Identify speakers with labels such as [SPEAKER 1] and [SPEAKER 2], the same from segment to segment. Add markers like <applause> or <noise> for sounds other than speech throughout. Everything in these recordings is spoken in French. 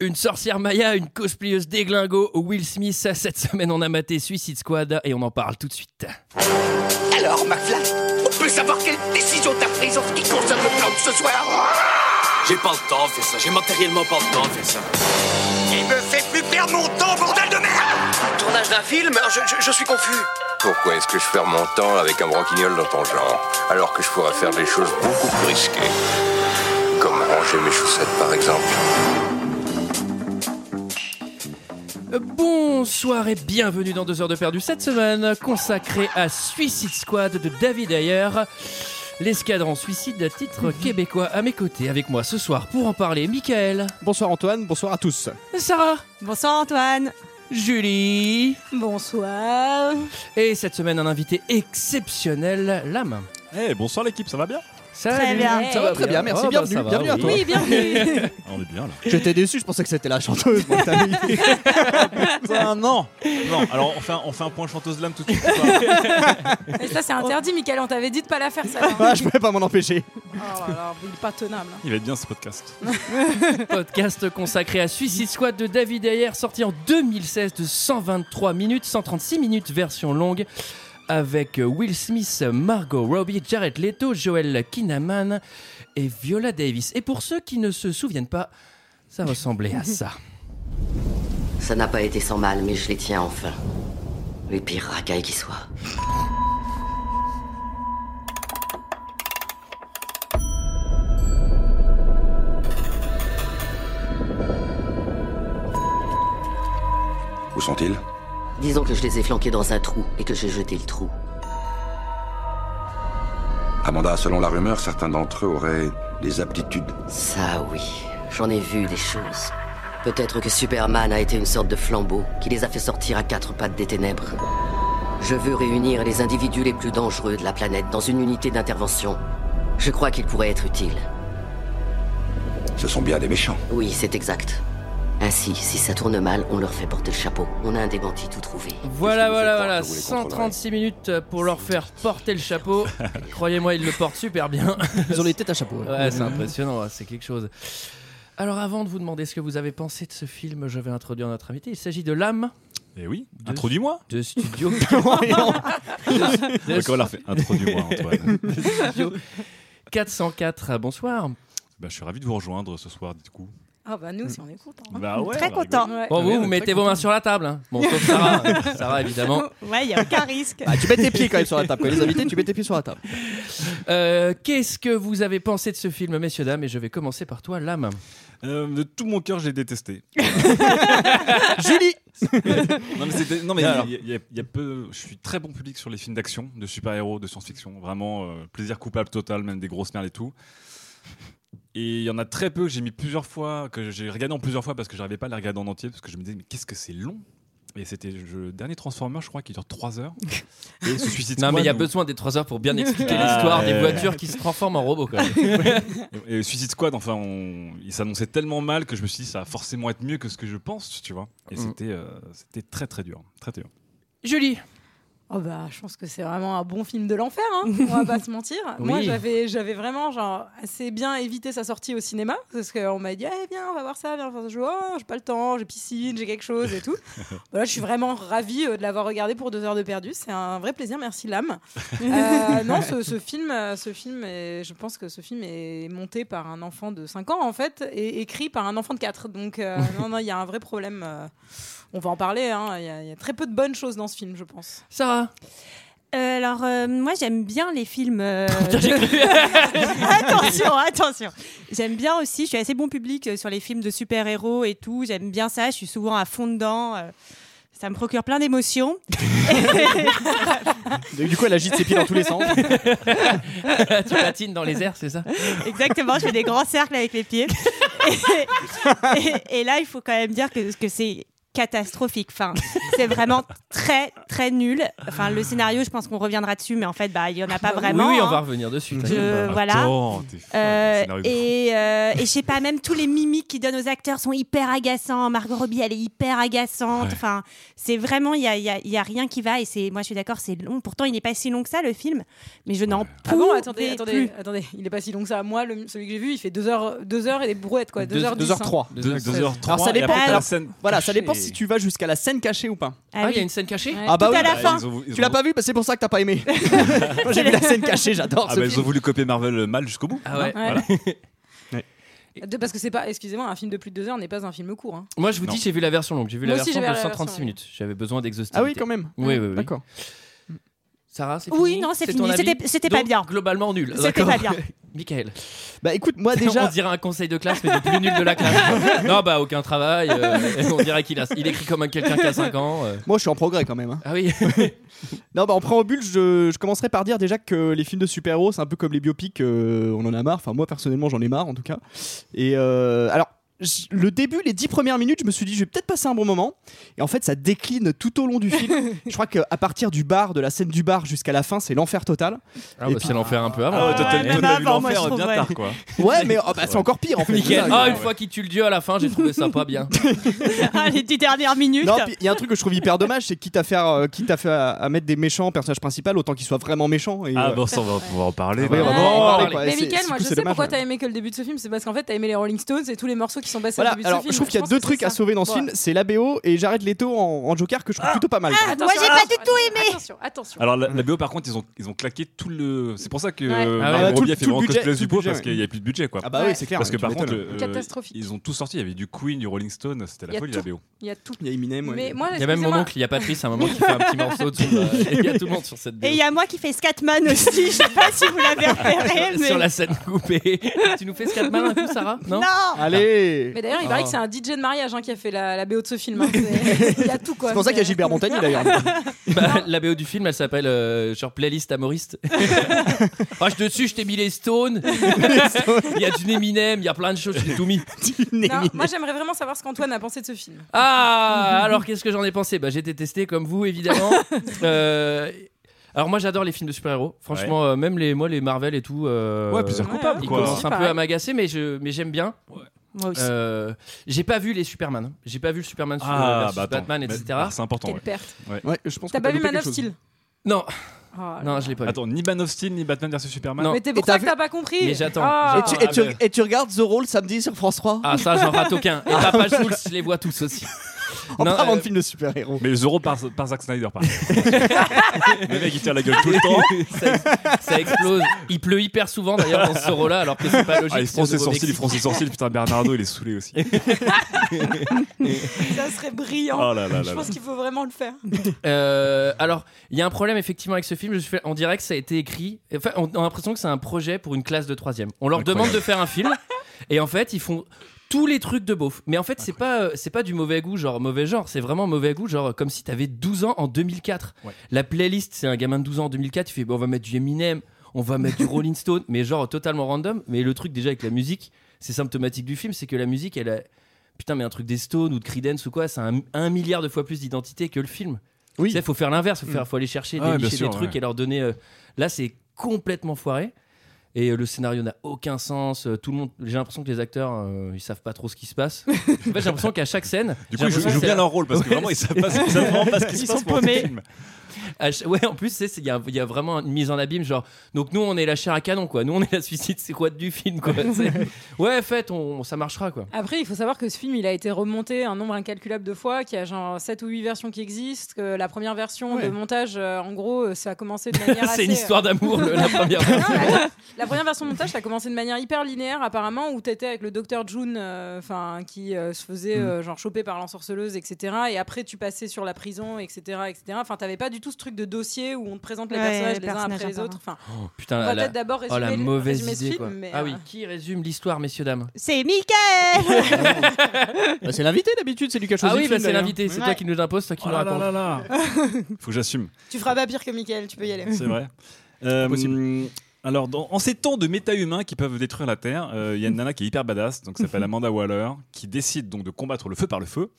[SPEAKER 1] Une sorcière Maya, une cosplayeuse déglingo, Will Smith, ça, cette semaine on a maté Suicide Squad et on en parle tout de suite.
[SPEAKER 2] Alors, McFly, on peut savoir quelle décision t'as prise en ce qui concerne le plan de ce soir
[SPEAKER 3] J'ai pas le temps de faire ça, j'ai matériellement pas le temps de faire ça.
[SPEAKER 2] Il me fait plus perdre mon temps, bordel de merde
[SPEAKER 4] Tournage d'un film Euh, je, je- je suis confus.
[SPEAKER 5] Pourquoi est-ce que je perds mon temps avec un branquignol dans ton genre, alors que je pourrais faire des choses beaucoup plus risquées Comme ranger mes chaussettes, par exemple.
[SPEAKER 1] Euh, Bonsoir et bienvenue dans 2 heures de perdu cette semaine consacrée à Suicide Squad de David Ayer. L'escadron suicide à
[SPEAKER 6] Mhm.
[SPEAKER 1] titre québécois à mes côtés avec moi ce soir pour en parler Michael,
[SPEAKER 6] Bonsoir Antoine, bonsoir à tous.
[SPEAKER 1] Sarah,
[SPEAKER 7] Bonsoir Antoine.
[SPEAKER 1] Julie
[SPEAKER 7] Bonsoir.
[SPEAKER 1] et cette semaine un invité exceptionnel, Lame.
[SPEAKER 8] Eh, bonsoir l'équipe, ça va bien
[SPEAKER 1] Ça
[SPEAKER 7] Très bien.
[SPEAKER 6] Ça va très bien, merci,
[SPEAKER 1] Oh, bah,
[SPEAKER 6] bienvenue,
[SPEAKER 1] ça va,
[SPEAKER 6] bienvenue à
[SPEAKER 1] oui.
[SPEAKER 6] toi.
[SPEAKER 7] Oui, bienvenue.
[SPEAKER 8] Ah, On est bien là.
[SPEAKER 6] J'étais déçu, je pensais que c'était la chanteuse. moi, t'as mis-
[SPEAKER 8] <laughs>
[SPEAKER 6] Putain, non
[SPEAKER 8] Eh ben, Non, alors on fait un, on fait un point chanteuse lame tout de suite. ou pas
[SPEAKER 7] Et ça, c'est interdit, Michael. On t'avait dit de pas la faire, ça. hein.
[SPEAKER 6] Ah, Je pouvais pas m'en empêcher.
[SPEAKER 7] Oh là là, il est pas tenable. hein.
[SPEAKER 8] Il va être bien ce podcast.
[SPEAKER 1] Podcast consacré à Suicide Squad de David Ayer, sorti en 2016 de 123 minutes, 136 minutes version longue, avec Will Smith, Margot Robbie, Jared Leto, Joel Kinnaman et Viola Davis. Et pour ceux qui ne se souviennent pas, ça ressemblait à
[SPEAKER 5] <laughs>
[SPEAKER 1] ça.
[SPEAKER 9] Ça n'a pas été sans mal, mais je les tiens enfin. Les pires racailles qui soient.
[SPEAKER 5] Où sont-ils
[SPEAKER 9] Disons que je les ai flanqués dans un trou et que j'ai jeté le trou.
[SPEAKER 5] Amanda, selon la rumeur, certains d'entre eux auraient des aptitudes.
[SPEAKER 9] Ça, oui. J'en ai vu des choses. Peut-être que Superman a été une sorte de flambeau qui les a fait sortir à quatre pattes des ténèbres. Je veux réunir les individus les plus dangereux de la planète dans une unité d'intervention. Je crois qu'ils pourraient être utiles.
[SPEAKER 5] Ce sont bien des méchants.
[SPEAKER 9] Oui, c'est exact. Ainsi, si ça tourne mal, on leur fait porter le chapeau. On a un démenti tout trouvé.
[SPEAKER 1] Voilà,
[SPEAKER 5] Qu'est-ce que vous
[SPEAKER 1] voilà,
[SPEAKER 5] faites
[SPEAKER 1] voilà,
[SPEAKER 5] quand vous les contrôlerez
[SPEAKER 1] 136 minutes pour leur faire porter le
[SPEAKER 5] <laughs>
[SPEAKER 1] chapeau. Croyez-moi, ils le portent super bien.
[SPEAKER 6] Ils ont les têtes à chapeau.
[SPEAKER 1] Ouais, c'est impressionnant, ouais, c'est quelque chose. Alors avant de vous demander ce que vous avez pensé de ce film, je vais introduire notre invité. Il s'agit de Lame
[SPEAKER 8] Eh oui, introduis-moi.
[SPEAKER 1] de <laughs> Studio Bah,
[SPEAKER 8] Ok, on l'a fait. Introduis-moi <laughs> Antoine.
[SPEAKER 1] Studio 404. ah, Bonsoir.
[SPEAKER 8] bah, je suis ravi de vous rejoindre ce soir du coup.
[SPEAKER 7] Ah bah nous, si on est contents. hein.
[SPEAKER 8] Bah ouais.
[SPEAKER 7] Très
[SPEAKER 8] bah,
[SPEAKER 7] contents.
[SPEAKER 8] rigole.
[SPEAKER 7] Ouais.
[SPEAKER 1] Bon,
[SPEAKER 6] Ouais,
[SPEAKER 1] vous, vous
[SPEAKER 6] très
[SPEAKER 1] Ah, mettez vos mains sur la table. hein. Bon, sauf Sarah. <laughs> Sarah, évidemment.
[SPEAKER 7] Ouais, il y a aucun risque.
[SPEAKER 6] Ah, tu mets tes pieds quand même sur la table. Quand les invités, tu mets tes pieds sur la table.
[SPEAKER 1] Euh, Qu'est-ce que vous avez pensé de ce film, messieurs, dames Et je vais commencer par toi, Lame.
[SPEAKER 8] Euh, de tout mon cœur, j'ai détesté.
[SPEAKER 6] Julie
[SPEAKER 8] Non mais, c'était- non, mais
[SPEAKER 6] Alors.
[SPEAKER 8] il y, a- il y a- il y a peu. Je suis très bon public sur les films d'action, de super-héros, de science-fiction. Vraiment euh, plaisir coupable total, même des grosses merdes et tout. Et il y en a très peu que j'ai mis plusieurs fois, que j'ai regardé en plusieurs fois parce que j'arrivais pas à les regarder en entier parce que je me disais mais qu'est-ce que c'est long. Et c'était le dernier Transformer, je crois, qui dure 3 heures. Et
[SPEAKER 1] <laughs>
[SPEAKER 8] ce Suicide
[SPEAKER 1] Non, mais il y a
[SPEAKER 8] Squad,
[SPEAKER 1] besoin des 3 heures pour bien expliquer
[SPEAKER 8] Ah,
[SPEAKER 1] l'histoire des
[SPEAKER 8] ouais.
[SPEAKER 1] voitures qui se transforment en robots. Quoi.
[SPEAKER 8] Et Suicide Squad, enfin, on- il s'annonçait tellement mal que je me suis dit, ça va forcément être mieux que ce que je pense, tu vois. Et
[SPEAKER 1] Mm.
[SPEAKER 8] c'était, euh, c'était très très dur, très très dur.
[SPEAKER 1] Julie.
[SPEAKER 7] Oh bah, je pense que c'est vraiment un bon film de l'enfer, hein. on va pas se mentir.
[SPEAKER 1] Oui.
[SPEAKER 7] Moi, j'avais, j'avais vraiment genre, assez bien évité sa sortie au cinéma, parce qu'on m'a dit, eh, viens, on va voir ça, viens, enfin, je oh, j'ai pas le temps, j'ai piscine, j'ai quelque chose et tout. voilà, je suis vraiment ravie euh, de l'avoir regardé pour deux heures de perdu, c'est un vrai plaisir, merci l'âme. Euh, non, ce, ce film, euh, ce film est- je pense que ce film est monté par un enfant de 5 ans, en fait, et écrit par un enfant de 4. Donc, euh, non, non, il y a un vrai problème. euh, on va en parler, hein, il y a- il y a très peu de bonnes choses dans ce film, je pense.
[SPEAKER 1] <laughs> Sarah.
[SPEAKER 10] Euh, alors, euh, moi, j'aime bien les films. euh,
[SPEAKER 1] J'ai
[SPEAKER 10] de-
[SPEAKER 1] cru.
[SPEAKER 10] <laughs> attention, hein. attention. J'aime bien aussi. Je suis assez bon public euh, sur les films de super-héros et tout. J'aime bien ça. Je suis souvent à fond dedans. euh, ça me procure plein d'émotions.
[SPEAKER 6] Du coup, elle agite ses pieds dans tous les sens.
[SPEAKER 1] <laughs> tu patines dans les airs, c'est ça
[SPEAKER 10] Exactement, je fais
[SPEAKER 9] <laughs>
[SPEAKER 10] des grands cercles avec les pieds. Et, et- et là, il faut quand même dire que, que c'est catastrophique. Enfin, c'est vraiment très très nul. Enfin, le scénario, je pense qu'on reviendra dessus, mais en fait, bah, il y en a pas vraiment.
[SPEAKER 1] Oui, oui, on va
[SPEAKER 10] hein.
[SPEAKER 1] revenir dessus.
[SPEAKER 10] Je-
[SPEAKER 8] Ah
[SPEAKER 1] t'inquiète pas.
[SPEAKER 10] voilà.
[SPEAKER 8] Attends, t'es folle,
[SPEAKER 10] Euh,
[SPEAKER 8] le scénario est
[SPEAKER 10] et euh, et je sais pas, même tous les mimiques qu'ils donnent aux acteurs sont hyper agaçants. Margot Robbie, elle est hyper agaçante.
[SPEAKER 8] Ouais.
[SPEAKER 10] Enfin, c'est vraiment, il y a, il y a- il y a rien qui va. Et c'est, moi, je suis d'accord, c'est long. Pourtant, il n'est pas si long que ça le film, mais je n'en
[SPEAKER 7] Ah bon,
[SPEAKER 10] pouvais
[SPEAKER 7] attendez,
[SPEAKER 10] plus.
[SPEAKER 7] attendez, attendez, il est pas si long que ça. Moi, le- celui que j'ai vu, il fait 2 heures, deux heures et des brouettes, quoi. 2 heures 10, hein.
[SPEAKER 6] 2h03.
[SPEAKER 8] Deux- deux heures trois,
[SPEAKER 6] Alors, ça
[SPEAKER 8] et
[SPEAKER 6] dépend.
[SPEAKER 8] après, t'as
[SPEAKER 10] Alors,
[SPEAKER 8] la scène
[SPEAKER 6] Voilà, ça
[SPEAKER 8] cachée.
[SPEAKER 6] dépend si tu vas jusqu'à la scène cachée ou pas.
[SPEAKER 10] Ah
[SPEAKER 1] Ah,
[SPEAKER 10] oui.
[SPEAKER 1] il y a une scène cachée
[SPEAKER 7] Ouais.
[SPEAKER 6] Ah bah
[SPEAKER 10] Tout
[SPEAKER 6] oui.
[SPEAKER 10] à la
[SPEAKER 8] Bah,
[SPEAKER 10] fin.
[SPEAKER 8] ils ont- ils
[SPEAKER 6] Tu
[SPEAKER 8] ont-
[SPEAKER 6] l'as pas vu, bah, c'est pour ça que t'as pas <laughs> aimé. Moi j'ai vu la scène cachée, j'adore
[SPEAKER 8] Ah
[SPEAKER 6] ce
[SPEAKER 8] bah, ils ont
[SPEAKER 6] film.
[SPEAKER 8] voulu copier Marvel euh, mal jusqu'au bout.
[SPEAKER 1] Ah ouais.
[SPEAKER 7] Ouais.
[SPEAKER 8] Voilà.
[SPEAKER 6] <laughs>
[SPEAKER 7] De- Parce que c'est pas, excusez-moi, un film de plus de 2 heures n'est pas un film court. hein.
[SPEAKER 1] Moi, je vous
[SPEAKER 8] Non.
[SPEAKER 1] dis, j'ai vu la version longue. J'ai vu la
[SPEAKER 7] Moi aussi,
[SPEAKER 1] version
[SPEAKER 7] j'ai
[SPEAKER 1] de
[SPEAKER 7] vu la
[SPEAKER 1] 136
[SPEAKER 7] version.
[SPEAKER 1] minutes. J'avais besoin d'exhaustivité.
[SPEAKER 6] Ah oui, quand même.
[SPEAKER 1] Oui,
[SPEAKER 8] Euh,
[SPEAKER 1] oui, oui.
[SPEAKER 6] D'accord.
[SPEAKER 1] Sarah, c'est
[SPEAKER 10] Oui,
[SPEAKER 1] fini
[SPEAKER 10] non, c'est
[SPEAKER 1] ton
[SPEAKER 10] fini.
[SPEAKER 1] avis
[SPEAKER 10] C'était- c'était pas
[SPEAKER 1] Donc,
[SPEAKER 10] bien.
[SPEAKER 1] Globalement nul.
[SPEAKER 10] C'était pas bien.
[SPEAKER 1] <laughs> Michael.
[SPEAKER 6] Bah écoute, moi
[SPEAKER 1] On
[SPEAKER 6] déjà.
[SPEAKER 1] dirait un conseil de classe, mais le plus nul de la <laughs> classe. non, bah, aucun travail. euh, on dirait qu'il a- il écrit comme un quelqu'un qui a 5 ans. euh.
[SPEAKER 6] Moi je suis en progrès quand même. hein.
[SPEAKER 1] Ah oui.
[SPEAKER 6] Non, bah en préambule, je, je commencerai par dire déjà que les films de super-héros, c'est un peu comme les biopics, euh, on en a marre. Enfin, moi personnellement, j'en ai marre en tout cas. Et euh, alors, j- le début, les dix premières minutes, je me suis dit, je vais peut-être passer un bon moment. Et en fait, ça décline tout au long du film. je crois qu'à partir du bar, de la scène du bar jusqu'à la fin, c'est l'enfer total.
[SPEAKER 1] Ah,
[SPEAKER 6] Et
[SPEAKER 1] bah,
[SPEAKER 6] puis-
[SPEAKER 1] c'est l'enfer un peu avant.
[SPEAKER 8] Ah ouais, toi,
[SPEAKER 10] ouais,
[SPEAKER 8] t'as
[SPEAKER 10] même
[SPEAKER 8] toi, t'as vu
[SPEAKER 10] avant, moi, je
[SPEAKER 8] l'enfer
[SPEAKER 10] trouve,
[SPEAKER 8] bien
[SPEAKER 10] ouais.
[SPEAKER 8] tard, quoi.
[SPEAKER 6] Ouais, mais oh, bah, c'est encore pire en fait.
[SPEAKER 1] Michael.
[SPEAKER 6] C'est ça,
[SPEAKER 1] Ah,
[SPEAKER 6] quoi.
[SPEAKER 1] une fois qu'il tue le dieu à la fin, j'ai trouvé ça
[SPEAKER 10] <laughs>
[SPEAKER 1] pas bien.
[SPEAKER 10] Ah, les dix dernières minutes.
[SPEAKER 6] Non, puis il y a un truc que je trouve hyper dommage, c'est quitte à faire, euh, quitte à faire à, à mettre des méchants en personnage principal, autant qu'ils soient vraiment méchants. Et,
[SPEAKER 8] Ah
[SPEAKER 6] euh,
[SPEAKER 8] bon, ça, on va pouvoir en parler.
[SPEAKER 6] ouais, on va
[SPEAKER 7] Ouais.
[SPEAKER 6] en parler,
[SPEAKER 1] Mais
[SPEAKER 6] quoi. Oh,
[SPEAKER 7] mais
[SPEAKER 6] bah, C'est-
[SPEAKER 7] Mickaël,
[SPEAKER 6] c'est-
[SPEAKER 7] moi
[SPEAKER 6] du coup,
[SPEAKER 7] je sais
[SPEAKER 6] c'est dommage,
[SPEAKER 7] pourquoi
[SPEAKER 6] ouais.
[SPEAKER 7] t'as aimé que le début de ce film, c'est parce qu'en fait t'as aimé les Rolling Stones et tous les morceaux qui sont basés
[SPEAKER 6] Voilà,
[SPEAKER 7] au début de
[SPEAKER 6] alors
[SPEAKER 7] ce film.
[SPEAKER 6] je trouve qu'il y a
[SPEAKER 7] pense
[SPEAKER 6] deux
[SPEAKER 7] que
[SPEAKER 6] trucs
[SPEAKER 7] c'est
[SPEAKER 6] à
[SPEAKER 7] ça.
[SPEAKER 6] sauver dans ce
[SPEAKER 7] Bon,
[SPEAKER 6] film, c'est la BO et Jared Leto en, en Joker que je trouve plutôt pas mal. quoi.
[SPEAKER 10] Ah, moi, j'ai pas du tout
[SPEAKER 7] aimé. Attention, attention.
[SPEAKER 8] Alors la, la BO par contre ils ont ils ont claqué tout le c'est pour ça que
[SPEAKER 7] Ouais.
[SPEAKER 8] euh,
[SPEAKER 1] Ah ouais.
[SPEAKER 8] Margot
[SPEAKER 6] Ah, tout
[SPEAKER 8] Robbie
[SPEAKER 6] le-
[SPEAKER 8] a fait
[SPEAKER 6] tout le
[SPEAKER 8] vraiment
[SPEAKER 6] budget,
[SPEAKER 8] cosplay
[SPEAKER 6] tout
[SPEAKER 8] du
[SPEAKER 6] le
[SPEAKER 8] pot
[SPEAKER 6] budget,
[SPEAKER 8] parce
[SPEAKER 6] ouais.
[SPEAKER 8] qu'il n'y avait plus de budget quoi.
[SPEAKER 6] Ah bah
[SPEAKER 7] Ouais.
[SPEAKER 6] oui, c'est clair.
[SPEAKER 8] parce que
[SPEAKER 6] tu
[SPEAKER 8] par
[SPEAKER 6] m'étonnes.
[SPEAKER 8] contre euh,
[SPEAKER 7] Catastrophique.
[SPEAKER 8] ils ont tout sorti, il y avait du Queen, du Rolling Stone, c'était
[SPEAKER 7] Il y
[SPEAKER 8] la
[SPEAKER 7] a
[SPEAKER 8] folie la
[SPEAKER 7] tout.
[SPEAKER 8] BO.
[SPEAKER 7] Il y a tout.
[SPEAKER 6] il y a Eminem. ouais.
[SPEAKER 7] Mais moi,
[SPEAKER 1] Il y a même mon
[SPEAKER 7] excusez-moi,
[SPEAKER 1] oncle, il y a Patrice à un moment qui fait un petit morceau
[SPEAKER 10] <laughs>
[SPEAKER 1] dessous. là, et Il y a tout le monde sur cette
[SPEAKER 10] Et il
[SPEAKER 1] vidéo.
[SPEAKER 10] y a moi qui fais Scatman aussi. Je sais pas si vous l'avez repéré, mais
[SPEAKER 1] <laughs> Sur la scène
[SPEAKER 10] <laughs>
[SPEAKER 1] coupée. tu nous fais ce quatre malin un coup, Sarah Non,
[SPEAKER 10] non.
[SPEAKER 6] Allez
[SPEAKER 7] Mais d'ailleurs, il paraît
[SPEAKER 6] Ah.
[SPEAKER 7] que c'est un DJ de mariage hein, qui a fait la, la BO de ce film.
[SPEAKER 6] <laughs>
[SPEAKER 7] hein. C'est- Il y a tout quoi.
[SPEAKER 6] C'est pour ça qu'il y a
[SPEAKER 7] C'est-
[SPEAKER 6] Gilbert Montagnier d'ailleurs.
[SPEAKER 1] Bah, la BO du film, elle s'appelle euh, genre playlist amoriste. Ah, je dessus, je t'ai mis les Stones. Il y a du Eminem, il y a plein de choses, j'ai tout mis.
[SPEAKER 7] Non, moi j'aimerais vraiment savoir ce qu'Antoine a pensé de ce film.
[SPEAKER 1] Ah, alors qu'est-ce que j'en ai pensé Bah, j'ai détesté comme vous évidemment. Euh, alors moi, j'adore les films de super-héros. Franchement, euh, même les moi les Marvel et tout. euh,
[SPEAKER 8] Ouais, plusieurs
[SPEAKER 7] Ouais,
[SPEAKER 8] coupables
[SPEAKER 7] ouais,
[SPEAKER 1] Ils
[SPEAKER 8] quoi.
[SPEAKER 1] commencent un peu
[SPEAKER 7] Pareil.
[SPEAKER 1] à m'agacer, mais je mais j'aime bien.
[SPEAKER 10] Moi aussi.
[SPEAKER 1] Euh, j'ai pas vu les Superman. J'ai pas vu le Superman sur- euh, versus
[SPEAKER 8] Ah, bah attends.
[SPEAKER 1] Batman,
[SPEAKER 8] Mais-
[SPEAKER 1] etc.
[SPEAKER 8] ah, C'est important.
[SPEAKER 7] Quelle
[SPEAKER 8] ouais.
[SPEAKER 7] perte.
[SPEAKER 6] Ouais, je pense
[SPEAKER 7] T'as
[SPEAKER 6] que
[SPEAKER 7] pas vu
[SPEAKER 6] loupé
[SPEAKER 7] Man of
[SPEAKER 6] quelque chose.
[SPEAKER 7] Steel
[SPEAKER 1] Non,
[SPEAKER 7] Oh là là.
[SPEAKER 1] non, je l'ai pas vu.
[SPEAKER 8] Attends, ni Man of Steel ni Batman vs Superman.
[SPEAKER 1] Non.
[SPEAKER 7] Mais t'es pour
[SPEAKER 6] Et t'as
[SPEAKER 7] ça que
[SPEAKER 6] vu-
[SPEAKER 7] t'as pas compris.
[SPEAKER 1] Mais j'attends.
[SPEAKER 6] Et
[SPEAKER 7] Ah.
[SPEAKER 6] tu, et, tu, et tu regardes The Roll samedi sur France 3
[SPEAKER 1] Ah ça, j'en rate aucun. Et Papa Schultz, je les vois tous aussi.
[SPEAKER 6] En
[SPEAKER 1] non,
[SPEAKER 6] parlant
[SPEAKER 1] euh,
[SPEAKER 6] de films de super-héros.
[SPEAKER 8] Mais Zoro par, par Zack Snyder par. contre. le mec il tire la gueule tout le temps.
[SPEAKER 1] ça, ça explose. Il pleut hyper souvent d'ailleurs dans ce rôle-là, alors que c'est pas logique.
[SPEAKER 8] Ah, il fronce
[SPEAKER 1] c'est au
[SPEAKER 8] ses sourcils, il
[SPEAKER 1] Nouveau-Mexique.
[SPEAKER 8] fronce ses sourcils. Putain, Bernardo, il est saoulé aussi.
[SPEAKER 7] Ça serait brillant.
[SPEAKER 8] Oh là là là
[SPEAKER 7] Je
[SPEAKER 8] là.
[SPEAKER 7] pense qu'il faut vraiment le faire.
[SPEAKER 1] Euh, alors, il y a un problème effectivement avec ce film. Je fais, on dirait que ça a été écrit. Enfin, on a l'impression que c'est un projet pour une classe de troisième. On leur
[SPEAKER 8] Incroyable.
[SPEAKER 1] demande de faire un film, et en fait, ils font tous les trucs de beauf. Mais en fait, c'est pas euh, c'est pas du mauvais goût, genre mauvais genre. C'est vraiment mauvais goût, genre comme si t'avais 12 ans en 2004.
[SPEAKER 8] Ouais.
[SPEAKER 1] La playlist, c'est un gamin de 12 ans en 2004. Il fait, bon, on va mettre du Eminem, on va mettre du Rolling Stone, mais genre totalement random. Mais le truc déjà avec la musique, c'est symptomatique du film, c'est que la musique, elle a Putain, mais un truc des Stones ou de Creedence ou quoi, ça a un- un milliard de fois plus d'identité que le film.
[SPEAKER 6] Oui.
[SPEAKER 1] Tu sais, faut faire l'inverse, faut, faire- faut aller chercher,
[SPEAKER 8] Ah ouais,
[SPEAKER 1] dénicher
[SPEAKER 8] bien sûr,
[SPEAKER 1] des trucs
[SPEAKER 8] ouais.
[SPEAKER 1] et leur donner. euh, Là, c'est complètement foiré. Et euh, le scénario n'a aucun sens. euh, tout le monde, j'ai l'impression que les acteurs, euh, ils savent pas trop ce qui se
[SPEAKER 8] <laughs>
[SPEAKER 1] passe. en fait, j'ai l'impression qu'à chaque scène,
[SPEAKER 8] Du
[SPEAKER 1] j'ai
[SPEAKER 8] coup, ils jouent,
[SPEAKER 1] l'impression
[SPEAKER 8] ils jouent
[SPEAKER 1] que
[SPEAKER 8] bien
[SPEAKER 1] c'est-
[SPEAKER 8] leur rôle parce que
[SPEAKER 1] Ouais,
[SPEAKER 8] vraiment, ils savent pas, ils savent vraiment pas ce qui se
[SPEAKER 10] Ils
[SPEAKER 8] passe
[SPEAKER 10] sont
[SPEAKER 8] pendant tout le
[SPEAKER 10] paumés.
[SPEAKER 8] film.
[SPEAKER 1] à ch- Ah, ouais, en plus, c'est- c'est- il y a, il y a vraiment une mise en abîme. Genre, donc nous, on est la chair à canon, quoi. Nous, on est la suicide, c'est quoi du film, quoi.
[SPEAKER 6] <laughs>
[SPEAKER 1] C'est- ouais, faites, on, ça marchera, quoi.
[SPEAKER 7] Après, il faut savoir que ce film, il a été remonté un nombre incalculable de fois, qu'il y a genre 7 ou 8 versions qui existent, que la première version
[SPEAKER 6] Ouais.
[SPEAKER 7] de montage, euh, en gros, euh, ça a commencé de manière
[SPEAKER 1] <laughs>
[SPEAKER 7] assez...
[SPEAKER 1] c'est une histoire d'amour, le- la première.
[SPEAKER 7] <laughs> Non, mais attends, la première version de montage, ça a commencé de manière hyper linéaire, apparemment, où t'étais avec le docteur June, euh, enfin, qui euh, se faisait
[SPEAKER 1] Mm.
[SPEAKER 7] euh, genre choper par l'ensorceleuse, etc. Et après, tu passais sur la prison, etc., etc. Enfin, t'avais pas du tout ce truc de dossier où on te présente les
[SPEAKER 10] Ouais,
[SPEAKER 7] personnages
[SPEAKER 10] les
[SPEAKER 7] les uns
[SPEAKER 10] personnages
[SPEAKER 7] après les
[SPEAKER 10] apparemment.
[SPEAKER 7] autres. Enfin,
[SPEAKER 1] Oh, putain,
[SPEAKER 7] on va
[SPEAKER 1] la,
[SPEAKER 7] peut-être d'abord
[SPEAKER 1] oh,
[SPEAKER 7] résumer,
[SPEAKER 1] la mauvaise
[SPEAKER 7] résumer ce
[SPEAKER 1] idée,
[SPEAKER 7] film,
[SPEAKER 1] quoi.
[SPEAKER 7] mais,
[SPEAKER 1] Ah oui,
[SPEAKER 7] euh,
[SPEAKER 1] qui résume l'histoire, messieurs dames
[SPEAKER 10] C'est Michael.
[SPEAKER 6] Bah, c'est l'invité d'habitude, c'est Lucas
[SPEAKER 1] Ah
[SPEAKER 6] Chosé
[SPEAKER 1] oui,
[SPEAKER 6] le
[SPEAKER 1] bah,
[SPEAKER 6] film,
[SPEAKER 1] c'est
[SPEAKER 6] d'ailleurs. Oh
[SPEAKER 1] l'invité, c'est
[SPEAKER 10] Ouais.
[SPEAKER 1] toi qui nous l'impose, toi qui nous raconte.
[SPEAKER 8] <laughs> Faut que j'assume,
[SPEAKER 7] Tu feras pas pire que Michael, tu peux y aller.
[SPEAKER 8] c'est vrai. Euh,
[SPEAKER 6] Possible.
[SPEAKER 8] Alors, dans- en ces temps de méta-humains qui peuvent détruire la Terre, euh, il y a une nana qui est hyper badass, donc qui s'appelle Amanda Waller, qui décide donc de combattre le feu par le feu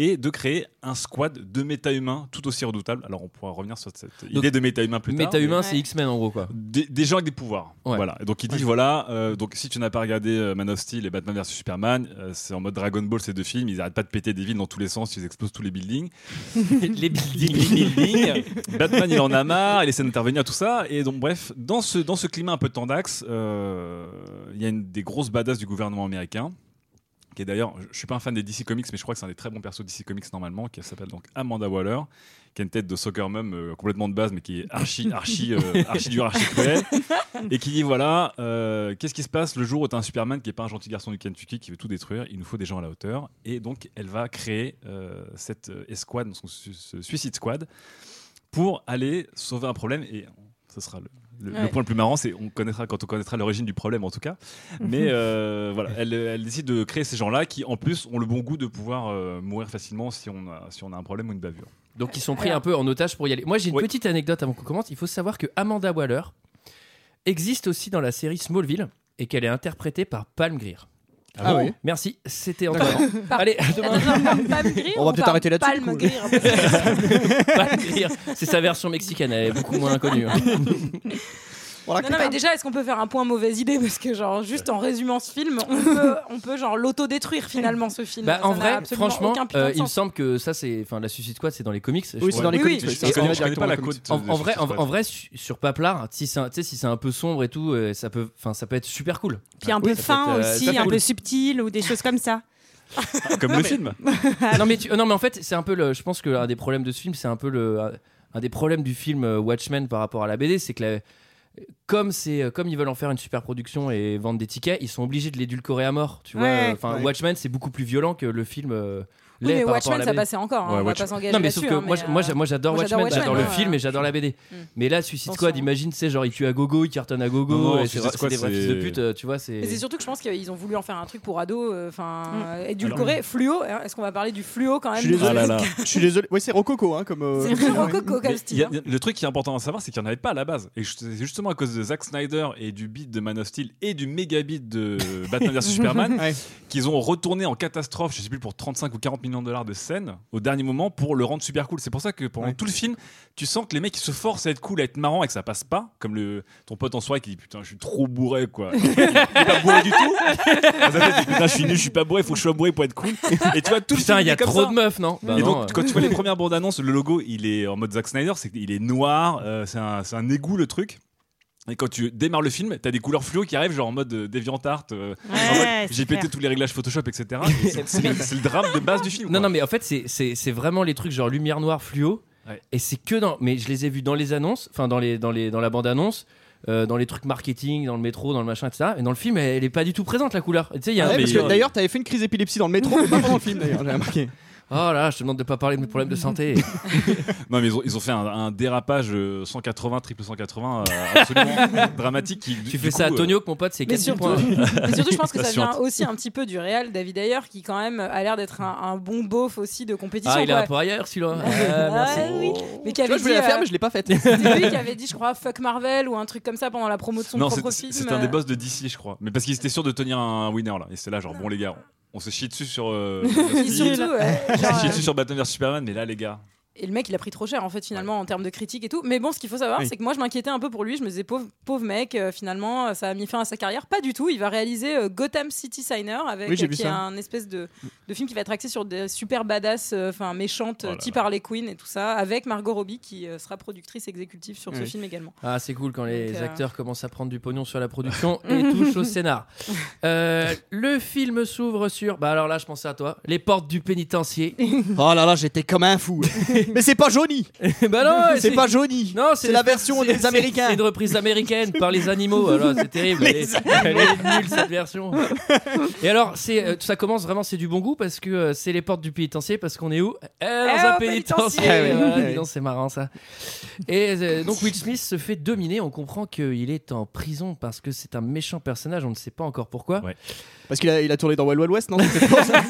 [SPEAKER 8] et de créer un squad de méta-humains tout aussi redoutables. Alors, on pourra revenir sur cette idée de méta-humains plus tard.
[SPEAKER 1] Méta-humain,
[SPEAKER 10] mais-
[SPEAKER 1] c'est X-Men en gros
[SPEAKER 6] <laughs>
[SPEAKER 1] quoi.
[SPEAKER 8] Des, des gens avec des pouvoirs.
[SPEAKER 1] Ouais.
[SPEAKER 8] Voilà. Et donc ils disent voilà, euh, donc si tu n'as pas regardé euh, Man of Steel et Batman vs Superman, euh, c'est en mode Dragon Ball ces deux films, ils arrêtent pas de péter des villes dans tous les sens, ils explosent tous les <laughs> buildings.
[SPEAKER 1] les buildings.
[SPEAKER 8] Les buildings. euh, Batman il en a marre, il essaie d'intervenir tout ça et donc bref, dans ce dans ce climat un peu tendax, euh, il y a une des grosses badasses du gouvernement américain qui est d'ailleurs, je, je suis pas un fan des DC Comics, mais je crois que c'est un des très bons persos DC Comics normalement, qui s'appelle donc Amanda Waller, qui a une tête de soccer mum euh, complètement de base, mais qui est archi, archi, euh, archi dur, archi cruel, et qui dit voilà, euh, qu'est-ce qui se passe le jour où t'as un Superman qui est pas un gentil garçon du Kentucky qui veut tout détruire, il nous faut des gens à la hauteur, et donc elle va créer euh, cette euh, escouade, son su- ce Suicide Squad, pour aller sauver un problème, et ce sera le. le- le
[SPEAKER 7] Ouais.
[SPEAKER 8] point le plus marrant, c'est on connaîtra quand on connaîtra l'origine du problème en tout cas. Mais euh, voilà, elle, elle décide de créer ces gens-là qui, en plus, ont le bon goût de pouvoir euh, mourir facilement si on, a, si on a un problème ou une bavure.
[SPEAKER 1] Donc ils sont pris un peu en otage pour y aller. Moi j'ai une
[SPEAKER 8] Ouais.
[SPEAKER 1] petite anecdote avant qu'on commence. Il faut savoir que Amanda Waller existe aussi dans la série Smallville et qu'elle est interprétée par Palm Greer.
[SPEAKER 6] Ah oui.
[SPEAKER 1] Merci, c'était Antoine. Allez,
[SPEAKER 7] <laughs>
[SPEAKER 1] à demain.
[SPEAKER 6] On va peut-être arrêter là-dessus,
[SPEAKER 7] Palme
[SPEAKER 6] du coup.
[SPEAKER 7] gris.
[SPEAKER 1] Palm Greer, c'est sa version mexicaine, elle est beaucoup moins inconnue. hein.
[SPEAKER 6] Voilà,
[SPEAKER 7] Non, non, mais déjà, est-ce qu'on peut faire un point mauvaise idée Parce que, genre, juste en résumant ce film, on peut, on peut genre, l'autodétruire finalement ce film.
[SPEAKER 1] Bah, en
[SPEAKER 7] Ça n'a
[SPEAKER 1] vrai,
[SPEAKER 7] absolument
[SPEAKER 1] franchement,
[SPEAKER 7] aucun putain de
[SPEAKER 1] euh, il me
[SPEAKER 7] sens.
[SPEAKER 1] semble que ça, c'est. Enfin, la Suicide Squad, c'est dans les comics. je
[SPEAKER 6] Oui,
[SPEAKER 1] crois.
[SPEAKER 6] c'est dans les
[SPEAKER 7] Oui,
[SPEAKER 6] comics.
[SPEAKER 7] oui.
[SPEAKER 6] ouais,
[SPEAKER 8] Je,
[SPEAKER 6] ça
[SPEAKER 8] ne
[SPEAKER 6] se connaît
[SPEAKER 8] connais,
[SPEAKER 6] directement
[SPEAKER 8] pas
[SPEAKER 6] dans
[SPEAKER 8] la
[SPEAKER 6] les comics.
[SPEAKER 8] côte.
[SPEAKER 1] En,
[SPEAKER 8] de-
[SPEAKER 1] en
[SPEAKER 8] de
[SPEAKER 1] vrai,
[SPEAKER 8] ce
[SPEAKER 1] en,
[SPEAKER 8] squad.
[SPEAKER 1] en vrai, su- sur Paplar, si c'est un, tu sais, si c'est un peu sombre et tout, euh, ça peut, enfin, ça peut être super cool.
[SPEAKER 10] Puis un
[SPEAKER 1] Oui,
[SPEAKER 10] peu
[SPEAKER 1] ça peut
[SPEAKER 10] fin
[SPEAKER 1] être, euh, ça
[SPEAKER 10] aussi,
[SPEAKER 1] peut
[SPEAKER 10] un
[SPEAKER 1] être
[SPEAKER 10] peu subtil ou des choses comme ça.
[SPEAKER 8] comme le film.
[SPEAKER 1] Ah non mais tu- euh, non mais en fait, c'est un peu le. Je pense que l'un des problèmes de ce film, c'est un peu le. un- Un des problèmes du film euh, Watchmen par rapport à la BD, c'est que la- comme c'est euh, comme ils veulent en faire une super production et vendre des tickets, ils sont obligés de l'édulcorer à mort. Tu vois,
[SPEAKER 10] Ouais.
[SPEAKER 1] enfin
[SPEAKER 6] Ouais.
[SPEAKER 1] Watchmen, c'est beaucoup plus violent que le film. euh,
[SPEAKER 7] Oui,
[SPEAKER 1] l'est
[SPEAKER 7] mais
[SPEAKER 1] par rapport à
[SPEAKER 7] Watchmen,
[SPEAKER 1] la
[SPEAKER 7] ça
[SPEAKER 1] BD.
[SPEAKER 7] passait encore. hein,
[SPEAKER 8] Ouais,
[SPEAKER 7] on va
[SPEAKER 8] Watchmen.
[SPEAKER 7] pas s'engager
[SPEAKER 1] Non mais
[SPEAKER 7] là-dessus.
[SPEAKER 1] sauf que
[SPEAKER 7] hein,
[SPEAKER 1] moi,
[SPEAKER 7] mais,
[SPEAKER 1] je- moi,
[SPEAKER 7] euh,
[SPEAKER 1] j'a- moi, j'adore
[SPEAKER 7] moi, j'adore
[SPEAKER 1] Watchmen, j'adore le
[SPEAKER 7] Watchmen,
[SPEAKER 1] film
[SPEAKER 7] ouais.
[SPEAKER 1] et j'adore la BD.
[SPEAKER 7] Mm.
[SPEAKER 1] Mais là Suicide
[SPEAKER 7] Attention,
[SPEAKER 1] Squad,
[SPEAKER 7] hein.
[SPEAKER 1] imagine, c'est genre il tue à gogo, il cartonne à gogo,
[SPEAKER 8] Non, non,
[SPEAKER 1] et c'est
[SPEAKER 8] Suicide
[SPEAKER 1] vrai- c'est
[SPEAKER 8] Squad,
[SPEAKER 1] des vrais
[SPEAKER 8] c'est-
[SPEAKER 1] fils de pute, euh, tu vois. C'est
[SPEAKER 7] Mais c'est surtout que je pense qu'ils ont voulu en faire un truc pour ados, euh, enfin, euh, édulcoré, fluo. hein, Est-ce qu'on va parler du fluo quand
[SPEAKER 6] Je
[SPEAKER 7] même
[SPEAKER 6] suis désolé. Je suis désolé. Oui, c'est Rococo, hein, comme. euh,
[SPEAKER 7] C'est vraiment coco
[SPEAKER 8] Mais
[SPEAKER 7] comme
[SPEAKER 8] il y
[SPEAKER 7] style.
[SPEAKER 6] hein.
[SPEAKER 8] a- il y a- le truc qui est important à savoir, c'est qu'il n'y en avait pas à la base. Et ju- c'est justement à cause de Zack Snyder et du beat de Man of Steel et du méga
[SPEAKER 6] <laughs>
[SPEAKER 8] beat de Batman vs Superman
[SPEAKER 6] Ouais.
[SPEAKER 8] qu'ils ont retourné en catastrophe, je sais plus, pour 35 ou 40 millions de dollars de scène au dernier moment pour le rendre super cool. C'est pour ça que pendant
[SPEAKER 6] Ouais.
[SPEAKER 8] tout le film, tu sens que les mecs ils se forcent à être cool, à être marrant et que ça passe pas. Comme le, ton pote en soirée qui dit putain, je suis trop
[SPEAKER 6] <laughs>
[SPEAKER 8] bourré quoi. Il est pas bourré du tout. Dans sa tête, il dit, putain, je suis nul, je suis pas bourré, faut que je sois bourré pour être cool. Et tu vois, tout le
[SPEAKER 1] putain,
[SPEAKER 8] film,
[SPEAKER 1] il y
[SPEAKER 8] est
[SPEAKER 1] a
[SPEAKER 8] comme
[SPEAKER 1] trop
[SPEAKER 8] ça
[SPEAKER 7] hein.
[SPEAKER 1] de meufs, non Bah
[SPEAKER 8] et
[SPEAKER 1] non,
[SPEAKER 8] donc,
[SPEAKER 1] euh.
[SPEAKER 8] quand tu
[SPEAKER 1] <laughs>
[SPEAKER 8] vois les premières bandes annonces, le logo, il est en mode Zack Snyder, c'est qu'il est noir, euh, c'est un, c'est un égout le truc. Et quand tu démarres le film, t'as des couleurs fluo qui arrivent genre en mode euh, DeviantArt, euh, en mode
[SPEAKER 10] Ouais, c'est
[SPEAKER 8] j'ai pété
[SPEAKER 10] clair.
[SPEAKER 8] tous les réglages Photoshop, etc.
[SPEAKER 10] <laughs>
[SPEAKER 8] Et c'est- C'est le, c'est le drame de base du film.
[SPEAKER 1] Non,
[SPEAKER 8] quoi.
[SPEAKER 1] non, mais en fait, c'est- c'est c'est vraiment les trucs genre lumière noire fluo.
[SPEAKER 8] Ouais.
[SPEAKER 1] Et c'est que dans. Mais je les ai vus dans les annonces, enfin, dans, les, dans, les, dans la bande-annonce, euh, dans les trucs marketing, dans le métro, dans le machin, etc. Et dans le film, elle, elle est pas du tout présente, la couleur. Tu sais, il y a
[SPEAKER 6] Ah
[SPEAKER 1] un-
[SPEAKER 6] ouais, parce
[SPEAKER 8] mais-
[SPEAKER 6] que d'ailleurs, t'avais fait une crise d'épilepsie dans le métro, pas pendant le film d'ailleurs, j'ai remarqué.
[SPEAKER 1] Oh là là, je te demande de pas parler de mes problèmes de santé.
[SPEAKER 8] Non, mais ils ont, ils ont fait un, un dérapage euh, 180, triple 180, euh,
[SPEAKER 1] <laughs>
[SPEAKER 8] absolument dramatique. qui,
[SPEAKER 1] tu
[SPEAKER 8] du
[SPEAKER 1] fais
[SPEAKER 8] coup,
[SPEAKER 1] ça à
[SPEAKER 8] euh,
[SPEAKER 1] Tonio, que mon pote, c'est
[SPEAKER 7] Mais
[SPEAKER 1] 4
[SPEAKER 7] surtout,
[SPEAKER 1] points.
[SPEAKER 7] <laughs> mais surtout, je pense que ça
[SPEAKER 8] Patiente.
[SPEAKER 7] vient aussi un petit peu du réel David Ayer, qui quand même a l'air d'être un, un bon beauf aussi de compétition.
[SPEAKER 1] Ah, il est
[SPEAKER 7] quoi.
[SPEAKER 1] un peu ailleurs, celui-là.
[SPEAKER 7] Ouais,
[SPEAKER 1] Ah, merci.
[SPEAKER 7] oui. Mais qui
[SPEAKER 6] Tu vois,
[SPEAKER 7] avait
[SPEAKER 6] je voulais la
[SPEAKER 7] dit,
[SPEAKER 6] faire,
[SPEAKER 7] euh,
[SPEAKER 6] mais je l'ai pas faite.
[SPEAKER 7] <laughs> C'était lui qui avait dit, je crois, fuck Marvel ou un truc comme ça pendant la promo de son
[SPEAKER 8] Non,
[SPEAKER 7] propre
[SPEAKER 8] c'est-
[SPEAKER 7] film. euh,
[SPEAKER 8] c'était
[SPEAKER 1] euh
[SPEAKER 8] un des boss de DC, je crois. Mais parce qu'ils étaient sûrs de tenir un winner là. Et c'est là, genre, bon, les gars, on, on se chie dessus
[SPEAKER 10] <laughs>
[SPEAKER 8] sur. euh,
[SPEAKER 7] Et surtout, ouais,
[SPEAKER 8] on
[SPEAKER 7] genre,
[SPEAKER 8] se chie dessus sur Batman vs Superman, mais là, les gars.
[SPEAKER 7] Et le mec, il a pris trop cher, en fait, finalement, en termes de critique et tout. Mais bon, ce qu'il faut savoir,
[SPEAKER 6] Oui.
[SPEAKER 7] c'est que moi, je m'inquiétais un peu pour lui. Je me disais, pauvre, pauvre mec, euh, finalement, euh, ça a mis fin à sa carrière. Pas du tout. Il va réaliser euh, Gotham City Signer, avec,
[SPEAKER 6] Oui, j'ai vu
[SPEAKER 7] qui est
[SPEAKER 6] ça.
[SPEAKER 7] un espèce de, de film qui va être axé sur des super badass, euh, enfin, méchantes,
[SPEAKER 8] Oh là
[SPEAKER 7] type Harley Quinn et tout ça, avec Margot Robbie, qui euh, sera productrice exécutive sur ce
[SPEAKER 6] Oui.
[SPEAKER 7] film également.
[SPEAKER 1] Ah, c'est cool quand les
[SPEAKER 7] Donc, euh,
[SPEAKER 1] acteurs commencent à prendre du pognon sur la production et touchent au scénar. Euh, le film s'ouvre sur. Bah alors là, je pensais à toi. Les portes du pénitencier.
[SPEAKER 6] Oh là là, j'étais comme un fou. <laughs> mais c'est pas Johnny
[SPEAKER 1] bah <laughs> non,
[SPEAKER 6] C'est pas Johnny
[SPEAKER 1] Non,
[SPEAKER 6] C'est la version
[SPEAKER 1] c'est-
[SPEAKER 6] des
[SPEAKER 1] c'est-
[SPEAKER 6] Américains.
[SPEAKER 1] C'est une reprise américaine par les
[SPEAKER 6] <laughs>
[SPEAKER 1] animaux. Alors, c'est terrible. Elle est, elle est nulle cette version. Et alors, c'est euh, ça commence vraiment, c'est du bon goût parce que euh, c'est les portes du pénitencier parce qu'on est où Eh, Dans
[SPEAKER 7] Eh,
[SPEAKER 1] un
[SPEAKER 7] au
[SPEAKER 1] pénitencier.
[SPEAKER 7] pénitencier.
[SPEAKER 1] Voilà,
[SPEAKER 6] Ah ouais.
[SPEAKER 1] dis donc, c'est marrant ça. Et euh, donc Will Smith se fait dominer. On comprend qu'il est en prison parce que c'est un méchant personnage. On ne sait pas encore pourquoi.
[SPEAKER 8] Ouais.
[SPEAKER 6] Parce qu'il a, il a tourné dans Wild Wild West, non C'était pas ça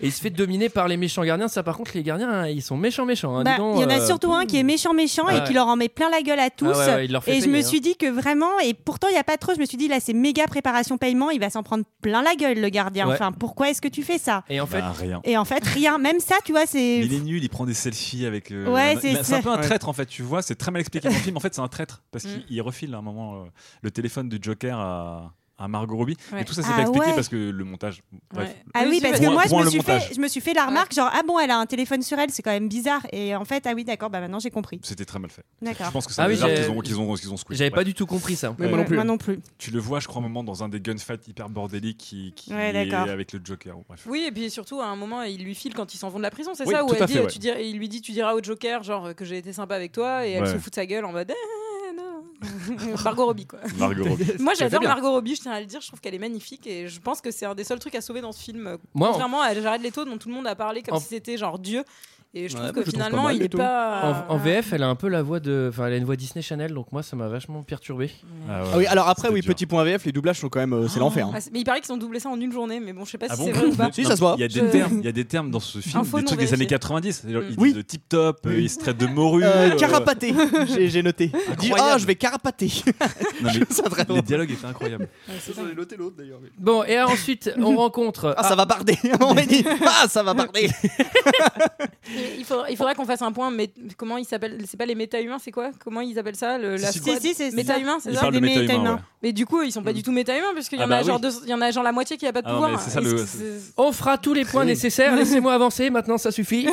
[SPEAKER 1] Et il se fait dominer par les méchants gardiens. Ça, par contre, les gardiens, bien, ils sont méchants, méchants. hein,
[SPEAKER 10] Bah,
[SPEAKER 1] dis
[SPEAKER 10] Il
[SPEAKER 1] donc,
[SPEAKER 10] y en a
[SPEAKER 1] euh,
[SPEAKER 10] surtout un qui est méchant, méchant
[SPEAKER 1] Ah
[SPEAKER 10] et
[SPEAKER 1] ouais.
[SPEAKER 10] qui leur en met plein la gueule à tous.
[SPEAKER 1] Ah ouais, ouais, il leur fait
[SPEAKER 10] et je
[SPEAKER 1] payer,
[SPEAKER 10] me
[SPEAKER 1] hein.
[SPEAKER 10] suis dit que vraiment, et pourtant il n'y a pas trop, je me suis dit là c'est méga préparation paiement, il va s'en prendre plein la gueule le gardien.
[SPEAKER 1] Ouais.
[SPEAKER 10] Enfin, pourquoi est-ce que tu fais ça
[SPEAKER 1] Et en fait,
[SPEAKER 8] Bah, rien.
[SPEAKER 10] Et en fait, rien, Hein, même ça, tu vois,
[SPEAKER 8] Mais
[SPEAKER 10] c'est.
[SPEAKER 8] il est nul, il prend des selfies avec. euh,
[SPEAKER 10] Ouais,
[SPEAKER 8] la-
[SPEAKER 10] c'est-
[SPEAKER 8] la- c'est un
[SPEAKER 10] c'est-
[SPEAKER 8] peu un
[SPEAKER 6] Ouais.
[SPEAKER 8] traître en fait, tu vois, c'est très
[SPEAKER 10] <laughs>
[SPEAKER 8] mal expliqué dans le film. En fait, c'est un traître parce
[SPEAKER 7] Mm.
[SPEAKER 8] qu'il il refile à un moment euh, le téléphone du Joker à, à Margot Robbie.
[SPEAKER 7] Ouais.
[SPEAKER 8] Et tout ça, c'est
[SPEAKER 10] Ah
[SPEAKER 8] pas expliqué
[SPEAKER 10] ouais.
[SPEAKER 8] parce que le montage. Bref.
[SPEAKER 7] Ouais.
[SPEAKER 10] Ah oui, parce que
[SPEAKER 8] Point-
[SPEAKER 10] moi, je
[SPEAKER 8] point
[SPEAKER 10] me,
[SPEAKER 8] le
[SPEAKER 10] suis
[SPEAKER 8] montage.
[SPEAKER 10] fait, je me suis fait la remarque, genre, ah bon, elle a un téléphone sur elle, c'est quand même bizarre. Et en fait, ah oui, d'accord, bah maintenant j'ai compris.
[SPEAKER 8] C'était très mal fait. Je
[SPEAKER 10] D'accord.
[SPEAKER 8] pense que c'est
[SPEAKER 1] Ah
[SPEAKER 8] un
[SPEAKER 1] oui,
[SPEAKER 8] des arts
[SPEAKER 1] j'ai-
[SPEAKER 8] qu'ils ont, qu'ils ont, qu'ils ont squeezé.
[SPEAKER 1] j'avais pas
[SPEAKER 8] Bref.
[SPEAKER 1] du tout compris ça.
[SPEAKER 6] Oui, moi non plus.
[SPEAKER 10] Moi non plus.
[SPEAKER 8] Tu le vois, je crois, un moment dans un des gunfights hyper bordéliques qui, qui
[SPEAKER 10] Ouais,
[SPEAKER 8] est
[SPEAKER 10] d'accord.
[SPEAKER 8] avec le Joker. ou Bref.
[SPEAKER 7] Oui, et puis surtout, à un moment, il lui file quand ils s'en vont de la prison, c'est
[SPEAKER 8] Oui,
[SPEAKER 7] ça Où
[SPEAKER 8] tout
[SPEAKER 7] elle
[SPEAKER 8] à
[SPEAKER 7] dit,
[SPEAKER 8] fait, ouais.
[SPEAKER 7] tu diras- il lui dit Tu diras au Joker, genre, euh, que j'ai été sympa avec toi, et elle
[SPEAKER 8] Ouais.
[SPEAKER 7] se fout de sa gueule en mode Eh, non. <laughs> Margot Robbie, quoi.
[SPEAKER 8] Margot Robbie.
[SPEAKER 7] <laughs> Moi, j'adore
[SPEAKER 6] bien.
[SPEAKER 7] Margot Robbie, je tiens à le dire, je trouve qu'elle est magnifique, et je pense que c'est un des seuls trucs à sauver dans ce film. euh,
[SPEAKER 1] Moi, en,
[SPEAKER 7] Contrairement à Jared Leto, dont tout le monde a parlé comme
[SPEAKER 1] En-
[SPEAKER 7] si c'était genre Dieu. Et je
[SPEAKER 6] Ouais,
[SPEAKER 7] trouve
[SPEAKER 6] moi,
[SPEAKER 7] que
[SPEAKER 6] je trouve pas
[SPEAKER 7] finalement,
[SPEAKER 6] mal,
[SPEAKER 7] il est
[SPEAKER 6] Leto.
[SPEAKER 7] pas.
[SPEAKER 1] en- en VF, elle a un peu la voix de. Enfin, elle a une voix Disney Channel, donc moi, ça m'a vachement perturbé.
[SPEAKER 8] Ah ouais.
[SPEAKER 6] Ah oui, alors après,
[SPEAKER 8] C'était
[SPEAKER 6] oui,
[SPEAKER 8] dur.
[SPEAKER 6] petit point VF, les doublages sont quand même. euh, c'est l'enfer. hein.
[SPEAKER 7] Ah, c'est- Mais il paraît qu'ils ont doublé ça en une journée, mais bon, je sais pas
[SPEAKER 8] Ah
[SPEAKER 7] si
[SPEAKER 8] bon
[SPEAKER 7] c'est
[SPEAKER 8] <laughs>
[SPEAKER 7] vrai ou pas.
[SPEAKER 6] <laughs> Si, ça se voit.
[SPEAKER 8] Il y a des
[SPEAKER 7] Je-
[SPEAKER 8] termes, il y a des termes dans ce film,
[SPEAKER 7] Info
[SPEAKER 8] des
[SPEAKER 7] non
[SPEAKER 8] trucs des
[SPEAKER 7] vérifiée.
[SPEAKER 8] années 90. Genre, Ils disent
[SPEAKER 6] Oui.
[SPEAKER 8] le tip top,
[SPEAKER 6] Oui.
[SPEAKER 8] euh, ils se traitent de morue.
[SPEAKER 6] Euh,
[SPEAKER 8] euh,
[SPEAKER 6] carapaté, j'ai- j'ai noté. Dis,
[SPEAKER 8] Incroyable.
[SPEAKER 6] ah, je vais carapater. <laughs>
[SPEAKER 8] non, mais
[SPEAKER 6] ça, vraiment.
[SPEAKER 8] les dialogues étaient incroyables.
[SPEAKER 7] Ouais, c'est ça.
[SPEAKER 6] noté l'autre d'ailleurs.
[SPEAKER 1] Bon, et <laughs> ensuite, on rencontre.
[SPEAKER 6] Ah, ça va barder. On m'a dit, ah, ça va barder.
[SPEAKER 7] Il, il faudra, il faudra qu'on fasse un point, mais comment ils s'appellent C'est pas les méta-humains, c'est quoi Comment ils appellent ça le, la
[SPEAKER 8] Si,
[SPEAKER 7] squad
[SPEAKER 10] si, c'est ça.
[SPEAKER 7] Méta-humains, c'est
[SPEAKER 8] Ils
[SPEAKER 7] ça
[SPEAKER 8] parlent de
[SPEAKER 10] des
[SPEAKER 8] méta
[SPEAKER 10] méta-humains.
[SPEAKER 8] humain.
[SPEAKER 7] Mais du coup, ils sont pas du tout méta-humains, parce qu'il y,
[SPEAKER 8] Ah
[SPEAKER 7] en
[SPEAKER 8] bah
[SPEAKER 7] a genre
[SPEAKER 8] oui.
[SPEAKER 7] deux- il y en a genre la moitié qui a pas de
[SPEAKER 8] Ah non,
[SPEAKER 7] pouvoir.
[SPEAKER 8] mais c'est ça,
[SPEAKER 7] Est-ce
[SPEAKER 8] le-
[SPEAKER 7] que c'est-
[SPEAKER 1] ah, On fera tous les points nécessaires, laissez-moi avancer, maintenant ça suffit.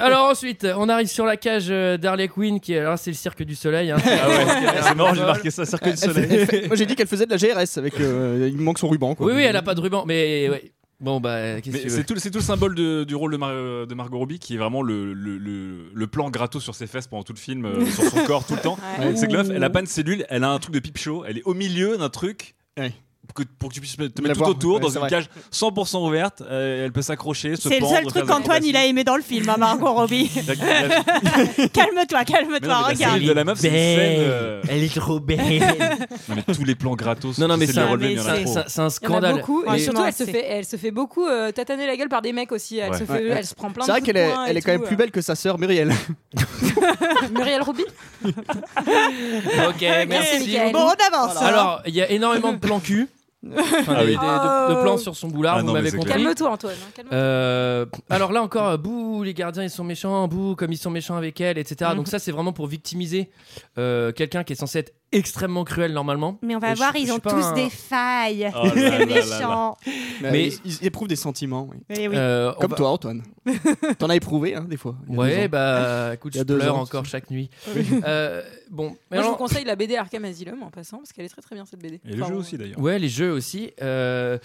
[SPEAKER 1] alors ensuite, on arrive sur la cage euh, d'Harley Quinn, qui alors là, c'est le cirque du soleil. hein.
[SPEAKER 8] Ah ouais, c'est marrant, j'ai marqué
[SPEAKER 6] Euh,
[SPEAKER 8] ça, Cirque du Soleil.
[SPEAKER 6] <laughs> Moi, j'ai dit qu'elle faisait de la GRS avec. euh, il manque son ruban. Quoi.
[SPEAKER 1] Oui, oui, elle a pas de ruban, mais ouais. Bon, bah, qu'est-ce que
[SPEAKER 8] Mais
[SPEAKER 1] tu veux
[SPEAKER 8] c'est tout, c'est tout le symbole de- du rôle de, Mar- de Margot Robbie qui est vraiment le, le, le- le plan gratos sur ses fesses pendant tout le film, euh, sur son corps tout le temps.
[SPEAKER 7] Ouais.
[SPEAKER 8] C'est que là, elle a pas une cellule, elle a un truc de pipe show, elle est au milieu d'un truc.
[SPEAKER 6] Ouais.
[SPEAKER 8] Pour que, pour que tu puisses te
[SPEAKER 6] La
[SPEAKER 8] mettre tout
[SPEAKER 6] voir.
[SPEAKER 8] autour
[SPEAKER 6] Ouais,
[SPEAKER 8] dans
[SPEAKER 6] c'est
[SPEAKER 8] une
[SPEAKER 6] vrai.
[SPEAKER 8] cage 100% ouverte, euh, elle peut s'accrocher, se
[SPEAKER 10] C'est le
[SPEAKER 8] pendre,
[SPEAKER 10] seul truc
[SPEAKER 8] faire des
[SPEAKER 10] qu'Antoine il a aimé dans le film, hein, Margot
[SPEAKER 8] <laughs>
[SPEAKER 10] Robbie.
[SPEAKER 8] acrobaties. La-
[SPEAKER 10] <laughs> calme-toi,
[SPEAKER 8] la- Mais non,
[SPEAKER 10] calme-toi,
[SPEAKER 8] mais la
[SPEAKER 10] regarde.
[SPEAKER 8] cellule de la meuf, c'est une
[SPEAKER 1] Belle.
[SPEAKER 8] scène. euh,
[SPEAKER 1] Elle est trop belle.
[SPEAKER 8] Non, mais tous les plans
[SPEAKER 1] <laughs>
[SPEAKER 8] gratos.
[SPEAKER 1] non, non, mais
[SPEAKER 8] c'est
[SPEAKER 1] ça-
[SPEAKER 8] de les relever,
[SPEAKER 10] mais
[SPEAKER 8] il y en a
[SPEAKER 10] c'est-
[SPEAKER 1] C'est
[SPEAKER 8] trop.
[SPEAKER 1] un- c'est un
[SPEAKER 7] Il y en a
[SPEAKER 1] scandale.
[SPEAKER 7] beaucoup,
[SPEAKER 10] Ouais,
[SPEAKER 7] et surtout
[SPEAKER 10] non,
[SPEAKER 7] elle se,
[SPEAKER 10] c'est-
[SPEAKER 7] fait, elle se fait beaucoup euh, tataner la gueule par des mecs aussi. Elle,
[SPEAKER 8] Ouais.
[SPEAKER 7] se, fait,
[SPEAKER 6] Ouais, ouais.
[SPEAKER 7] elle se prend plein
[SPEAKER 6] C'est vrai
[SPEAKER 7] de
[SPEAKER 6] qu'elle
[SPEAKER 7] coups de
[SPEAKER 6] est,
[SPEAKER 7] poing
[SPEAKER 6] elle
[SPEAKER 7] et
[SPEAKER 6] est quand même
[SPEAKER 7] tout,
[SPEAKER 6] plus belle que sa sœur Muriel.
[SPEAKER 7] euh.
[SPEAKER 10] <laughs>
[SPEAKER 7] Muriel Robbie
[SPEAKER 1] <laughs> Ok,
[SPEAKER 7] Merci,
[SPEAKER 1] merci.
[SPEAKER 7] Michael.
[SPEAKER 10] Bon, on avance.
[SPEAKER 1] Alors, il y a énormément de plans <laughs> cul. Enfin,
[SPEAKER 8] Ah
[SPEAKER 1] des- des-
[SPEAKER 8] oui.
[SPEAKER 1] de, de plans sur son boulard,
[SPEAKER 8] Ah
[SPEAKER 1] vous
[SPEAKER 8] non, mais
[SPEAKER 1] m'avez
[SPEAKER 8] c'est
[SPEAKER 1] compris.
[SPEAKER 8] clair.
[SPEAKER 7] Calme-toi, Antoine. hein, calme-toi.
[SPEAKER 1] Euh, alors là encore, euh, bouh, les gardiens ils sont méchants, bouh, comme ils sont méchants avec elle,
[SPEAKER 6] Mhm.
[SPEAKER 1] etc. Donc ça c'est vraiment pour victimiser euh, quelqu'un qui est censé être extrêmement cruel normalement.
[SPEAKER 10] Mais on
[SPEAKER 1] Et
[SPEAKER 10] va
[SPEAKER 1] je-
[SPEAKER 10] voir,
[SPEAKER 1] je
[SPEAKER 10] ils
[SPEAKER 1] suis
[SPEAKER 10] ont
[SPEAKER 1] pas
[SPEAKER 10] tous
[SPEAKER 1] un-
[SPEAKER 10] des failles. <laughs>
[SPEAKER 8] Oh là là là
[SPEAKER 10] c'est
[SPEAKER 8] là.
[SPEAKER 10] méchant.
[SPEAKER 1] Mais-
[SPEAKER 6] ils, ils éprouvent des sentiments. oui.
[SPEAKER 10] Eh oui.
[SPEAKER 1] Euh, on
[SPEAKER 6] Comme
[SPEAKER 1] va-
[SPEAKER 6] toi,
[SPEAKER 7] <laughs>
[SPEAKER 6] Antoine. T'en as éprouvé, hein, des fois. il y a deux
[SPEAKER 1] Ouais,
[SPEAKER 6] ans. Ah.
[SPEAKER 1] bah écoute,
[SPEAKER 6] Il y
[SPEAKER 1] je
[SPEAKER 6] a deux
[SPEAKER 1] pleure
[SPEAKER 6] ans,
[SPEAKER 1] encore chaque nuit.
[SPEAKER 7] Oui.
[SPEAKER 1] Euh, bon, mais
[SPEAKER 7] Moi, je
[SPEAKER 1] alors-
[SPEAKER 7] vous conseille la BD Arkham Asylum en passant, parce qu'elle est très très bien cette BD.
[SPEAKER 8] Et le
[SPEAKER 7] Enfin,
[SPEAKER 8] jeu aussi d'ailleurs.
[SPEAKER 1] ouais, les jeux aussi. Euh,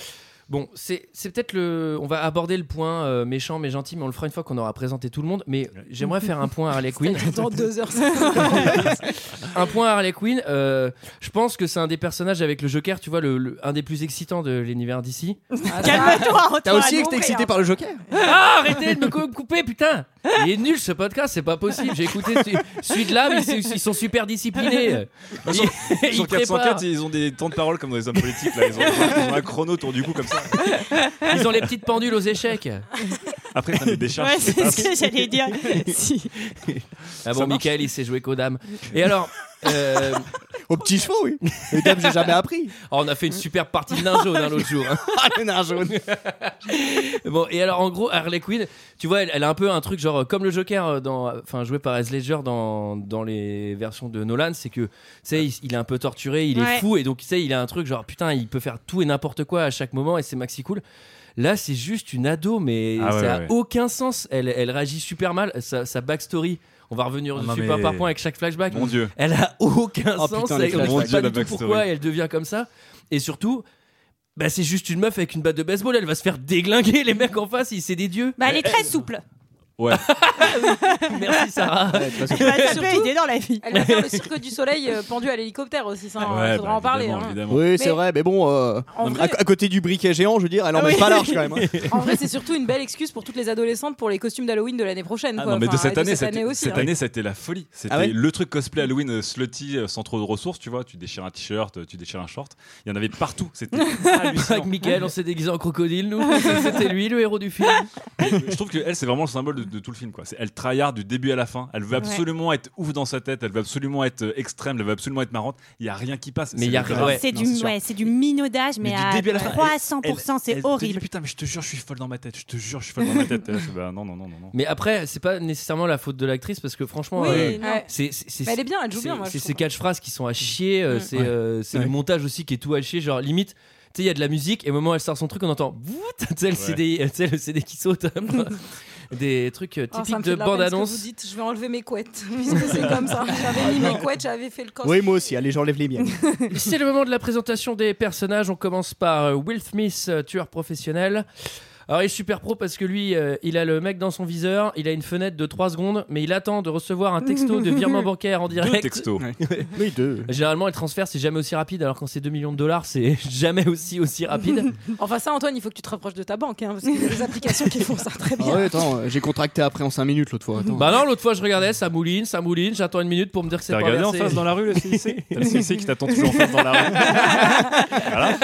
[SPEAKER 1] Bon, c'est c'est peut-être le. On va aborder le point euh, méchant mais gentil, mais on le fera une fois qu'on aura présenté tout le monde. Mais
[SPEAKER 8] Ouais.
[SPEAKER 1] j'aimerais faire un point à
[SPEAKER 6] <laughs>
[SPEAKER 1] Harley Quinn.
[SPEAKER 7] <laughs> Dans deux heures.
[SPEAKER 10] Ah,
[SPEAKER 1] un point à Harley Quinn. euh, je pense que c'est un des personnages avec le Joker, tu vois, le, le- un des plus excitants de l'univers d'ici.
[SPEAKER 10] Calme-toi, Antoine.
[SPEAKER 6] T'as aussi
[SPEAKER 10] mon
[SPEAKER 6] été excité
[SPEAKER 7] hein.
[SPEAKER 10] frère.
[SPEAKER 6] par le Joker
[SPEAKER 1] Ah, arrêtez de me cou- couper, putain Il est nul ce podcast, c'est pas possible. J'ai écouté celui- celui de là, mais ils, ils sont super disciplinés. Ils,
[SPEAKER 8] Sur,
[SPEAKER 1] <laughs> ils
[SPEAKER 8] sur
[SPEAKER 1] préparent.
[SPEAKER 8] 404, ils ont des temps de parole comme dans les hommes politiques. Là. Ils, ont, ils ont un chrono autour du cou comme ça.
[SPEAKER 1] Ils ont les petites pendules aux échecs. Ah
[SPEAKER 8] Après, t'as des décharges.
[SPEAKER 10] Ouais,
[SPEAKER 8] qui
[SPEAKER 10] c'est
[SPEAKER 8] passent.
[SPEAKER 10] ce que j'allais
[SPEAKER 6] <laughs>
[SPEAKER 10] dire. Si.
[SPEAKER 1] Ah
[SPEAKER 8] Ça
[SPEAKER 1] bon,
[SPEAKER 8] marche.
[SPEAKER 1] Michael, il sait jouer qu'aux dames. Et alors, euh,
[SPEAKER 6] Au petit chevaux, oui. Les dames, j'ai jamais appris.
[SPEAKER 1] oh, on a fait une super partie de nain jaune hein, l'autre jour. hein.
[SPEAKER 6] Ah, <laughs> le nain jaune.
[SPEAKER 1] <laughs> Bon, et alors en gros, Harley Quinn, tu vois, elle, elle a un peu un truc genre euh, comme le Joker, euh, dans, enfin joué par Heath Ledger dans, dans les versions de Nolan, c'est que, tu sais, il, il est un peu torturé, il est
[SPEAKER 10] Ouais.
[SPEAKER 1] fou, et donc, tu sais, il a un truc genre putain, il peut faire tout et n'importe quoi à chaque moment, et c'est maxi cool. Là, c'est juste une ado, mais
[SPEAKER 8] Ah
[SPEAKER 1] ça
[SPEAKER 8] ouais,
[SPEAKER 1] a
[SPEAKER 8] ouais.
[SPEAKER 1] aucun sens. Elle, elle réagit super mal, sa, sa backstory. On va revenir
[SPEAKER 8] Ah
[SPEAKER 1] dessus
[SPEAKER 8] non, mais-
[SPEAKER 1] par par point avec chaque flashback.
[SPEAKER 8] <laughs> Mon dieu.
[SPEAKER 1] Elle a aucun
[SPEAKER 6] Oh,
[SPEAKER 1] sens.
[SPEAKER 6] putain,
[SPEAKER 1] elle-
[SPEAKER 6] les
[SPEAKER 1] on ne sait
[SPEAKER 8] flashbacks.
[SPEAKER 1] pas
[SPEAKER 8] Mon
[SPEAKER 1] du
[SPEAKER 8] Dieu, la
[SPEAKER 1] tout pourquoi
[SPEAKER 8] backstory.
[SPEAKER 1] elle devient comme ça. Et surtout, bah, c'est juste une meuf avec une batte de baseball. Elle va se faire déglinguer les mecs en face. ils- C'est des dieux.
[SPEAKER 10] Bah, elle est très souple.
[SPEAKER 1] Merci Sarah. <laughs>
[SPEAKER 10] Elle va
[SPEAKER 7] Et
[SPEAKER 10] taper
[SPEAKER 7] surtout-
[SPEAKER 10] aider dans la vie.
[SPEAKER 7] Elle va faire le cirque du soleil euh, pendu à l'hélicoptère aussi, ça. Il
[SPEAKER 8] Ouais,
[SPEAKER 7] faudra
[SPEAKER 8] bah,
[SPEAKER 7] en parler.
[SPEAKER 8] évidemment,
[SPEAKER 7] hein.
[SPEAKER 8] évidemment.
[SPEAKER 6] Oui, c'est
[SPEAKER 7] Mais-
[SPEAKER 6] vrai, mais bon, euh,
[SPEAKER 7] En
[SPEAKER 6] à,
[SPEAKER 7] vrai,
[SPEAKER 6] à côté du briquet géant, je veux dire, elle en
[SPEAKER 10] Ah
[SPEAKER 6] met
[SPEAKER 10] oui.
[SPEAKER 6] pas large quand même. hein.
[SPEAKER 7] en vrai, c'est surtout une belle excuse pour toutes les adolescentes pour les costumes d'Halloween de l'année prochaine.
[SPEAKER 8] Ah
[SPEAKER 7] quoi.
[SPEAKER 8] non, mais de
[SPEAKER 7] Enfin,
[SPEAKER 8] cette
[SPEAKER 7] et
[SPEAKER 8] année,
[SPEAKER 7] cette
[SPEAKER 8] c'était-
[SPEAKER 7] année aussi.
[SPEAKER 8] cette
[SPEAKER 7] hein.
[SPEAKER 8] année, ça a été la folie. C'était
[SPEAKER 6] Ah ouais
[SPEAKER 8] le truc cosplay Halloween euh, slutty euh, sans trop de ressources, tu vois. Tu déchires un t-shirt, euh, tu déchires un short. Il y en avait partout.
[SPEAKER 7] <laughs>
[SPEAKER 8] C'était
[SPEAKER 7] Ah,
[SPEAKER 8] hallucinant.
[SPEAKER 1] <laughs> Avec Michael, on s'est déguisé en crocodile. Nous, c'était lui le héros du film.
[SPEAKER 8] Je trouve que elle, c'est vraiment le symbole de de tout le film. Quoi. C'est- Elle tryhard du début à la fin. Elle veut
[SPEAKER 10] Ouais.
[SPEAKER 8] absolument être ouf dans sa tête. Elle veut absolument être euh, extrême. Elle veut absolument être marrante. Il y a rien qui passe.
[SPEAKER 1] Mais
[SPEAKER 8] C'est
[SPEAKER 1] il y a
[SPEAKER 8] le
[SPEAKER 1] rien-
[SPEAKER 8] drame.
[SPEAKER 1] ouais.
[SPEAKER 10] C'est
[SPEAKER 8] Non,
[SPEAKER 10] du,
[SPEAKER 8] sûr.
[SPEAKER 10] ouais, c'est du minaudage, mais,
[SPEAKER 8] du
[SPEAKER 10] à
[SPEAKER 8] début à la fin, elle-
[SPEAKER 10] 300%,
[SPEAKER 8] Elle
[SPEAKER 10] c'est
[SPEAKER 8] te dit,
[SPEAKER 10] horrible.
[SPEAKER 8] Putain, mais je te jure, je suis folle dans ma tête. Je te jure, je suis folle dans ma tête. <laughs> T'es là, c'est, bah, non, non, non, non, non.
[SPEAKER 1] Mais après, c'est pas nécessairement la faute de l'actrice parce que franchement,
[SPEAKER 7] Oui, Bah,
[SPEAKER 1] euh,
[SPEAKER 7] non. Ouais.
[SPEAKER 1] c'est c'est- c'est-
[SPEAKER 7] Mais elle est bien, elle joue bien.
[SPEAKER 1] c'est-
[SPEAKER 7] moi, je
[SPEAKER 1] C'est
[SPEAKER 7] trouve.
[SPEAKER 1] ces catchphrases qui sont à chier, euh,
[SPEAKER 7] Mm.
[SPEAKER 1] c'est
[SPEAKER 6] Ouais.
[SPEAKER 1] euh, c'est
[SPEAKER 6] Ouais.
[SPEAKER 1] le montage aussi qui est tout à chier. Genre, limite, tu sais, il y a de la musique et au moment où elle sort son truc, on entend Bouh <laughs> tu sais, le,
[SPEAKER 8] Ouais.
[SPEAKER 1] CD, euh, tu sais, le CD qui saute. <laughs> Des trucs euh,
[SPEAKER 7] Oh, ça
[SPEAKER 1] typiques
[SPEAKER 7] me fait
[SPEAKER 1] de
[SPEAKER 7] la peine ce que
[SPEAKER 1] bande-annonce.
[SPEAKER 7] vous dites, Je vais enlever mes couettes. <laughs> Puisque c'est comme ça. J'avais mis mes couettes, j'avais fait le corps.
[SPEAKER 6] Oui, moi aussi. Allez, j'enlève les miennes.
[SPEAKER 1] C'est le moment de la présentation des personnages. On commence par euh, Will Smith, euh, tueur professionnel. Alors, il est super pro parce que lui, euh, il a le mec dans son viseur, il a une fenêtre de 3 secondes, mais il attend de recevoir un texto de virement
[SPEAKER 7] <laughs>
[SPEAKER 1] bancaire en
[SPEAKER 8] Deux
[SPEAKER 1] direct.
[SPEAKER 8] textos.
[SPEAKER 6] Oui, deux.
[SPEAKER 1] Généralement, les transferts, c'est jamais aussi rapide, alors quand c'est 2 millions de dollars, c'est <laughs> jamais aussi, aussi
[SPEAKER 7] <laughs>
[SPEAKER 1] rapide.
[SPEAKER 7] Enfin, ça, Antoine, il faut que tu te rapproches de ta banque. hein, parce qu'il y a des applications qui font ça très bien.
[SPEAKER 6] Ah ouais, attends, euh, j'ai contracté après en 5 minutes l'autre fois. Attends.
[SPEAKER 1] bah non, l'autre fois, je regardais, ça mouline, ça mouline, j'attends une minute pour me dire que c'est
[SPEAKER 8] T'as
[SPEAKER 1] pas
[SPEAKER 8] regardé en
[SPEAKER 1] versé.
[SPEAKER 8] face dans la rue le CIC <laughs> T'as le CIC qui t'attend toujours en face dans la rue. <laughs> voilà.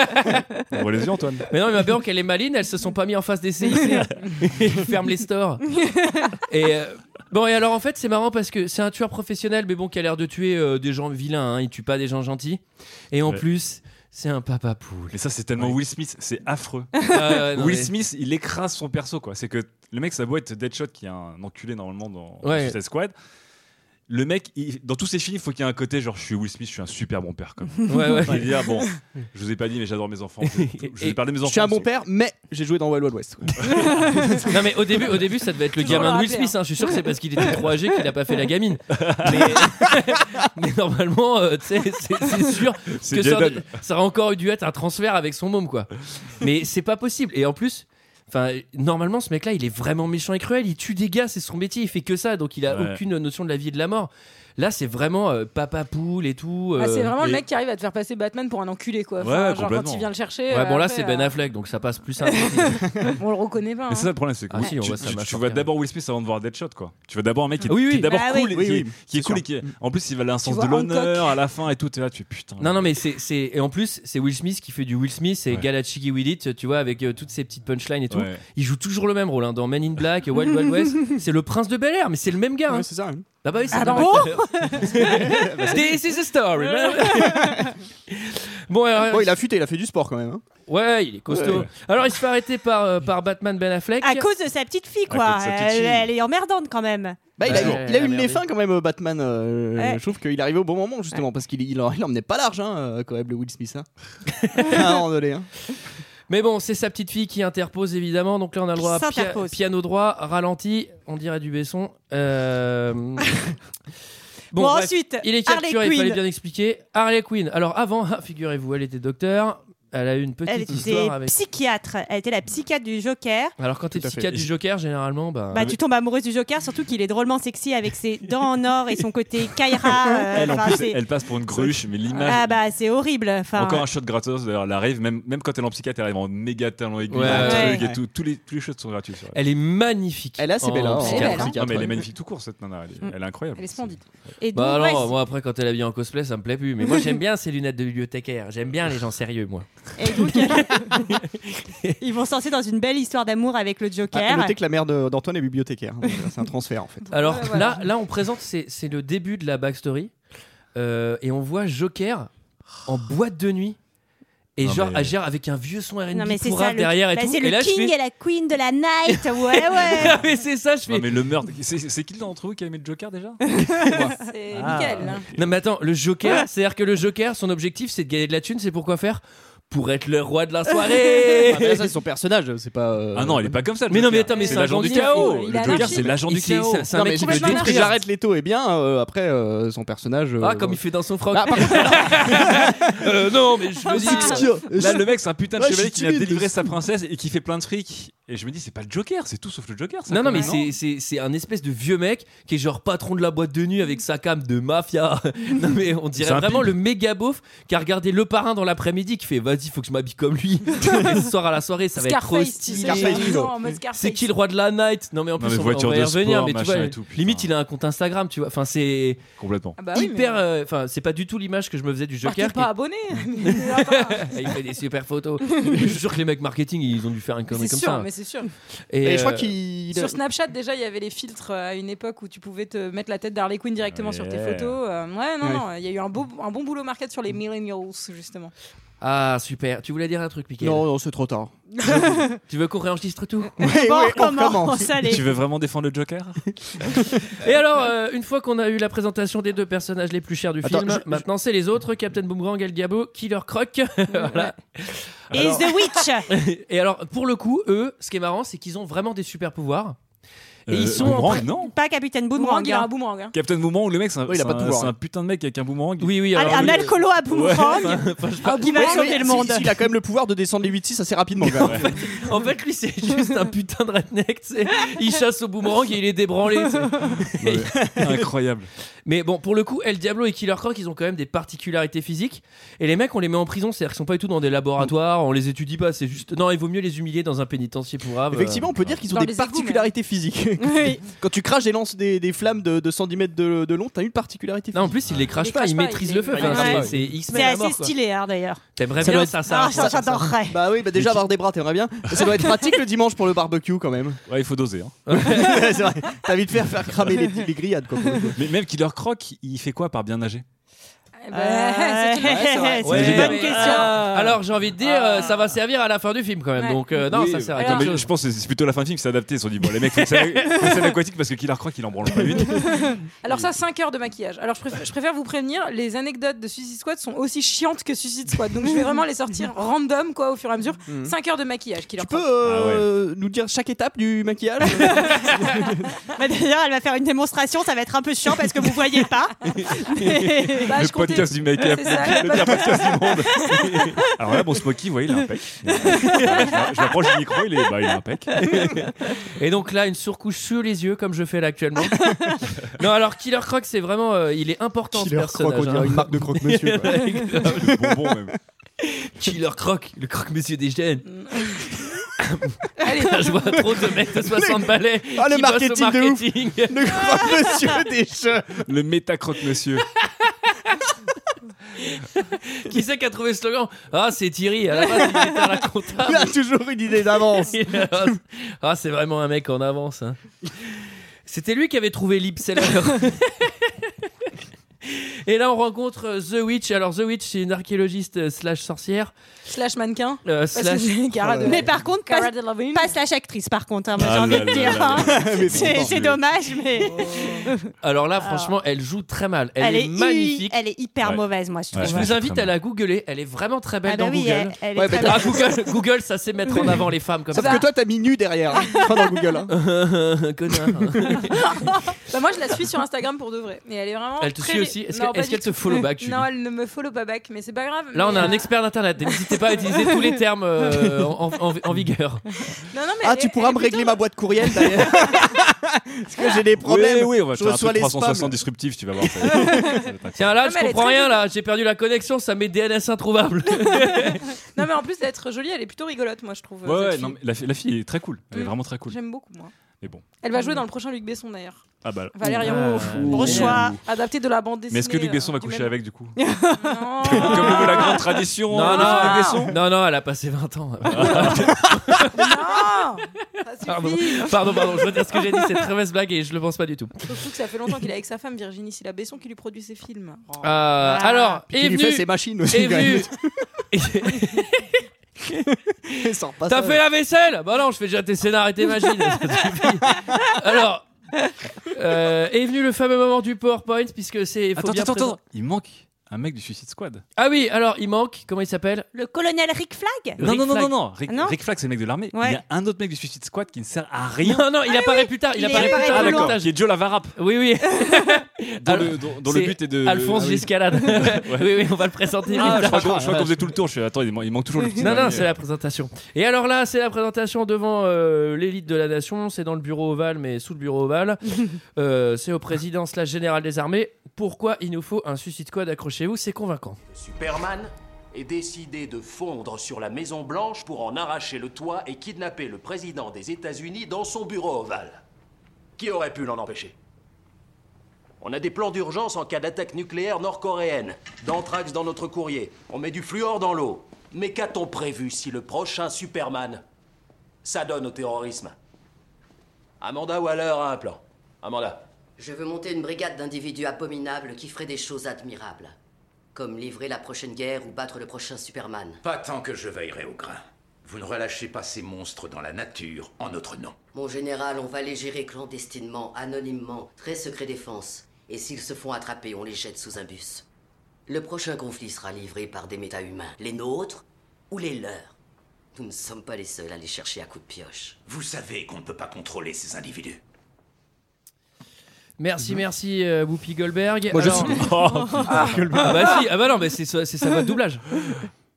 [SPEAKER 8] On voit les yeux, Antoine.
[SPEAKER 1] Mais non, mais ma banque, elle est maline, elles se sont pas mis en face des CIC. hein.
[SPEAKER 8] <laughs>
[SPEAKER 1] Ils ferment les stores. Et euh, bon, et alors en fait, c'est marrant parce que c'est un tueur professionnel, mais bon, qui a l'air de tuer euh, des gens vilains. hein. Il tue pas des gens gentils. Et en
[SPEAKER 8] Ouais.
[SPEAKER 1] plus, c'est un papa
[SPEAKER 8] <laughs>
[SPEAKER 1] poule.
[SPEAKER 8] Mais ça, c'est tellement Will Smith, c'est affreux.
[SPEAKER 1] Ah ouais, non,
[SPEAKER 8] Will
[SPEAKER 1] mais-
[SPEAKER 8] Smith, il écrase son perso, quoi. C'est que le mec, ça doit être Deadshot, qui est un enculé normalement dans
[SPEAKER 1] Ouais.
[SPEAKER 8] Suicide Squad. Le mec, il- dans tous ses films, il faut qu'il y ait un côté genre, je suis Will Smith, je suis un super bon père, comme.
[SPEAKER 1] Ouais, ouais.
[SPEAKER 8] Je veux dire, bon, je vous ai pas dit, mais j'adore mes enfants. Je, <laughs> je
[SPEAKER 1] Et-
[SPEAKER 8] vais parler de mes enfants.
[SPEAKER 6] Je suis un bon
[SPEAKER 8] aussi.
[SPEAKER 6] père, mais j'ai joué dans Wild Wild West.
[SPEAKER 1] Non, mais au début, au début, ça devait être le
[SPEAKER 7] Toujours
[SPEAKER 1] gamin de
[SPEAKER 7] le
[SPEAKER 1] Will
[SPEAKER 7] rappeler,
[SPEAKER 1] Smith. hein. Je suis sûr que c'est parce qu'il était trop âgé qu'il a pas fait la
[SPEAKER 8] <laughs>
[SPEAKER 1] gamine. Mais, <laughs> mais normalement, euh, tu sais, c'est c'est sûr
[SPEAKER 8] C'est
[SPEAKER 1] que ça,
[SPEAKER 8] Jaden.
[SPEAKER 1] ça aurait encore eu dû être un transfert avec son môme,
[SPEAKER 8] <laughs>
[SPEAKER 1] quoi. Mais c'est pas possible. Et en plus, enfin, normalement, ce mec-là, il est vraiment méchant et cruel. Il tue des gars, c'est son métier. Il fait que ça, donc il a
[SPEAKER 8] Ouais.
[SPEAKER 1] aucune notion de la vie et de la mort. Là, c'est vraiment euh, papa poule et tout.
[SPEAKER 7] Ah, c'est
[SPEAKER 1] euh,
[SPEAKER 7] vraiment le
[SPEAKER 8] et-
[SPEAKER 7] mec qui arrive à te faire passer Batman pour un enculé, quoi.
[SPEAKER 8] Ouais,
[SPEAKER 7] genre quand
[SPEAKER 8] complètement.
[SPEAKER 7] il vient le chercher.
[SPEAKER 1] Ouais,
[SPEAKER 7] euh,
[SPEAKER 1] bon, là,
[SPEAKER 7] après,
[SPEAKER 1] c'est Ben
[SPEAKER 7] euh,
[SPEAKER 1] Affleck, donc ça passe
[SPEAKER 7] <laughs>
[SPEAKER 1] plus impossible.
[SPEAKER 7] On le reconnaît pas.
[SPEAKER 8] Mais
[SPEAKER 7] hein.
[SPEAKER 8] c'est ça le problème, c'est que
[SPEAKER 1] Ah oui, on
[SPEAKER 8] tu,
[SPEAKER 1] voit ça,
[SPEAKER 8] tu-
[SPEAKER 1] machin
[SPEAKER 8] tu vois
[SPEAKER 1] carré.
[SPEAKER 8] d'abord Will Smith avant de voir Deadshot, quoi. Tu vois d'abord un mec qui,
[SPEAKER 1] Oui, oui.
[SPEAKER 8] qui est d'abord
[SPEAKER 10] Bah oui.
[SPEAKER 8] cool, et
[SPEAKER 6] Oui,
[SPEAKER 8] qui,
[SPEAKER 6] oui.
[SPEAKER 8] qui est
[SPEAKER 6] C'est
[SPEAKER 8] cool
[SPEAKER 6] sûr.
[SPEAKER 8] et qui, est- en plus, il va à l'insens
[SPEAKER 7] Tu
[SPEAKER 8] de
[SPEAKER 7] vois
[SPEAKER 8] l'honneur à la fin et tout. T'es là, tu es putain.
[SPEAKER 1] Non, non, mais c'est, c'est- Et en plus, c'est Will Smith qui fait du Will Smith et
[SPEAKER 8] Ouais.
[SPEAKER 1] Galachigi Will It, tu vois, avec euh, toutes ces petites punchlines et tout.
[SPEAKER 8] Ouais.
[SPEAKER 1] Il joue toujours le même rôle hein, dans Men in Black, Wild Wild
[SPEAKER 7] <laughs>
[SPEAKER 1] West. C'est le prince de Bel Air, mais c'est le même gars. hein.
[SPEAKER 6] Ouais, c'est ça. hein.
[SPEAKER 1] Ah bah oui, c'est
[SPEAKER 7] Ah
[SPEAKER 1] le même
[SPEAKER 7] bon
[SPEAKER 1] acteur. <laughs> This is a
[SPEAKER 10] <laughs>
[SPEAKER 1] story, man. Bon, alors,
[SPEAKER 6] Bon, Oh, il a futé, il a fait du sport quand même. hein.
[SPEAKER 1] ouais, il est costaud.
[SPEAKER 8] Ouais.
[SPEAKER 1] Alors, il se fait arrêter par, euh, par Batman Ben
[SPEAKER 7] hein.
[SPEAKER 1] Affleck.
[SPEAKER 10] À cause de sa petite fille, quoi.
[SPEAKER 8] cause de sa petite
[SPEAKER 10] Elle,
[SPEAKER 8] fille.
[SPEAKER 10] elle est emmerdante quand même.
[SPEAKER 6] Bah, il a,
[SPEAKER 1] Ouais,
[SPEAKER 6] il a eu
[SPEAKER 1] merdé.
[SPEAKER 6] le nez fin quand même, euh, Batman. euh,
[SPEAKER 10] Ouais.
[SPEAKER 6] Je trouve qu'il est arrivé au bon moment justement parce qu'il il, en- il emmenait pas large hein, euh, quand même le Will Smith. Hein. à un moment donné, hein.
[SPEAKER 1] Mais bon, c'est sa petite fille qui interpose évidemment. Donc là, on a le droit à
[SPEAKER 10] Qui
[SPEAKER 1] pia-
[SPEAKER 10] s'interpose.
[SPEAKER 1] piano droit, ralenti, on dirait du Besson.
[SPEAKER 10] <laughs>
[SPEAKER 1] Euh, bon,
[SPEAKER 10] Bon,
[SPEAKER 1] bref.
[SPEAKER 10] ensuite,
[SPEAKER 1] Il est
[SPEAKER 10] Harley
[SPEAKER 1] capturé, il fallait
[SPEAKER 10] Quinn.
[SPEAKER 1] bien expliquer. Harley Quinn. Alors avant, <laughs> ah, figurez-vous, elle était docteur. Elle a eu une petite
[SPEAKER 10] Elle était
[SPEAKER 1] histoire avec.
[SPEAKER 10] psychiatre. Elle était la psychiatre du Joker.
[SPEAKER 1] Alors quand t'es
[SPEAKER 6] Tout à fait.
[SPEAKER 1] psychiatre du Joker, généralement, bah.
[SPEAKER 10] Bah, tu tombes amoureuse du Joker, surtout qu'il est drôlement sexy avec ses dents en or et son côté
[SPEAKER 1] <laughs>
[SPEAKER 10] Kyra. euh,
[SPEAKER 8] Elle, en
[SPEAKER 10] enfin,
[SPEAKER 8] plus,
[SPEAKER 10] c'est-
[SPEAKER 8] elle passe pour une gruche, mais l'image.
[SPEAKER 10] Ah bah c'est horrible. Enfin,
[SPEAKER 8] Encore un shot gratos, d'ailleurs, elle arrive, même, même quand elle est en psychiatre, elle arrive en méga talent aigu,
[SPEAKER 1] Ouais,
[SPEAKER 8] en
[SPEAKER 10] ouais.
[SPEAKER 8] truc
[SPEAKER 6] Ouais.
[SPEAKER 8] et tout. Tous les, tous les shots sont gratuits sur elle.
[SPEAKER 1] Elle est magnifique.
[SPEAKER 6] Elle a ses
[SPEAKER 1] en
[SPEAKER 6] belles
[SPEAKER 7] Elle est
[SPEAKER 1] psychiatre.
[SPEAKER 7] belle, hein.
[SPEAKER 8] Non, Ah, mais elle est magnifique tout court, cette nana. Elle est, Mm. elle est incroyable.
[SPEAKER 7] Elle est splendide.
[SPEAKER 10] Et donc,
[SPEAKER 1] Bah
[SPEAKER 10] ouais,
[SPEAKER 1] alors, moi après quand elle est habillée en cosplay, ça me plaît plus. Mais moi j'aime bien ces lunettes de bibliothécaire. J'aime bien les gens sérieux, moi.
[SPEAKER 10] et
[SPEAKER 1] <laughs>
[SPEAKER 10] donc, ils vont se lancer dans une belle histoire d'amour avec le
[SPEAKER 6] Ah,
[SPEAKER 10] Joker.
[SPEAKER 6] notez que la mère de- d'Antoine est bibliothécaire. hein. C'est un transfert en fait.
[SPEAKER 1] Alors
[SPEAKER 7] Ouais, voilà.
[SPEAKER 1] là, là on présente, c'est c'est le début de la backstory. Euh, et on voit Joker en boîte de nuit. Et
[SPEAKER 8] Non,
[SPEAKER 1] genre,
[SPEAKER 8] mais-
[SPEAKER 1] elle gère avec un vieux son
[SPEAKER 10] Non, mais
[SPEAKER 1] R&B
[SPEAKER 10] c'est
[SPEAKER 1] tout
[SPEAKER 10] ça,
[SPEAKER 1] rap
[SPEAKER 10] le-
[SPEAKER 1] derrière et
[SPEAKER 10] Bah,
[SPEAKER 1] tout.
[SPEAKER 10] c'est
[SPEAKER 1] et
[SPEAKER 10] le
[SPEAKER 1] là,
[SPEAKER 10] king
[SPEAKER 1] <laughs> je
[SPEAKER 10] et la queen de la
[SPEAKER 1] <laughs>
[SPEAKER 10] night. Ouais, ouais.
[SPEAKER 1] fais... mais c'est ça, je fais...
[SPEAKER 8] Non, mais le meurtre. C'est c'est qui d'entre vous qui a aimé le Joker déjà
[SPEAKER 10] <laughs>
[SPEAKER 7] C'est
[SPEAKER 1] Ah.
[SPEAKER 7] nickel. hein.
[SPEAKER 1] Non mais attends, le Joker, c'est-à-dire que le Joker, son objectif, c'est de gagner de la thune, c'est pourquoi faire Pour être le roi de la soirée
[SPEAKER 6] Ah, mais là, ça, c'est son personnage, c'est pas. euh,
[SPEAKER 8] Ah non, elle est pas comme ça. le
[SPEAKER 1] Mais non,
[SPEAKER 8] Joker.
[SPEAKER 1] mais attends, mais c'est un
[SPEAKER 8] l'agent
[SPEAKER 1] genre
[SPEAKER 8] du
[SPEAKER 1] de
[SPEAKER 8] chaos.
[SPEAKER 1] chaos.
[SPEAKER 7] Il
[SPEAKER 8] Le
[SPEAKER 7] a
[SPEAKER 8] Joker,
[SPEAKER 7] anarchie.
[SPEAKER 8] c'est l'agent
[SPEAKER 1] Et
[SPEAKER 8] du
[SPEAKER 1] c'est-
[SPEAKER 8] chaos.
[SPEAKER 1] c'est- c'est un
[SPEAKER 6] non,
[SPEAKER 1] mec
[SPEAKER 6] mais
[SPEAKER 1] qui
[SPEAKER 6] si
[SPEAKER 1] veut
[SPEAKER 7] complètement
[SPEAKER 1] détruire.
[SPEAKER 6] que j'arrête Leto est bien, euh, après euh, son personnage. euh,
[SPEAKER 1] Ah, comme
[SPEAKER 6] bon.
[SPEAKER 1] il fait dans son froc.
[SPEAKER 6] Ah, par contre,
[SPEAKER 1] Euh, non, mais je veux dire.
[SPEAKER 8] Là, le mec, c'est un putain de
[SPEAKER 6] Ouais, je
[SPEAKER 8] chevalier
[SPEAKER 6] suis
[SPEAKER 8] qui vient
[SPEAKER 6] timide.
[SPEAKER 8] délivrer sa princesse et qui fait plein de tricks. Et je me dis, c'est pas le Joker, c'est tout sauf le Joker. ça,
[SPEAKER 1] Non, non,
[SPEAKER 8] quand
[SPEAKER 1] mais c'est-
[SPEAKER 8] même.
[SPEAKER 1] c'est c'est un espèce de vieux mec qui est genre patron de la boîte de nuit avec sa cam de mafia. <laughs> non, mais on
[SPEAKER 8] C'est
[SPEAKER 1] dirait
[SPEAKER 8] un
[SPEAKER 1] vraiment
[SPEAKER 8] pimp.
[SPEAKER 1] le méga beauf qui a regardé le parrain dans l'après-midi qui fait Vas-y, faut que je m'habille comme lui. <laughs> Et ce soir à la soirée, ça va être trop
[SPEAKER 7] Scarface, tu sais.
[SPEAKER 1] stylé.
[SPEAKER 6] Scarface,
[SPEAKER 7] il est
[SPEAKER 6] Dino.
[SPEAKER 7] en mode Scarface.
[SPEAKER 1] C'est qui le roi de la night Non, mais en
[SPEAKER 8] Non,
[SPEAKER 1] plus,
[SPEAKER 8] mais
[SPEAKER 1] on,
[SPEAKER 8] voiture
[SPEAKER 1] on va y
[SPEAKER 8] de
[SPEAKER 1] revenir.
[SPEAKER 8] sport,
[SPEAKER 1] mais tu
[SPEAKER 8] machin
[SPEAKER 1] vois,
[SPEAKER 8] et tout, putain.
[SPEAKER 1] limite, il a un compte Instagram, tu vois. Enfin, c'est.
[SPEAKER 8] Complètement.
[SPEAKER 7] Ah bah oui, mais-
[SPEAKER 1] hyper. euh, Enfin, c'est pas du tout l'image que je me faisais du
[SPEAKER 7] Bah, t'es
[SPEAKER 1] Joker. euh, <laughs>
[SPEAKER 7] pas abonné. mais-
[SPEAKER 1] qui- Et il fait des super photos. je suis sûr que les mecs marketing, ils ont dû faire une
[SPEAKER 7] C'est
[SPEAKER 1] connerie <laughs> comme
[SPEAKER 7] sûr,
[SPEAKER 1] ça.
[SPEAKER 7] mais c'est c'est sûr.
[SPEAKER 6] Et, je crois
[SPEAKER 1] euh,
[SPEAKER 6] qu'il.
[SPEAKER 7] Sur Snapchat, déjà, il y avait les filtres euh, à une époque où tu pouvais te mettre la tête d'Harley Quinn directement sur tes
[SPEAKER 1] Ouais.
[SPEAKER 7] photos. Euh, ouais, non,
[SPEAKER 6] Ouais.
[SPEAKER 7] non, il y a eu un, beau, un bon boulot market sur les millennials, justement.
[SPEAKER 1] Ah, super. Tu voulais dire un truc, Mickaël
[SPEAKER 6] Non, non, c'est trop tard.
[SPEAKER 1] Tu veux qu'on réenregistre tout
[SPEAKER 6] <laughs>
[SPEAKER 1] <laughs>
[SPEAKER 10] Bon,
[SPEAKER 6] Oui, oui, on
[SPEAKER 10] comment
[SPEAKER 6] recommence.
[SPEAKER 10] allez.
[SPEAKER 8] Tu veux vraiment défendre le Joker
[SPEAKER 1] Et alors, euh, une fois qu'on a eu la présentation des deux personnages les plus chers du
[SPEAKER 6] Attends,
[SPEAKER 1] film,
[SPEAKER 6] je- je-
[SPEAKER 1] maintenant c'est les autres Captain Boomerang, El Diablo, Killer Croc. <laughs> voilà.
[SPEAKER 10] Is the Witch
[SPEAKER 1] <laughs> Et alors, pour le coup, eux, ce qui est marrant, c'est qu'ils ont vraiment des super pouvoirs. Et ils sont en
[SPEAKER 8] Euh, Boomerang,
[SPEAKER 1] pré-
[SPEAKER 8] non
[SPEAKER 10] Pas Capitaine
[SPEAKER 7] Boomerang,
[SPEAKER 10] Boomerang.
[SPEAKER 7] il a un
[SPEAKER 10] hein.
[SPEAKER 7] boomerang. hein.
[SPEAKER 8] Captain Boomerang, le mec, c'est un,
[SPEAKER 6] Ouais, il a
[SPEAKER 8] c'est
[SPEAKER 6] pas de
[SPEAKER 8] un-
[SPEAKER 6] pouvoir.
[SPEAKER 8] c'est un putain de mec avec un boomerang.
[SPEAKER 1] Oui, oui.
[SPEAKER 10] Allez,
[SPEAKER 1] alors,
[SPEAKER 10] un
[SPEAKER 1] oui.
[SPEAKER 10] alcoolo à Boomerang qui va
[SPEAKER 6] Ouais,
[SPEAKER 10] sauver
[SPEAKER 6] mais
[SPEAKER 10] le
[SPEAKER 6] si-
[SPEAKER 10] monde.
[SPEAKER 6] s'il a quand même le pouvoir de descendre les 8-6 assez rapidement. quand même.
[SPEAKER 1] En fait, lui, c'est juste un putain de redneck. tu sais. Il chasse au boomerang et il est débranlé. tu sais.
[SPEAKER 8] <laughs> Incroyable.
[SPEAKER 1] Mais bon, pour le coup, El Diablo et Killer Croc, ils ont quand même des particularités physiques. Et les mecs, on les met en prison, c'est-à-dire qu'ils sont pas du tout dans des laboratoires, on les étudie pas. C'est juste. Non, il vaut mieux les humilier dans un pénitencier pour ave.
[SPEAKER 6] Effectivement, on peut dire qu'ils ont
[SPEAKER 7] Dans
[SPEAKER 6] des
[SPEAKER 7] les égouts,
[SPEAKER 6] particularités physiques.
[SPEAKER 7] Oui.
[SPEAKER 6] <laughs> Quand tu craches et lances des, des flammes de, de 110 mètres de, de long, t'as une particularité
[SPEAKER 1] Non, en
[SPEAKER 6] physique.
[SPEAKER 1] plus, il les crache
[SPEAKER 7] Il
[SPEAKER 1] pas,
[SPEAKER 7] crache
[SPEAKER 1] il
[SPEAKER 7] pas,
[SPEAKER 1] maîtrise
[SPEAKER 7] il
[SPEAKER 1] le
[SPEAKER 7] les-
[SPEAKER 1] feu.
[SPEAKER 6] Ouais,
[SPEAKER 1] Enfin,
[SPEAKER 6] ouais, ouais.
[SPEAKER 1] c'est c'est X-Men
[SPEAKER 10] C'est
[SPEAKER 1] à
[SPEAKER 10] assez
[SPEAKER 1] mort. quoi.
[SPEAKER 10] stylé, hein, d'ailleurs.
[SPEAKER 1] T'aimerais
[SPEAKER 6] Ça
[SPEAKER 1] bien
[SPEAKER 6] doit être-
[SPEAKER 1] ça, ça,
[SPEAKER 10] Ah, ça,
[SPEAKER 1] ça, ça.
[SPEAKER 10] j'adorerais.
[SPEAKER 6] Bah oui, bah déjà
[SPEAKER 8] Mais qui-
[SPEAKER 6] avoir des bras, t'aimerais bien. Ça doit être pratique le dimanche pour le barbecue quand même. <laughs>
[SPEAKER 8] Ouais, il faut doser. hein.
[SPEAKER 6] c'est vrai. T'as envie de faire, faire cramer les, les grillades quoi. pour le coup.
[SPEAKER 8] Mais même Killer Croc, il fait quoi par bien nager
[SPEAKER 7] Eh ben, <laughs> c'est une-
[SPEAKER 6] c'est vrai,
[SPEAKER 1] Ouais,
[SPEAKER 10] c'est une
[SPEAKER 1] mais-
[SPEAKER 10] bonne question.
[SPEAKER 1] Ah, alors, j'ai envie de dire, euh, ça va servir à la fin du film quand même.
[SPEAKER 7] Ouais.
[SPEAKER 1] Donc, euh, non,
[SPEAKER 8] Oui,
[SPEAKER 1] ça sert à
[SPEAKER 8] attends,
[SPEAKER 7] Alors-
[SPEAKER 1] quelque
[SPEAKER 8] mais
[SPEAKER 1] chose.
[SPEAKER 8] Je pense que c'est plutôt la fin du film qui s'est adapté. Ils se sont dit, bon, les mecs, faut que c'est faut que c'est l'aquatique parce que Killer Croc, il en branle pas une.
[SPEAKER 7] Alors ça, 5 heures de maquillage. Alors je préfère, je préfère vous prévenir, les anecdotes de Suicide Squad sont aussi chiantes que Suicide Squad. Donc je vais vraiment les sortir random quoi au fur et à mesure. 5 heures de maquillage
[SPEAKER 6] Tu
[SPEAKER 7] qui leur
[SPEAKER 6] peux
[SPEAKER 7] prend.
[SPEAKER 8] Ah
[SPEAKER 6] euh, nous dire chaque étape du
[SPEAKER 8] <laughs>
[SPEAKER 6] maquillage
[SPEAKER 10] Bah, D'ailleurs, elle va faire une démonstration, ça va être un peu chiant parce que vous voyez pas. Mais-
[SPEAKER 7] Bah,
[SPEAKER 8] le
[SPEAKER 7] je comptais-
[SPEAKER 8] podcast du make-up,
[SPEAKER 7] <laughs> C'est ça,
[SPEAKER 8] le pire podcast du monde. Alors là, bon, Smokey, vous voyez, il est impec. Je m'a- je m'approche du micro, il est, bah, il est impec.
[SPEAKER 1] Et donc là, une surcouche sur les yeux, comme je fais là
[SPEAKER 8] <laughs>
[SPEAKER 1] actuellement. non, alors Killer Croc, c'est vraiment, euh, il est important ce personnage. hein.
[SPEAKER 6] marque de croque-monsieur.
[SPEAKER 1] <laughs>
[SPEAKER 8] Le bonbon, même.
[SPEAKER 1] Killer Croc, le croc monsieur des jeunes.
[SPEAKER 7] <laughs> Allez,
[SPEAKER 1] je vois trop de mecs de 60 balais.
[SPEAKER 6] Ah, le
[SPEAKER 1] qui bossent au
[SPEAKER 6] marketing de ouf.
[SPEAKER 1] marketing. <laughs>
[SPEAKER 6] Le croque-monsieur des cheveux.
[SPEAKER 8] <laughs> Le métacroc, monsieur.
[SPEAKER 1] Qui c'est qui a trouvé le slogan Ah, c'est Thierry, à la base, il était à la
[SPEAKER 6] <laughs>
[SPEAKER 1] compta. <laughs>
[SPEAKER 6] Il a toujours une idée d'avance.
[SPEAKER 1] ah, c'est vraiment un mec en avance. hein. C'était lui qui avait trouvé l'Ipseller. <laughs> Et là, on rencontre euh, The Witch. Alors, The Witch, c'est une archéologiste euh, slash sorcière.
[SPEAKER 7] slash mannequin.
[SPEAKER 1] euh,
[SPEAKER 7] Parce que
[SPEAKER 1] slash...
[SPEAKER 7] j'ai Cara de-
[SPEAKER 10] Mais par contre,
[SPEAKER 7] Cara
[SPEAKER 10] pas,
[SPEAKER 7] Delevingne.
[SPEAKER 10] pas slash actrice, par contre, hein, moi,
[SPEAKER 8] Ah
[SPEAKER 10] j'ai envie
[SPEAKER 8] là
[SPEAKER 10] de
[SPEAKER 8] là
[SPEAKER 10] dire.
[SPEAKER 8] là
[SPEAKER 10] hein.
[SPEAKER 6] Mais
[SPEAKER 10] C'est
[SPEAKER 6] bon.
[SPEAKER 10] c'est dommage, mais
[SPEAKER 1] Alors là, franchement, elle joue très mal. Elle, est,
[SPEAKER 10] hi-
[SPEAKER 1] magnifique.
[SPEAKER 10] elle est hyper
[SPEAKER 8] Ouais.
[SPEAKER 10] mauvaise, moi, je
[SPEAKER 8] Ouais.
[SPEAKER 1] Je
[SPEAKER 10] trouve.
[SPEAKER 1] vous
[SPEAKER 8] c'est
[SPEAKER 1] invite
[SPEAKER 8] très
[SPEAKER 1] à la googler. Elle est vraiment très belle
[SPEAKER 10] Ah bah
[SPEAKER 1] dans
[SPEAKER 10] oui,
[SPEAKER 1] Google.
[SPEAKER 10] elle, elle est
[SPEAKER 6] Ouais,
[SPEAKER 10] très
[SPEAKER 6] bah,
[SPEAKER 1] Ah, Google, Google, ça sait mettre en avant les femmes comme
[SPEAKER 6] Sauf
[SPEAKER 1] ça.
[SPEAKER 6] que toi, t'as mis nu derrière. Pas dans Google. hein.
[SPEAKER 1] Connard.
[SPEAKER 7] Bah, moi je la suis sur Instagram pour de vrai. Mais elle est vraiment.
[SPEAKER 1] Elle te
[SPEAKER 7] très-
[SPEAKER 1] suit aussi Est-ce que-
[SPEAKER 7] Non, pas
[SPEAKER 1] est-ce
[SPEAKER 7] du
[SPEAKER 1] qu'elle te
[SPEAKER 7] tout.
[SPEAKER 1] follow back, Julie
[SPEAKER 7] Non, elle ne me follow pas back, mais c'est pas grave.
[SPEAKER 1] Là, on
[SPEAKER 7] mais,
[SPEAKER 1] a un
[SPEAKER 7] euh,
[SPEAKER 1] expert d'internet. N'hésitez pas à utiliser tous les termes euh, en, en- en vigueur.
[SPEAKER 7] Non, non, mais
[SPEAKER 6] Ah,
[SPEAKER 7] elle
[SPEAKER 6] tu
[SPEAKER 7] est-
[SPEAKER 6] pourras
[SPEAKER 7] elle
[SPEAKER 6] me
[SPEAKER 7] est
[SPEAKER 6] régler
[SPEAKER 7] plutôt-
[SPEAKER 6] ma boîte courriel d'ailleurs.
[SPEAKER 10] <laughs>
[SPEAKER 6] Parce que j'ai des problèmes.
[SPEAKER 8] Oui, oui, on va
[SPEAKER 6] Je
[SPEAKER 8] faire un
[SPEAKER 6] reçois
[SPEAKER 8] truc
[SPEAKER 6] les
[SPEAKER 8] 360
[SPEAKER 6] spams.
[SPEAKER 8] disruptif, tu vas voir. ça va être- ça va être
[SPEAKER 1] Tiens, là,
[SPEAKER 7] Non,
[SPEAKER 1] je
[SPEAKER 7] mais elle est
[SPEAKER 1] comprends
[SPEAKER 7] très
[SPEAKER 1] rien. Là, j'ai perdu la connexion. Ça met DNS introuvable.
[SPEAKER 7] Non, mais en plus d'être jolie, elle est plutôt rigolote, moi je trouve.
[SPEAKER 8] Ouais,
[SPEAKER 7] cette
[SPEAKER 8] ouais,
[SPEAKER 7] fille.
[SPEAKER 8] non, mais la, fi- la fille est très cool. Elle est
[SPEAKER 7] Mm.
[SPEAKER 8] vraiment très cool.
[SPEAKER 7] J'aime beaucoup, moi.
[SPEAKER 8] Mais bon.
[SPEAKER 7] Elle va jouer dans le prochain Luc Besson d'ailleurs.
[SPEAKER 8] Ah bah.
[SPEAKER 7] Valérian,
[SPEAKER 10] Bon choix.
[SPEAKER 7] adapté de la bande dessinée.
[SPEAKER 8] Mais est-ce que Luc
[SPEAKER 7] euh,
[SPEAKER 8] Besson va
[SPEAKER 7] du
[SPEAKER 8] coucher
[SPEAKER 7] même-
[SPEAKER 8] avec du coup
[SPEAKER 7] Non.
[SPEAKER 8] <laughs> Comme le veut la grande tradition.
[SPEAKER 1] Non,
[SPEAKER 8] euh,
[SPEAKER 1] non,
[SPEAKER 8] Luc Besson.
[SPEAKER 1] <laughs> non, non, elle a passé 20 ans.
[SPEAKER 7] <laughs> Ah. Non Ça
[SPEAKER 1] Pardon,
[SPEAKER 7] suffit
[SPEAKER 1] pardon, pardon, je veux dire ce que j'ai dit, c'est très mauvaise blague et je le pense pas du tout. Euh,
[SPEAKER 7] Surtout que ça fait longtemps qu'il est avec sa femme Virginie c'est la Besson qui lui produit ses films.
[SPEAKER 8] Oh.
[SPEAKER 1] Euh, alors,
[SPEAKER 6] Puis
[SPEAKER 1] est
[SPEAKER 6] il lui fait
[SPEAKER 1] venu.
[SPEAKER 6] ses machines aussi.
[SPEAKER 1] Est
[SPEAKER 6] quand <laughs>
[SPEAKER 7] <laughs>
[SPEAKER 1] venu. <laughs>
[SPEAKER 6] même. Il
[SPEAKER 8] Ah,
[SPEAKER 6] sort pas
[SPEAKER 1] T'as
[SPEAKER 6] ça.
[SPEAKER 1] fait la vaisselle Bah non, je fais déjà tes scénars et tes magies.
[SPEAKER 8] <laughs>
[SPEAKER 1] ça suffit. <laughs> Alors, euh, est venu le fameux moment du PowerPoint puisque c'est. faut
[SPEAKER 8] Attends,
[SPEAKER 1] bien
[SPEAKER 8] attends,
[SPEAKER 1] présenter-
[SPEAKER 8] attends. Il manque un mec du Suicide Squad.
[SPEAKER 1] Ah oui, alors il manque. Comment il s'appelle
[SPEAKER 10] Le colonel Rick Flag
[SPEAKER 8] Non,
[SPEAKER 1] Rick
[SPEAKER 8] non, non,
[SPEAKER 1] Flag.
[SPEAKER 8] non, non. Rick,
[SPEAKER 10] Ah non
[SPEAKER 8] Rick Flag, c'est le mec de l'armée.
[SPEAKER 10] Ouais.
[SPEAKER 8] Il y a un autre mec du Suicide Squad qui ne sert à rien.
[SPEAKER 1] Non, non, il apparaît plus tard. Il,
[SPEAKER 10] Il
[SPEAKER 1] apparaît plus
[SPEAKER 10] apparaît
[SPEAKER 1] tard à
[SPEAKER 10] plus loin.
[SPEAKER 1] l'otage.
[SPEAKER 8] qui Ah est Joe Lavarap,
[SPEAKER 1] Oui, oui.
[SPEAKER 8] dont,
[SPEAKER 1] Alors,
[SPEAKER 8] le, dont- dont le
[SPEAKER 1] c'est
[SPEAKER 8] but est de.
[SPEAKER 1] Alphonse
[SPEAKER 8] Ah oui.
[SPEAKER 1] Giscalade. <laughs> oui, oui, on va le présenter.
[SPEAKER 8] Ah,
[SPEAKER 1] plus
[SPEAKER 8] je
[SPEAKER 1] tard.
[SPEAKER 8] crois qu'on je crois qu'on faisait tout le tour. Je suis, attends, il man- il
[SPEAKER 1] <laughs>
[SPEAKER 8] manque toujours le petit.
[SPEAKER 1] non, non,
[SPEAKER 8] dernier.
[SPEAKER 1] c'est la présentation. Et alors là, c'est la présentation devant euh, l'élite de la nation. C'est dans le bureau ovale, mais sous le bureau ovale. Euh, c'est au président slash général des armées. Pourquoi il nous faut un suicide code Accrochez-vous, c'est convaincant.
[SPEAKER 11] Superman est décidé de fondre sur la Maison Blanche pour en arracher le toit et kidnapper le président des États-Unis dans son bureau ovale. Qui aurait pu l'en empêcher On a des plans d'urgence en cas d'attaque nucléaire nord-coréenne, d'anthrax dans notre courrier, on met du fluor dans l'eau. Mais qu'a-t-on prévu si le prochain Superman Ça donne au terrorisme. Amanda Waller a un plan. Amanda.
[SPEAKER 9] Je veux monter une brigade d'individus abominables qui feraient des choses admirables. Comme livrer la prochaine guerre ou battre le prochain Superman.
[SPEAKER 2] Pas tant que je veillerai au grain. Vous ne relâchez pas ces monstres dans la nature en notre nom.
[SPEAKER 9] Mon général, on va les gérer clandestinement, anonymement, très secret défense. Et s'ils se font attraper, on les jette sous un bus. Le prochain conflit sera livré par des méta-humains, les nôtres ou les leurs. Nous ne sommes pas les seuls à les chercher à coups de pioche.
[SPEAKER 2] Vous savez qu'on ne peut pas contrôler ces individus.
[SPEAKER 1] Merci, merci, euh, Whoopi Goldberg.
[SPEAKER 6] Mmh. Moi, je suis-
[SPEAKER 1] ah, ah,
[SPEAKER 6] Goldberg.
[SPEAKER 1] bah si, ah bah non, mais c'est ça, c'est ça va de doublage.
[SPEAKER 8] <laughs>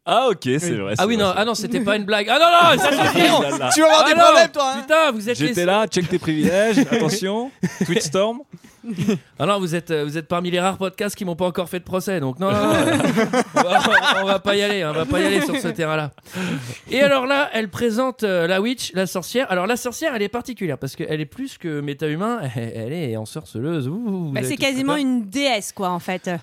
[SPEAKER 8] Ah, ok, c'est vrai.
[SPEAKER 1] Ah
[SPEAKER 8] c'est
[SPEAKER 1] oui,
[SPEAKER 8] vrai,
[SPEAKER 1] non,
[SPEAKER 8] c'est
[SPEAKER 1] ah non, c'était pas une blague. Ah non, non, ça
[SPEAKER 6] <laughs>
[SPEAKER 1] suffit.
[SPEAKER 8] Oh là là.
[SPEAKER 6] Tu vas avoir des
[SPEAKER 1] Ah non,
[SPEAKER 6] problèmes, toi, hein.
[SPEAKER 1] Putain, vous êtes
[SPEAKER 8] J'étais
[SPEAKER 1] les...
[SPEAKER 8] là, check tes privilèges, attention, Twitstorm.
[SPEAKER 1] Ah non, vous êtes, euh, vous êtes parmi les rares podcasts qui m'ont pas encore fait de procès, donc non, non, non, euh, on, va, on va pas y aller, hein, on va pas y aller sur ce terrain-là. Et alors là, elle présente euh, la witch, la sorcière. Alors la sorcière, elle est particulière parce qu'elle est plus que méta-humain, <laughs> elle, elle est ensorceleuse. Ouh, vous
[SPEAKER 10] Bah,
[SPEAKER 1] avez
[SPEAKER 10] c'est
[SPEAKER 1] tous très
[SPEAKER 10] quasiment
[SPEAKER 1] peur.
[SPEAKER 10] une déesse, quoi, en fait.
[SPEAKER 8] Ah,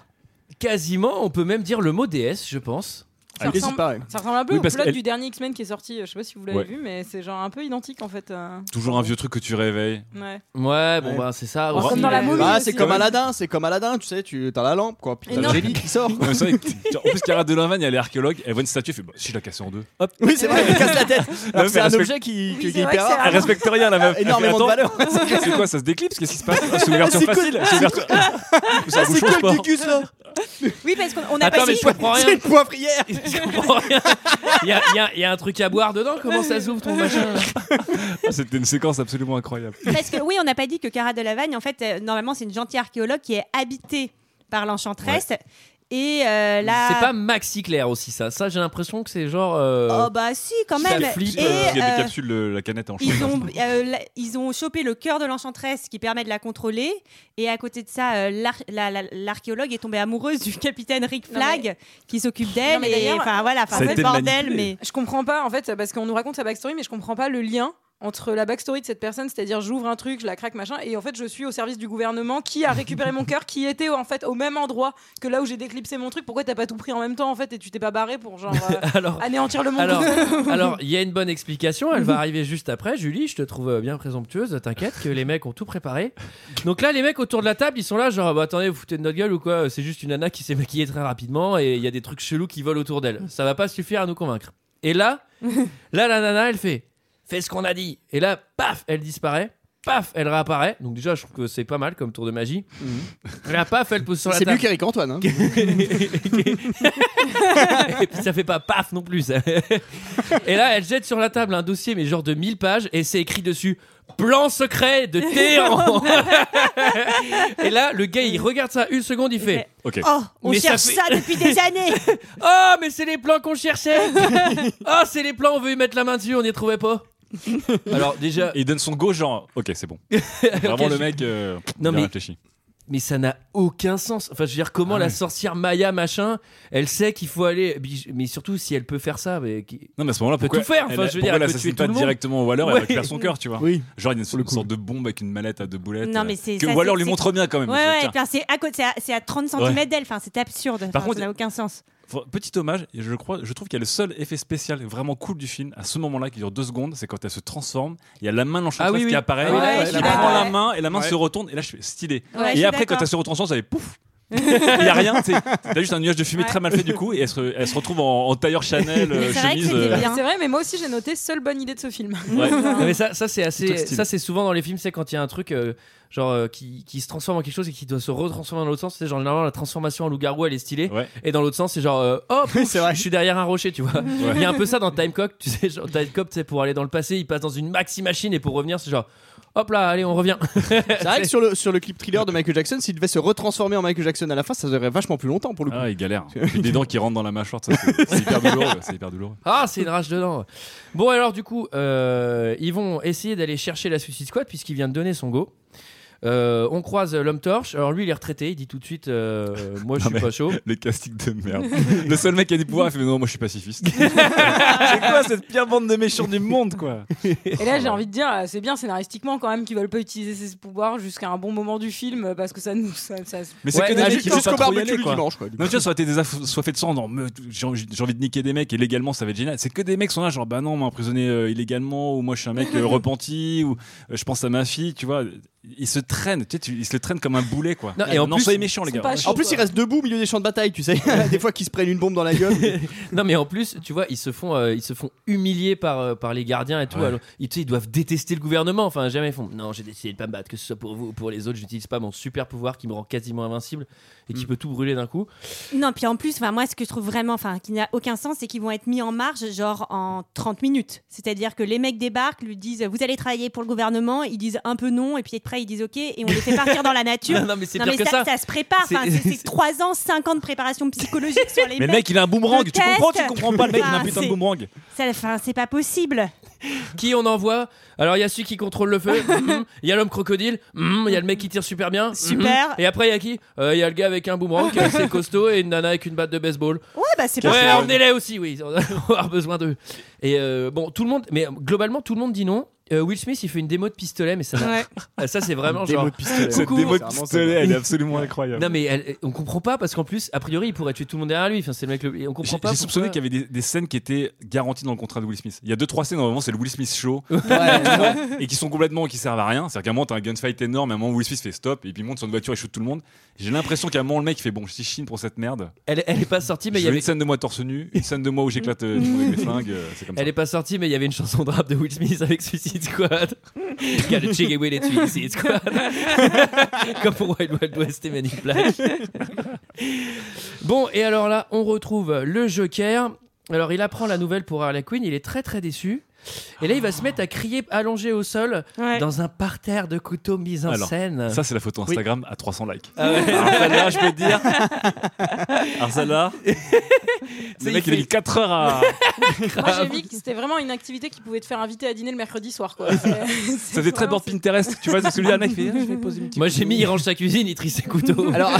[SPEAKER 1] Quasiment, on peut même dire le mot déesse, je pense.
[SPEAKER 7] Ça
[SPEAKER 6] Allez,
[SPEAKER 7] ressemble-
[SPEAKER 6] c'est pareil.
[SPEAKER 7] Ça ressemble un peu
[SPEAKER 8] Oui,
[SPEAKER 7] au
[SPEAKER 8] parce
[SPEAKER 7] plot
[SPEAKER 8] qu'elle-
[SPEAKER 7] du dernier X-Men qui est sorti. euh, Je sais pas si vous l'avez
[SPEAKER 8] Ouais.
[SPEAKER 7] vu, mais c'est genre un peu identique en fait. euh,
[SPEAKER 8] Toujours un vieux truc que tu réveilles.
[SPEAKER 7] Ouais.
[SPEAKER 1] Ouais, bon
[SPEAKER 6] Ouais.
[SPEAKER 1] bah c'est ça.
[SPEAKER 7] Comme
[SPEAKER 1] aussi.
[SPEAKER 7] dans la momie
[SPEAKER 6] Bah,
[SPEAKER 7] aussi.
[SPEAKER 6] c'est comme Aladdin, c'est comme Aladdin, tu sais, tu t'as la lampe quoi, puis
[SPEAKER 10] Et
[SPEAKER 6] t'as
[SPEAKER 10] non.
[SPEAKER 6] le génie
[SPEAKER 10] <laughs>
[SPEAKER 6] qui sort.
[SPEAKER 8] Non, mais c'est vrai que- en plus, Cara Delevingne, elle est archéologue, elle voit une statue, elle fait bah, si je la cassée en deux. Hop,
[SPEAKER 6] Oui, c'est vrai, elle casse la
[SPEAKER 8] <laughs>
[SPEAKER 6] tête. Alors que
[SPEAKER 8] mais
[SPEAKER 6] c'est un
[SPEAKER 8] respecte-
[SPEAKER 6] objet qui, qui-
[SPEAKER 7] Oui,
[SPEAKER 6] qui
[SPEAKER 7] c'est
[SPEAKER 6] est
[SPEAKER 7] vrai
[SPEAKER 6] hyper
[SPEAKER 7] que c'est
[SPEAKER 6] rare.
[SPEAKER 8] elle respecte rien, la meuf.
[SPEAKER 6] Ah Énormément de valeur.
[SPEAKER 8] valeur. C'est quoi, ça se déclipse Qu'est-ce qui se passe Ah, C'est une ouverture
[SPEAKER 6] C'est quoi-
[SPEAKER 8] facile, c'est une ouverture. <laughs> C'est un
[SPEAKER 6] C'est
[SPEAKER 8] bouchon
[SPEAKER 6] quoi
[SPEAKER 8] sport.
[SPEAKER 6] le cucus là
[SPEAKER 10] Oui, parce qu'on on n'a
[SPEAKER 1] Attends,
[SPEAKER 10] pas
[SPEAKER 1] mais
[SPEAKER 10] dit.
[SPEAKER 1] je comprends rien.
[SPEAKER 6] <laughs> C'est une poivrière
[SPEAKER 1] Je comprends rien. Il y a, il y a- il y a un truc à boire dedans Comment ça s'ouvre ton machin
[SPEAKER 8] Ah, C'était une séquence absolument incroyable.
[SPEAKER 10] Parce que oui, on n'a pas dit que Cara Delevingne, en fait, euh, normalement, c'est une gentille archéologue qui est habitée par l'enchantresse. Et euh, là.
[SPEAKER 1] C'est pas maxi clair aussi ça. Ça j'ai l'impression que c'est genre. euh,
[SPEAKER 10] Oh bah si, quand
[SPEAKER 1] ça
[SPEAKER 10] même.
[SPEAKER 1] flippe,
[SPEAKER 10] Et,
[SPEAKER 8] Il y a des
[SPEAKER 10] euh,
[SPEAKER 8] capsules, le- la canette en
[SPEAKER 10] Ils
[SPEAKER 8] chambre.
[SPEAKER 10] ont, euh, la- ils ont chopé le cœur de l'enchantresse qui permet de la contrôler. Et à côté de ça, euh, l'ar- la- la- l'archéologue est tombée amoureuse du capitaine Rick
[SPEAKER 7] Non,
[SPEAKER 10] Flag qui s'occupe
[SPEAKER 7] Non,
[SPEAKER 10] d'elle.
[SPEAKER 7] mais
[SPEAKER 10] Et
[SPEAKER 7] d'ailleurs,
[SPEAKER 10] enfin voilà, enfin,
[SPEAKER 8] Ça a
[SPEAKER 10] c'est
[SPEAKER 8] été
[SPEAKER 10] le bordel.
[SPEAKER 8] manipulé.
[SPEAKER 10] Mais
[SPEAKER 7] Je comprends pas en fait parce qu'on nous raconte sa backstory, mais je comprends pas le lien entre la backstory de cette personne, c'est-à-dire j'ouvre un truc, je la craque machin, et en fait je suis au service du gouvernement qui a récupéré mon cœur, qui était en fait au même endroit que là où j'ai déclipsé mon truc. Pourquoi t'as pas tout pris en même temps en fait et tu t'es pas barré pour genre euh,
[SPEAKER 1] <laughs> Alors,
[SPEAKER 7] anéantir
[SPEAKER 9] Ah,
[SPEAKER 7] le monde
[SPEAKER 1] alors, alors, il y a une bonne explication. Elle va arriver juste après. Julie, je te trouve euh, bien présomptueuse. T'inquiète, que les mecs ont tout préparé. Donc là, les mecs autour de la table, ils sont là, genre, Ah bah, attendez, vous foutez de notre gueule ou quoi C'est juste une nana qui s'est maquillée très rapidement et il y a des trucs chelous qui volent autour d'elle. Ça va pas suffire à nous convaincre. Et là, là, la nana, elle fait, fais ce qu'on a dit. Et là, paf, elle disparaît. Paf, elle réapparaît. Donc déjà, je trouve que c'est pas mal comme tour de magie. Là, paf, elle pose sur la
[SPEAKER 6] C'est
[SPEAKER 1] table.
[SPEAKER 6] mieux qu'Eric Antoine. hein.
[SPEAKER 8] <laughs>
[SPEAKER 1] Et puis ça fait pas paf non plus. ça. Et là, elle jette sur la table un dossier, mais genre de 1000 pages, et c'est écrit dessus Plan secret de Téhéran. et là, le gars, il regarde ça une seconde, il fait
[SPEAKER 8] Ok.
[SPEAKER 10] oh, on
[SPEAKER 1] Mais ça
[SPEAKER 10] cherche
[SPEAKER 1] fait-
[SPEAKER 10] ça, depuis des
[SPEAKER 1] <laughs>
[SPEAKER 10] années.
[SPEAKER 1] Oh, mais c'est les plans qu'on cherchait Oh, c'est les plans, on veut y mettre la main dessus, on n'y trouvait pas. Alors, déjà,
[SPEAKER 8] Et il donne son go, genre, ok, c'est bon. Vraiment,
[SPEAKER 1] Ok,
[SPEAKER 8] le
[SPEAKER 1] je-
[SPEAKER 8] mec, euh,
[SPEAKER 1] Non,
[SPEAKER 8] bien
[SPEAKER 1] mais-
[SPEAKER 8] réfléchi.
[SPEAKER 1] mais ça n'a aucun sens. Enfin, je veux dire, comment
[SPEAKER 8] Ah
[SPEAKER 1] la
[SPEAKER 8] ouais.
[SPEAKER 1] sorcière Maya, machin, elle sait qu'il faut aller. Mais surtout, si elle peut faire ça, mais qui-
[SPEAKER 8] Non, mais à ce moment-là,
[SPEAKER 1] peut
[SPEAKER 8] pourquoi
[SPEAKER 1] tout faire,
[SPEAKER 8] elle-
[SPEAKER 1] enfin, je veux
[SPEAKER 8] pourquoi
[SPEAKER 1] dire, elle peut
[SPEAKER 8] elle
[SPEAKER 1] tuer
[SPEAKER 8] assassine
[SPEAKER 1] tout
[SPEAKER 8] pas
[SPEAKER 1] le monde.
[SPEAKER 8] directement ou alors
[SPEAKER 1] Ouais.
[SPEAKER 8] elle récupère son cœur, tu vois
[SPEAKER 6] Oui.
[SPEAKER 8] Genre, il y a une,
[SPEAKER 6] le
[SPEAKER 8] une
[SPEAKER 6] coup.
[SPEAKER 8] sorte de bombe avec une mallette à deux boulettes.
[SPEAKER 10] Non,
[SPEAKER 8] euh,
[SPEAKER 10] mais c'est-
[SPEAKER 8] que-
[SPEAKER 10] ça,
[SPEAKER 8] Ou alors
[SPEAKER 10] c'est-
[SPEAKER 8] lui montre bien quand même.
[SPEAKER 10] Ouais,
[SPEAKER 8] je veux
[SPEAKER 10] ouais,
[SPEAKER 8] dire.
[SPEAKER 10] et puis alors, c'est à côté, c'est à, c'est à 30 cm d'elle. Enfin, c'est absurde. Enfin,
[SPEAKER 8] Par contre,
[SPEAKER 10] ça n'a aucun sens.
[SPEAKER 8] Faut- Petit hommage, et je crois, je trouve qu'il y a le seul effet spécial vraiment cool du film à ce moment-là qui dure deux secondes, c'est quand elle se transforme, il y a la main de l'enchantresse
[SPEAKER 1] Ah oui, oui.
[SPEAKER 8] qui apparaît,
[SPEAKER 1] Ah oui,
[SPEAKER 10] ouais,
[SPEAKER 8] qui
[SPEAKER 10] je suis
[SPEAKER 8] prend
[SPEAKER 10] d'accord.
[SPEAKER 8] la main et la main
[SPEAKER 6] Ouais.
[SPEAKER 8] se retourne et là je fais stylé.
[SPEAKER 10] Ouais, je
[SPEAKER 8] et
[SPEAKER 10] suis
[SPEAKER 8] après quand
[SPEAKER 10] d'accord.
[SPEAKER 8] elle se retransforme, ça
[SPEAKER 10] <laughs>
[SPEAKER 8] fait pouf. Il y a rien, tu sais. t'as juste un nuage de fumée
[SPEAKER 7] Ouais.
[SPEAKER 8] très mal fait du coup et elle se, elle se retrouve en, en tailleur Chanel, euh,
[SPEAKER 10] Mais c'est vrai que
[SPEAKER 8] chemise.
[SPEAKER 10] c'était
[SPEAKER 8] euh,
[SPEAKER 10] bien.
[SPEAKER 7] C'est vrai, mais moi aussi j'ai noté seule bonne idée de ce film.
[SPEAKER 8] ouais.
[SPEAKER 1] Non, mais ça, ça c'est
[SPEAKER 8] Plutôt
[SPEAKER 1] assez.
[SPEAKER 8] le style.
[SPEAKER 1] Ça c'est souvent dans les films, c'est quand il y a un truc euh, genre euh, qui, qui se transforme en quelque chose et qui doit se retransformer dans l'autre sens. C'est genre généralement la transformation en loup-garou, elle est stylée.
[SPEAKER 8] Ouais.
[SPEAKER 1] Et dans l'autre sens, c'est genre euh,
[SPEAKER 8] <laughs>
[SPEAKER 1] oh,
[SPEAKER 6] Oui,
[SPEAKER 1] pouf,
[SPEAKER 6] c'est vrai.
[SPEAKER 1] je suis derrière un rocher, tu vois. Il y a un peu ça dans Time Cop, tu sais, genre Time Cop, tu sais, pour aller dans le passé, il passe dans une maxi machine et pour revenir, c'est genre hop là, allez, on revient. <laughs>
[SPEAKER 6] C'est vrai que sur le, sur le clip thriller de Michael Jackson, s'il devait se retransformer en Michael Jackson à la fin, ça durerait vachement plus longtemps pour le coup.
[SPEAKER 8] Ah, il galère. Il y a des dents qui rentrent dans la mâchoire, ça, c'est c'est hyper douloureux. C'est hyper douloureux.
[SPEAKER 1] Ah, c'est une rage dedans. Bon, alors du coup, euh, ils vont essayer d'aller chercher la Suicide Squad puisqu'il vient de donner son go. Euh, on croise l'homme torche. Alors lui, il est retraité. Il dit tout de suite euh, Moi, je
[SPEAKER 8] Non,
[SPEAKER 1] suis
[SPEAKER 8] mais
[SPEAKER 1] pas chaud.
[SPEAKER 8] Le casting de <laughs> merde. le seul mec qui a des pouvoirs, il fait non, moi je suis <laughs> pacifiste.
[SPEAKER 7] C'est
[SPEAKER 8] quoi cette pire bande de méchants du monde, quoi
[SPEAKER 7] Et là, j'ai envie de dire, euh, c'est bien scénaristiquement quand même qu'ils veulent pas utiliser ces pouvoirs jusqu'à un bon moment du film euh, parce que ça nous. Ça, ça-
[SPEAKER 8] Mais c'est que
[SPEAKER 6] Ah,
[SPEAKER 8] des mecs qui veulent pas trop y aller, quoi.
[SPEAKER 6] du
[SPEAKER 8] ah, Non, tu vois, ça aurait été des assoiffés de sang. non, me- J'ai envie j'ai envie de niquer des mecs et légalement, ça va être génial. C'est que des mecs qui sont là, genre, bah non, on m'a emprisonné euh, illégalement, ou moi je suis un mec euh, <laughs> repenti, ou euh, je pense à ma fille, tu vois. Ils se traînent, tu sais, tu- ils se le traînent comme un boulet, quoi. soyez méchants, les gars.
[SPEAKER 6] en plus, ils restent debout au milieu des champs de bataille, tu sais.
[SPEAKER 8] <laughs>
[SPEAKER 6] des fois qu'ils se prennent une bombe dans la gueule.
[SPEAKER 1] non mais en plus, tu vois, ils se font, euh, ils se font humilier par, euh, par les gardiens et tout.
[SPEAKER 6] Ouais.
[SPEAKER 1] Alors, ils, tu sais, ils doivent détester le gouvernement. Enfin, jamais ils font. Non, j'ai décidé de pas me battre, que ce soit pour vous ou pour les autres. J'utilise pas mon super pouvoir qui me rend quasiment invincible et qui peut tout brûler d'un coup.
[SPEAKER 10] Non, puis en plus, enfin, moi, ce que je trouve vraiment, enfin, qui n'a aucun sens, c'est qu'ils vont être mis en marge, genre en 30 minutes. C'est-à-dire que les mecs débarquent, lui disent, vous allez travailler pour le gouvernement, ils disent un peu non, et puis après ils disent ok, et on les fait partir dans la nature.
[SPEAKER 1] <laughs>
[SPEAKER 8] <laughs>
[SPEAKER 1] Non, non, mais c'est pire que
[SPEAKER 10] ça,
[SPEAKER 1] ça.
[SPEAKER 10] se prépare. Enfin,
[SPEAKER 1] C'est-
[SPEAKER 10] c'est- c'est 3 ans, 5 ans de préparation psychologique sur les
[SPEAKER 8] Mais le
[SPEAKER 10] mecs.
[SPEAKER 8] mec, il a un boomerang,
[SPEAKER 10] Le
[SPEAKER 8] tu comprends,
[SPEAKER 10] test.
[SPEAKER 8] tu comprends pas, le mec, il a un
[SPEAKER 10] Enfin,
[SPEAKER 8] putain de
[SPEAKER 10] c'est-
[SPEAKER 8] boomerang.
[SPEAKER 10] ça- Enfin, c'est pas possible.
[SPEAKER 1] Qui on envoie Alors il y a celui qui contrôle le feu. mhm. Il y a l'homme crocodile. mhm. Il y a le mec qui tire super bien. mhm.
[SPEAKER 10] Super.
[SPEAKER 1] Et après il y a qui Euh, Il y a le gars avec un boomerang, qui est assez costaud, et une nana avec une batte de baseball.
[SPEAKER 10] Ouais, bah c'est
[SPEAKER 1] Ouais,
[SPEAKER 10] pas
[SPEAKER 1] emmenez-les aussi, oui. <laughs> On va avoir besoin d'eux. Et euh, bon, tout le monde, mais globalement, tout le monde dit non. Euh, Will Smith, il fait une démo de pistolet, mais ça, n'a-
[SPEAKER 10] Ouais.
[SPEAKER 8] <laughs>
[SPEAKER 1] Ah, ça c'est vraiment
[SPEAKER 8] Démo
[SPEAKER 1] genre.
[SPEAKER 8] de pistolet. Cette
[SPEAKER 1] Coucou.
[SPEAKER 8] démo de pistolet, elle est absolument incroyable.
[SPEAKER 1] Non, mais elle- on comprend pas parce qu'en plus, a priori, il pourrait tuer tout le monde derrière lui. Enfin, c'est le mec. Le... et On comprend
[SPEAKER 8] J'ai
[SPEAKER 1] pas.
[SPEAKER 8] j'ai soupçonné
[SPEAKER 1] pourquoi-
[SPEAKER 8] qu'il y avait des, des scènes qui étaient garanties dans le contrat de Will Smith. Il y a deux trois scènes normalement c'est le Will Smith show <laughs> et qui sont complètement qui servent à rien. C'est-à-dire qu'à un moment t'as un gunfight énorme, à un moment Will Smith fait stop et puis il monte sur une voiture et shoot tout le monde. J'ai l'impression qu'à un moment le mec il fait bon si je chine pour cette merde.
[SPEAKER 1] Elle, elle est pas sortie, mais il
[SPEAKER 8] Je
[SPEAKER 1] y
[SPEAKER 8] veux
[SPEAKER 1] avait.
[SPEAKER 8] une scène de moi torse nu, une scène de moi où j'éclate euh, tout le monde avec mes flingues. euh, c'est comme ça.
[SPEAKER 1] Elle est pas sortie, mais il y avait une chanson de rap de Will Smith avec Suicide
[SPEAKER 8] <laughs>
[SPEAKER 1] Squad. Gotta check away the Suicide Squad. Comme pour Wild Wild West et Men in Black. Bon, et alors là, on retrouve le Joker. Alors, il apprend la nouvelle pour Harley Quinn. Il est très très déçu. Et là, il va se mettre à crier allongé au sol
[SPEAKER 10] Ouais.
[SPEAKER 1] dans un parterre de couteaux mis en
[SPEAKER 8] Alors,
[SPEAKER 1] scène.
[SPEAKER 8] Ça c'est la photo
[SPEAKER 1] Oui.
[SPEAKER 8] Instagram à 300 likes.
[SPEAKER 1] Ah ouais.
[SPEAKER 8] Alors celle-là je peux te dire.
[SPEAKER 1] <laughs>
[SPEAKER 8] Alors celle-là.
[SPEAKER 1] il
[SPEAKER 8] Le mec il a
[SPEAKER 1] fait-
[SPEAKER 8] mis 4
[SPEAKER 1] <laughs>
[SPEAKER 8] heures à.
[SPEAKER 7] Moi, j'ai vu que c'était vraiment une activité qui pouvait te faire inviter à dîner le mercredi soir.
[SPEAKER 1] <laughs>
[SPEAKER 7] Quoi.
[SPEAKER 8] Ça faisait très bord Pinterest, tu vois, c'est celui-là, le mec fait, Ah, je vais poser une petite
[SPEAKER 1] Moi, j'ai mis, il range sa cuisine, il trie ses couteaux.
[SPEAKER 6] Alors,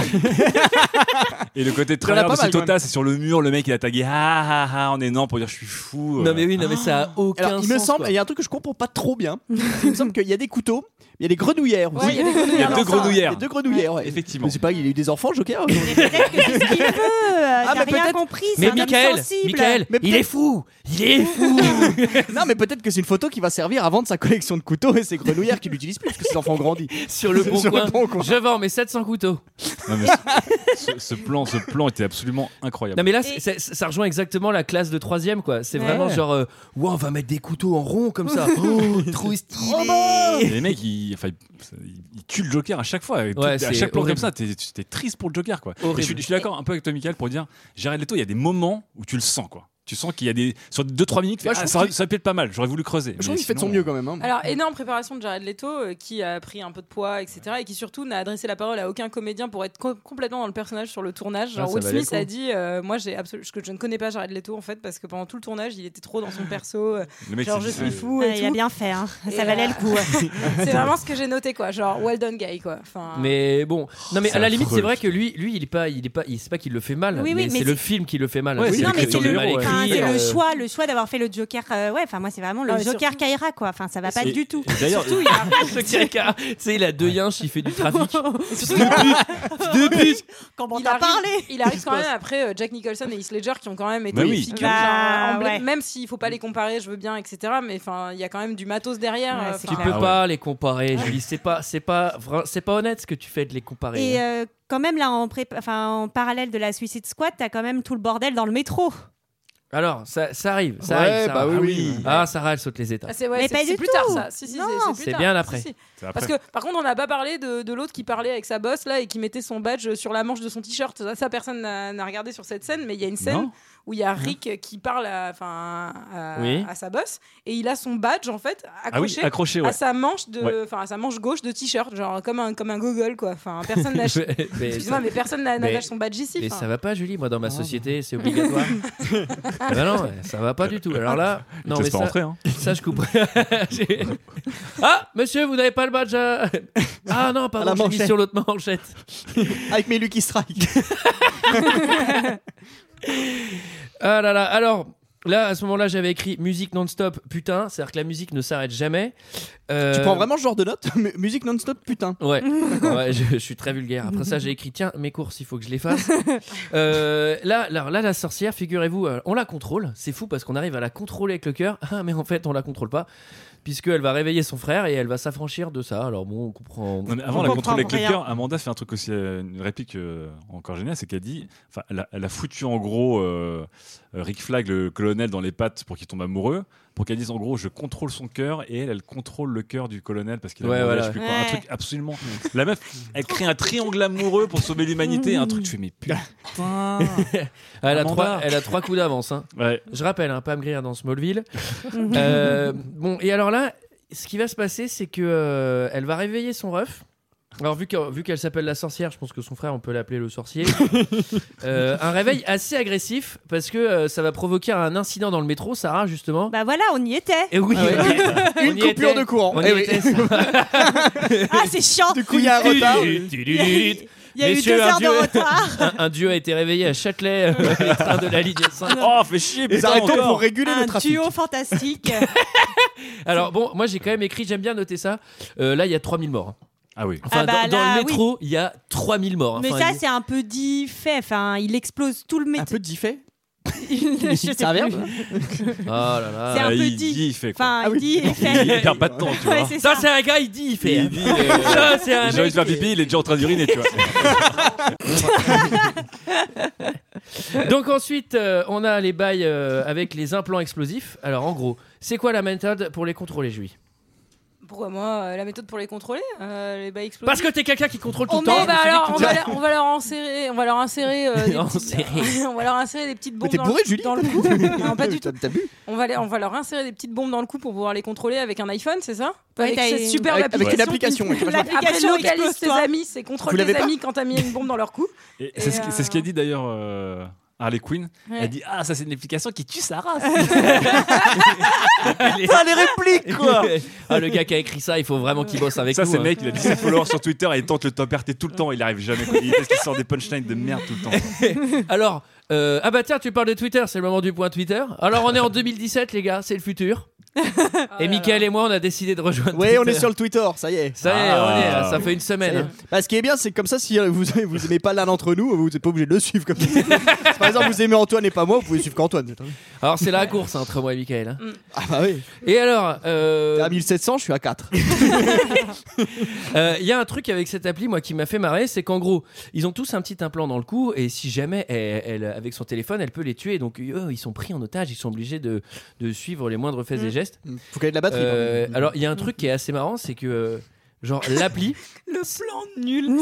[SPEAKER 8] Et le côté de
[SPEAKER 1] Il y en a
[SPEAKER 8] travers
[SPEAKER 1] pas mal,
[SPEAKER 8] de
[SPEAKER 1] quand
[SPEAKER 8] Citota, c'est sur le mur, le mec il a tagué ah ah ah en énorme pour dire je suis fou. euh.
[SPEAKER 1] Non, mais oui, non, mais ça a aucun
[SPEAKER 6] Alors, il me
[SPEAKER 1] sens,
[SPEAKER 6] semble,
[SPEAKER 1] quoi.
[SPEAKER 6] il y a un truc que je comprends pas trop bien. il me semble qu'il y a des couteaux, mais il y a des grenouillères. aussi.
[SPEAKER 7] Ouais, il y a
[SPEAKER 10] <laughs>
[SPEAKER 7] des grenouillères
[SPEAKER 8] Il y a deux
[SPEAKER 7] dans ça.
[SPEAKER 8] grenouillères.
[SPEAKER 6] Il y a deux grenouillères, ouais.
[SPEAKER 8] Effectivement.
[SPEAKER 6] Je sais pas, il a eu des enfants, Joker
[SPEAKER 10] Il veut, euh, t'as
[SPEAKER 6] Ah, mais
[SPEAKER 10] rien
[SPEAKER 6] peut-être-
[SPEAKER 10] compris. c'est
[SPEAKER 1] Mais
[SPEAKER 10] un homme
[SPEAKER 1] Michael,
[SPEAKER 10] sensible.
[SPEAKER 1] Michael,
[SPEAKER 6] Mais
[SPEAKER 1] il
[SPEAKER 6] peut-être-
[SPEAKER 1] est fou, il est fou.
[SPEAKER 6] <laughs> Non, mais peut-être que c'est une photo qui va servir à vendre sa collection de couteaux et ses grenouillères qu'il n'utilise plus parce que ses enfants ont grandi.
[SPEAKER 10] <laughs>
[SPEAKER 1] Sur <laughs> le bon
[SPEAKER 6] Sur le
[SPEAKER 1] coin,
[SPEAKER 6] bon coin.
[SPEAKER 1] je vends mes 700 couteaux.
[SPEAKER 8] Non, mais ce, ce- ce plan, ce plan était absolument incroyable.
[SPEAKER 1] Non mais là,
[SPEAKER 10] Et-
[SPEAKER 1] c'est- c'est- ça rejoint exactement la classe de troisième quoi. C'est
[SPEAKER 10] Ouais.
[SPEAKER 1] vraiment genre, euh, Ouah, on va mettre des couteaux en rond
[SPEAKER 10] <laughs>
[SPEAKER 1] comme ça. Oh, trop stylé.
[SPEAKER 8] Et les mecs, ils, enfin, ils- ils tuent le Joker à chaque fois. Et tout-
[SPEAKER 1] Ouais,
[SPEAKER 8] à
[SPEAKER 1] c'est
[SPEAKER 8] chaque plan
[SPEAKER 1] horrible.
[SPEAKER 8] comme ça, t'es tu- t'es triste pour le Joker. Quoi. Et
[SPEAKER 1] Horrible.
[SPEAKER 8] je suis, je suis d'accord un peu avec toi, Michael, pour dire Jared Leto, il y a des moments où tu le sens. quoi. Tu sens qu'il y a des. Sur 2-3 minutes, tu fais,
[SPEAKER 6] Moi, je
[SPEAKER 8] ah,
[SPEAKER 6] trouve
[SPEAKER 8] ça, aurait-
[SPEAKER 6] qu'il-
[SPEAKER 8] ça aurait pu être pas mal, j'aurais voulu creuser.
[SPEAKER 6] Je trouve
[SPEAKER 8] Mais
[SPEAKER 6] qu'il fait de son
[SPEAKER 8] sinon,
[SPEAKER 6] mieux quand même. hein.
[SPEAKER 7] Alors, énorme préparation de Jared Leto euh, qui a pris un peu de poids, etc. et qui surtout n'a adressé la parole à aucun comédien pour être co- complètement dans le personnage sur le tournage. Genre,
[SPEAKER 1] Ah, ça
[SPEAKER 7] Will
[SPEAKER 1] valait le
[SPEAKER 7] Smith
[SPEAKER 1] coup.
[SPEAKER 7] a dit euh, Moi, j'ai absolument. que je ne connais pas Jared Leto en fait parce que pendant tout le tournage, il était trop dans son perso. euh,
[SPEAKER 8] Le mec,
[SPEAKER 7] genre,
[SPEAKER 8] s'est
[SPEAKER 7] je
[SPEAKER 8] dit,
[SPEAKER 7] suis
[SPEAKER 8] euh,
[SPEAKER 7] fou.
[SPEAKER 10] Ah,
[SPEAKER 7] Et
[SPEAKER 10] il a
[SPEAKER 7] tout.
[SPEAKER 10] bien fait, hein.
[SPEAKER 7] Et,
[SPEAKER 10] ça valait
[SPEAKER 7] euh,
[SPEAKER 10] le <laughs> coup.
[SPEAKER 7] C'est vraiment ce que j'ai noté quoi. Genre, well done guy quoi. Enfin,
[SPEAKER 1] Mais bon, non mais
[SPEAKER 8] C'est
[SPEAKER 1] à la limite
[SPEAKER 8] affreux,
[SPEAKER 1] c'est vrai que lui, lui il est pas, il est pas, il c'est pas qu'il le fait mal,
[SPEAKER 10] Oui, oui,
[SPEAKER 1] mais,
[SPEAKER 10] mais
[SPEAKER 1] c'est
[SPEAKER 10] c'est-
[SPEAKER 1] le film qui le fait mal.
[SPEAKER 8] Ouais,
[SPEAKER 1] C'est
[SPEAKER 8] c'est
[SPEAKER 1] l'écriture
[SPEAKER 8] l'écriture
[SPEAKER 1] de
[SPEAKER 8] du
[SPEAKER 1] mal
[SPEAKER 8] héros, ouais.
[SPEAKER 1] écrite,
[SPEAKER 10] Enfin, c'est
[SPEAKER 1] euh,
[SPEAKER 10] le
[SPEAKER 1] <laughs>
[SPEAKER 10] choix, le choix d'avoir fait le Joker. euh, ouais, enfin moi c'est vraiment le
[SPEAKER 7] Ah, mais
[SPEAKER 10] Joker Kaira quoi. Enfin ça va pas
[SPEAKER 8] Et-
[SPEAKER 10] du tout.
[SPEAKER 8] et D'ailleurs,
[SPEAKER 10] Surtout, il a-
[SPEAKER 1] Ce caca. Tu sais, il a deux yinches, il fait
[SPEAKER 10] <laughs>
[SPEAKER 1] du trafic.
[SPEAKER 10] Quand on
[SPEAKER 7] il
[SPEAKER 10] t'a
[SPEAKER 7] arrive,
[SPEAKER 10] parlé. <laughs>
[SPEAKER 7] il arrive quand même après euh, Jack Nicholson et Heath Ledger qui ont quand même été
[SPEAKER 8] Bah oui.
[SPEAKER 7] des figures,
[SPEAKER 10] Bah,
[SPEAKER 7] genre, emblé-
[SPEAKER 10] ouais.
[SPEAKER 7] même s'il faut pas les comparer, je veux bien, etc. Mais enfin, il y a quand même du matos derrière.
[SPEAKER 10] Ouais,
[SPEAKER 7] euh,
[SPEAKER 10] c'est
[SPEAKER 1] Tu
[SPEAKER 7] enfin,
[SPEAKER 1] peux
[SPEAKER 8] Ah ouais.
[SPEAKER 1] pas les comparer, Julie. C'est pas, c'est pas, vra- c'est pas honnête ce que tu fais de les comparer.
[SPEAKER 10] Et euh, quand même là en, prépa- enfin, en parallèle de la Suicide Squad, t'as quand même tout le bordel dans le métro.
[SPEAKER 1] Alors, ça, ça arrive, ça
[SPEAKER 6] Ouais,
[SPEAKER 1] arrive. ça
[SPEAKER 6] bah
[SPEAKER 1] arrive.
[SPEAKER 6] oui, oui.
[SPEAKER 1] Ah, Sarah, elle saute les étapes.
[SPEAKER 7] ah, c'est ouais,
[SPEAKER 10] Mais
[SPEAKER 7] c'est-
[SPEAKER 10] pas
[SPEAKER 7] c'est
[SPEAKER 10] du
[SPEAKER 7] plus
[SPEAKER 10] tout.
[SPEAKER 7] tard ça. Si, si,
[SPEAKER 10] Non.
[SPEAKER 7] c'est- plus
[SPEAKER 1] C'est
[SPEAKER 7] tard.
[SPEAKER 1] bien après.
[SPEAKER 7] Si, si.
[SPEAKER 8] c'est après.
[SPEAKER 7] Parce que par contre, on n'a pas parlé de, de l'autre qui parlait avec sa bosse là et qui mettait son badge sur la manche de son t-shirt. Ça, ça, personne n'a n'a regardé sur cette scène, mais il y a une scène
[SPEAKER 8] Non.
[SPEAKER 7] où il y a Rick qui parle à, enfin, à,
[SPEAKER 1] Oui.
[SPEAKER 7] à sa bosse et il a son badge en fait
[SPEAKER 8] Ah oui,
[SPEAKER 7] accroché
[SPEAKER 8] accroché, ouais.
[SPEAKER 7] à sa manche de,
[SPEAKER 8] Ouais.
[SPEAKER 7] enfin à sa manche gauche de t-shirt, genre comme un comme un gogol quoi. Enfin,
[SPEAKER 1] <laughs>
[SPEAKER 7] personne n'a
[SPEAKER 1] Mais
[SPEAKER 7] Excuse-moi, mais personne n'a-
[SPEAKER 1] Mais-
[SPEAKER 7] n'attache son badge ici.
[SPEAKER 1] Mais
[SPEAKER 7] enfin.
[SPEAKER 1] ça va pas, Julie. Moi,
[SPEAKER 6] Ah.
[SPEAKER 1] dans ma société, c'est
[SPEAKER 6] <laughs>
[SPEAKER 1] obligatoire. Ah bah non, ça va pas du tout. Alors là, non,
[SPEAKER 8] Je
[SPEAKER 1] mais
[SPEAKER 8] laisse pas
[SPEAKER 1] ça, <laughs>
[SPEAKER 8] rentrer. Hein.
[SPEAKER 1] ça, je couperai. J'ai- ah, monsieur, vous n'avez pas le badge. à- Ah non, pardon,
[SPEAKER 6] À la
[SPEAKER 1] je l'ai mis
[SPEAKER 6] manchette.
[SPEAKER 1] sur l'autre manchette.
[SPEAKER 6] Avec mes Lucky Strike.
[SPEAKER 1] Euh. Ah là là, alors là, à ce moment-là, j'avais écrit musique non-stop, putain, c'est-à-dire que la musique ne s'arrête jamais. Euh,
[SPEAKER 6] Tu prends vraiment ce genre de notes Mu- Musique non-stop, putain.
[SPEAKER 1] Ouais, Ouais, je, je suis très vulgaire. Après ça, j'ai écrit tiens, mes courses, il faut que je les fasse. Euh, là, là, là, la sorcière, figurez-vous, euh, on la contrôle. C'est fou parce qu'on arrive à la contrôler avec le cœur, <laughs> Ah, mais en fait, on la contrôle pas, puisqu'elle va réveiller son frère et elle va s'affranchir de ça. Alors bon, on comprend.
[SPEAKER 8] Non, mais avant,
[SPEAKER 10] On
[SPEAKER 8] la
[SPEAKER 10] comprend
[SPEAKER 8] contrôle avec le
[SPEAKER 10] rien.
[SPEAKER 8] cœur, Amanda fait un truc aussi, euh, une réplique euh, encore géniale, c'est qu'elle dit, enfin, elle, a- elle a foutu en gros euh, euh, Rick Flag, le colonel, dans les pattes pour qu'il tombe amoureux, pour qu'elle dise en gros, je contrôle son cœur, et elle, elle contrôle le cœur du colonel parce qu'il a
[SPEAKER 1] Ouais,
[SPEAKER 8] amoureux,
[SPEAKER 1] voilà.
[SPEAKER 8] je sais plus quoi, un
[SPEAKER 10] Ouais.
[SPEAKER 8] truc absolument. La meuf, elle crée un triangle amoureux pour sauver l'humanité, un truc, tu fais, mais putain.
[SPEAKER 1] Elle a
[SPEAKER 8] Amanda.
[SPEAKER 1] trois, elle a trois coups d'avance. Hein.
[SPEAKER 8] Ouais.
[SPEAKER 1] Je rappelle, hein, Pam Grier dans
[SPEAKER 6] <laughs>
[SPEAKER 1] Smallville. Euh, bon, et alors là, ce qui va se passer, c'est que euh, elle va réveiller son ref. Alors vu que- vu qu'elle s'appelle la sorcière, je pense que son frère, on peut l'appeler le
[SPEAKER 6] <laughs>
[SPEAKER 1] sorcier. Euh, un réveil assez agressif parce que euh, ça va provoquer un incident dans le métro, Sarah justement.
[SPEAKER 10] Bah voilà, on y
[SPEAKER 1] <laughs>
[SPEAKER 10] était.
[SPEAKER 1] et oui,
[SPEAKER 6] Ah ouais.
[SPEAKER 1] on
[SPEAKER 6] <laughs> Une
[SPEAKER 1] y
[SPEAKER 6] coupure
[SPEAKER 1] était.
[SPEAKER 6] de courant.
[SPEAKER 1] On y
[SPEAKER 6] Eh oui.
[SPEAKER 1] était, Sarah.
[SPEAKER 10] Ah, c'est chiant.
[SPEAKER 6] Du coup, il y a un
[SPEAKER 8] Ah
[SPEAKER 6] retard.
[SPEAKER 10] <laughs> Il y a eu- il y a eu
[SPEAKER 1] Messieurs,
[SPEAKER 10] deux
[SPEAKER 1] un
[SPEAKER 10] heures de
[SPEAKER 1] dieu-
[SPEAKER 10] retard.
[SPEAKER 1] <laughs> un, un dieu a été réveillé à Châtelet, euh, <laughs> les trains de la ligne 5.
[SPEAKER 8] Oh, fais chier,
[SPEAKER 6] Les
[SPEAKER 8] putain,
[SPEAKER 6] arrêtons
[SPEAKER 8] encore.
[SPEAKER 6] pour réguler le
[SPEAKER 10] Un
[SPEAKER 6] trafic.
[SPEAKER 10] duo fantastique.
[SPEAKER 1] Alors bon, moi j'ai quand même écrit, j'aime bien noter ça. Euh, là, il y a 3000 morts.
[SPEAKER 8] Ah oui.
[SPEAKER 1] Enfin,
[SPEAKER 10] Ah bah
[SPEAKER 1] dans, dans
[SPEAKER 10] là,
[SPEAKER 1] le métro, il y a 3000 morts. hein.
[SPEAKER 10] Mais
[SPEAKER 1] Enfin,
[SPEAKER 10] ça,
[SPEAKER 1] il-
[SPEAKER 10] c'est un peu dit fait. Enfin, il explose tout le
[SPEAKER 6] Un
[SPEAKER 10] métier.
[SPEAKER 6] peu de
[SPEAKER 7] <laughs>
[SPEAKER 6] diffet.
[SPEAKER 10] <laughs> Je sais
[SPEAKER 6] C'est un
[SPEAKER 10] plus.
[SPEAKER 6] verbe <laughs>
[SPEAKER 1] Oh là là.
[SPEAKER 10] C'est un
[SPEAKER 8] Ah,
[SPEAKER 10] peu
[SPEAKER 8] il
[SPEAKER 10] dit.
[SPEAKER 8] il fait quoi.
[SPEAKER 10] Enfin,
[SPEAKER 6] Ah oui.
[SPEAKER 10] il dit et fait.
[SPEAKER 8] Il perd pas de temps, tu
[SPEAKER 10] <laughs>
[SPEAKER 8] vois.
[SPEAKER 10] Ouais, c'est
[SPEAKER 1] Ça,
[SPEAKER 10] ça.
[SPEAKER 1] c'est un gars, il dit, il fait. hein.
[SPEAKER 8] Il
[SPEAKER 1] <laughs>
[SPEAKER 8] dit, euh,
[SPEAKER 1] Ça, c'est un
[SPEAKER 8] j'ai envie
[SPEAKER 1] mec
[SPEAKER 8] de faire
[SPEAKER 1] qui-
[SPEAKER 8] pipi, il est déjà en train
[SPEAKER 10] <laughs>
[SPEAKER 8] d'uriner, tu vois.
[SPEAKER 1] Donc ensuite, euh, on a les bails euh, avec les implants explosifs. Alors en gros, c'est quoi la méthode pour les contrôler, Julie
[SPEAKER 7] Pourquoi moi euh, La méthode pour les contrôler euh, Les bas explosifs
[SPEAKER 1] Parce que t'es quelqu'un qui contrôle
[SPEAKER 10] Oh,
[SPEAKER 1] tout
[SPEAKER 7] On
[SPEAKER 1] le temps.
[SPEAKER 7] met, bah
[SPEAKER 1] <laughs> je me suis dit,
[SPEAKER 7] alors, on,
[SPEAKER 1] tout
[SPEAKER 7] va
[SPEAKER 1] à-
[SPEAKER 7] leur, on va leur insérer, on va leur
[SPEAKER 6] <laughs>
[SPEAKER 7] insérer, euh, des
[SPEAKER 1] Insérer.
[SPEAKER 7] petites, <laughs> on va leur insérer des petites
[SPEAKER 6] Mais
[SPEAKER 7] bombes
[SPEAKER 6] t'es
[SPEAKER 7] dans,
[SPEAKER 6] bourré,
[SPEAKER 7] le,
[SPEAKER 6] Julie
[SPEAKER 7] dans le cou. <laughs>
[SPEAKER 6] <laughs>
[SPEAKER 7] non, pas du tout.
[SPEAKER 6] T'as- T'as bu
[SPEAKER 7] On va, les- on va leur insérer des petites bombes dans le cou pour pouvoir les contrôler avec un iPhone, c'est ça
[SPEAKER 10] Ouais,
[SPEAKER 7] Avec
[SPEAKER 10] t'as
[SPEAKER 7] cette
[SPEAKER 10] une-
[SPEAKER 7] superbe
[SPEAKER 6] Avec- avec une application, ouais.
[SPEAKER 7] Après,
[SPEAKER 10] L'application
[SPEAKER 7] localise
[SPEAKER 10] explose
[SPEAKER 7] tes
[SPEAKER 10] toi.
[SPEAKER 7] amis, c'est
[SPEAKER 6] Vous
[SPEAKER 7] contrôle
[SPEAKER 6] l'avez
[SPEAKER 7] tes
[SPEAKER 6] pas
[SPEAKER 7] amis quand t'as mis une bombe dans leur cou.
[SPEAKER 8] Et
[SPEAKER 7] Et
[SPEAKER 8] c'est ce,
[SPEAKER 7] euh,
[SPEAKER 8] qui- c'est ce qu'a dit d'ailleurs euh, Harley Quinn.
[SPEAKER 7] Ouais.
[SPEAKER 8] Elle dit Ah, ça c'est une application qui tue Sarah.
[SPEAKER 10] <laughs>
[SPEAKER 6] Ah, les répliques, quoi
[SPEAKER 1] <laughs> Ah, le gars qui a écrit ça, il faut vraiment qu'il bosse avec
[SPEAKER 8] ça,
[SPEAKER 1] nous.
[SPEAKER 8] c'est
[SPEAKER 1] hein.
[SPEAKER 8] le mec, il
[SPEAKER 1] <laughs>
[SPEAKER 8] a 17 followers sur Twitter et il tente le top RT tout le temps. Il arrive jamais. quoi. Il, parce qu'il sort des punchlines de merde tout le temps.
[SPEAKER 1] <laughs> Alors, euh, ah bah tiens, tu parles de Twitter, c'est le moment du point Twitter. Alors on est en 2017, les gars, c'est le futur. Et Michael et moi, on a décidé de rejoindre.
[SPEAKER 6] Ouais, on
[SPEAKER 1] Twitter.
[SPEAKER 6] est sur le Twitter, ça y est.
[SPEAKER 1] Ça y est,
[SPEAKER 8] Ah.
[SPEAKER 1] on est, là, ça fait une semaine. hein.
[SPEAKER 6] Bah, ce qui est bien, c'est que comme ça, si euh, vous, <laughs> vous aimez pas l'un d'entre nous, vous n'êtes pas obligé de le suivre comme ça. Si, Par exemple, vous aimez Antoine et pas moi, vous pouvez suivre qu'Antoine.
[SPEAKER 1] Alors c'est la course hein, entre moi et Michael. hein.
[SPEAKER 6] Ah bah oui.
[SPEAKER 1] Et alors, euh,
[SPEAKER 6] T'es à 1700, je suis à 4.
[SPEAKER 1] Euh, Il y a un truc avec cette appli, moi, qui m'a fait marrer, c'est qu'en gros, ils ont tous un petit implant dans le cou, et si jamais, elle, elle- avec son téléphone, elle peut les tuer. Donc, eux, ils sont pris en otage, ils sont obligés de, de suivre les moindres faits et gestes.
[SPEAKER 6] Faut qu'elle ait de la batterie. hein.
[SPEAKER 1] Euh,
[SPEAKER 6] pardon.
[SPEAKER 1] alors, il y a un truc qui est assez marrant, c'est que, euh, genre,
[SPEAKER 6] <laughs>
[SPEAKER 1] l'appli,
[SPEAKER 7] Le plan <laughs> nul.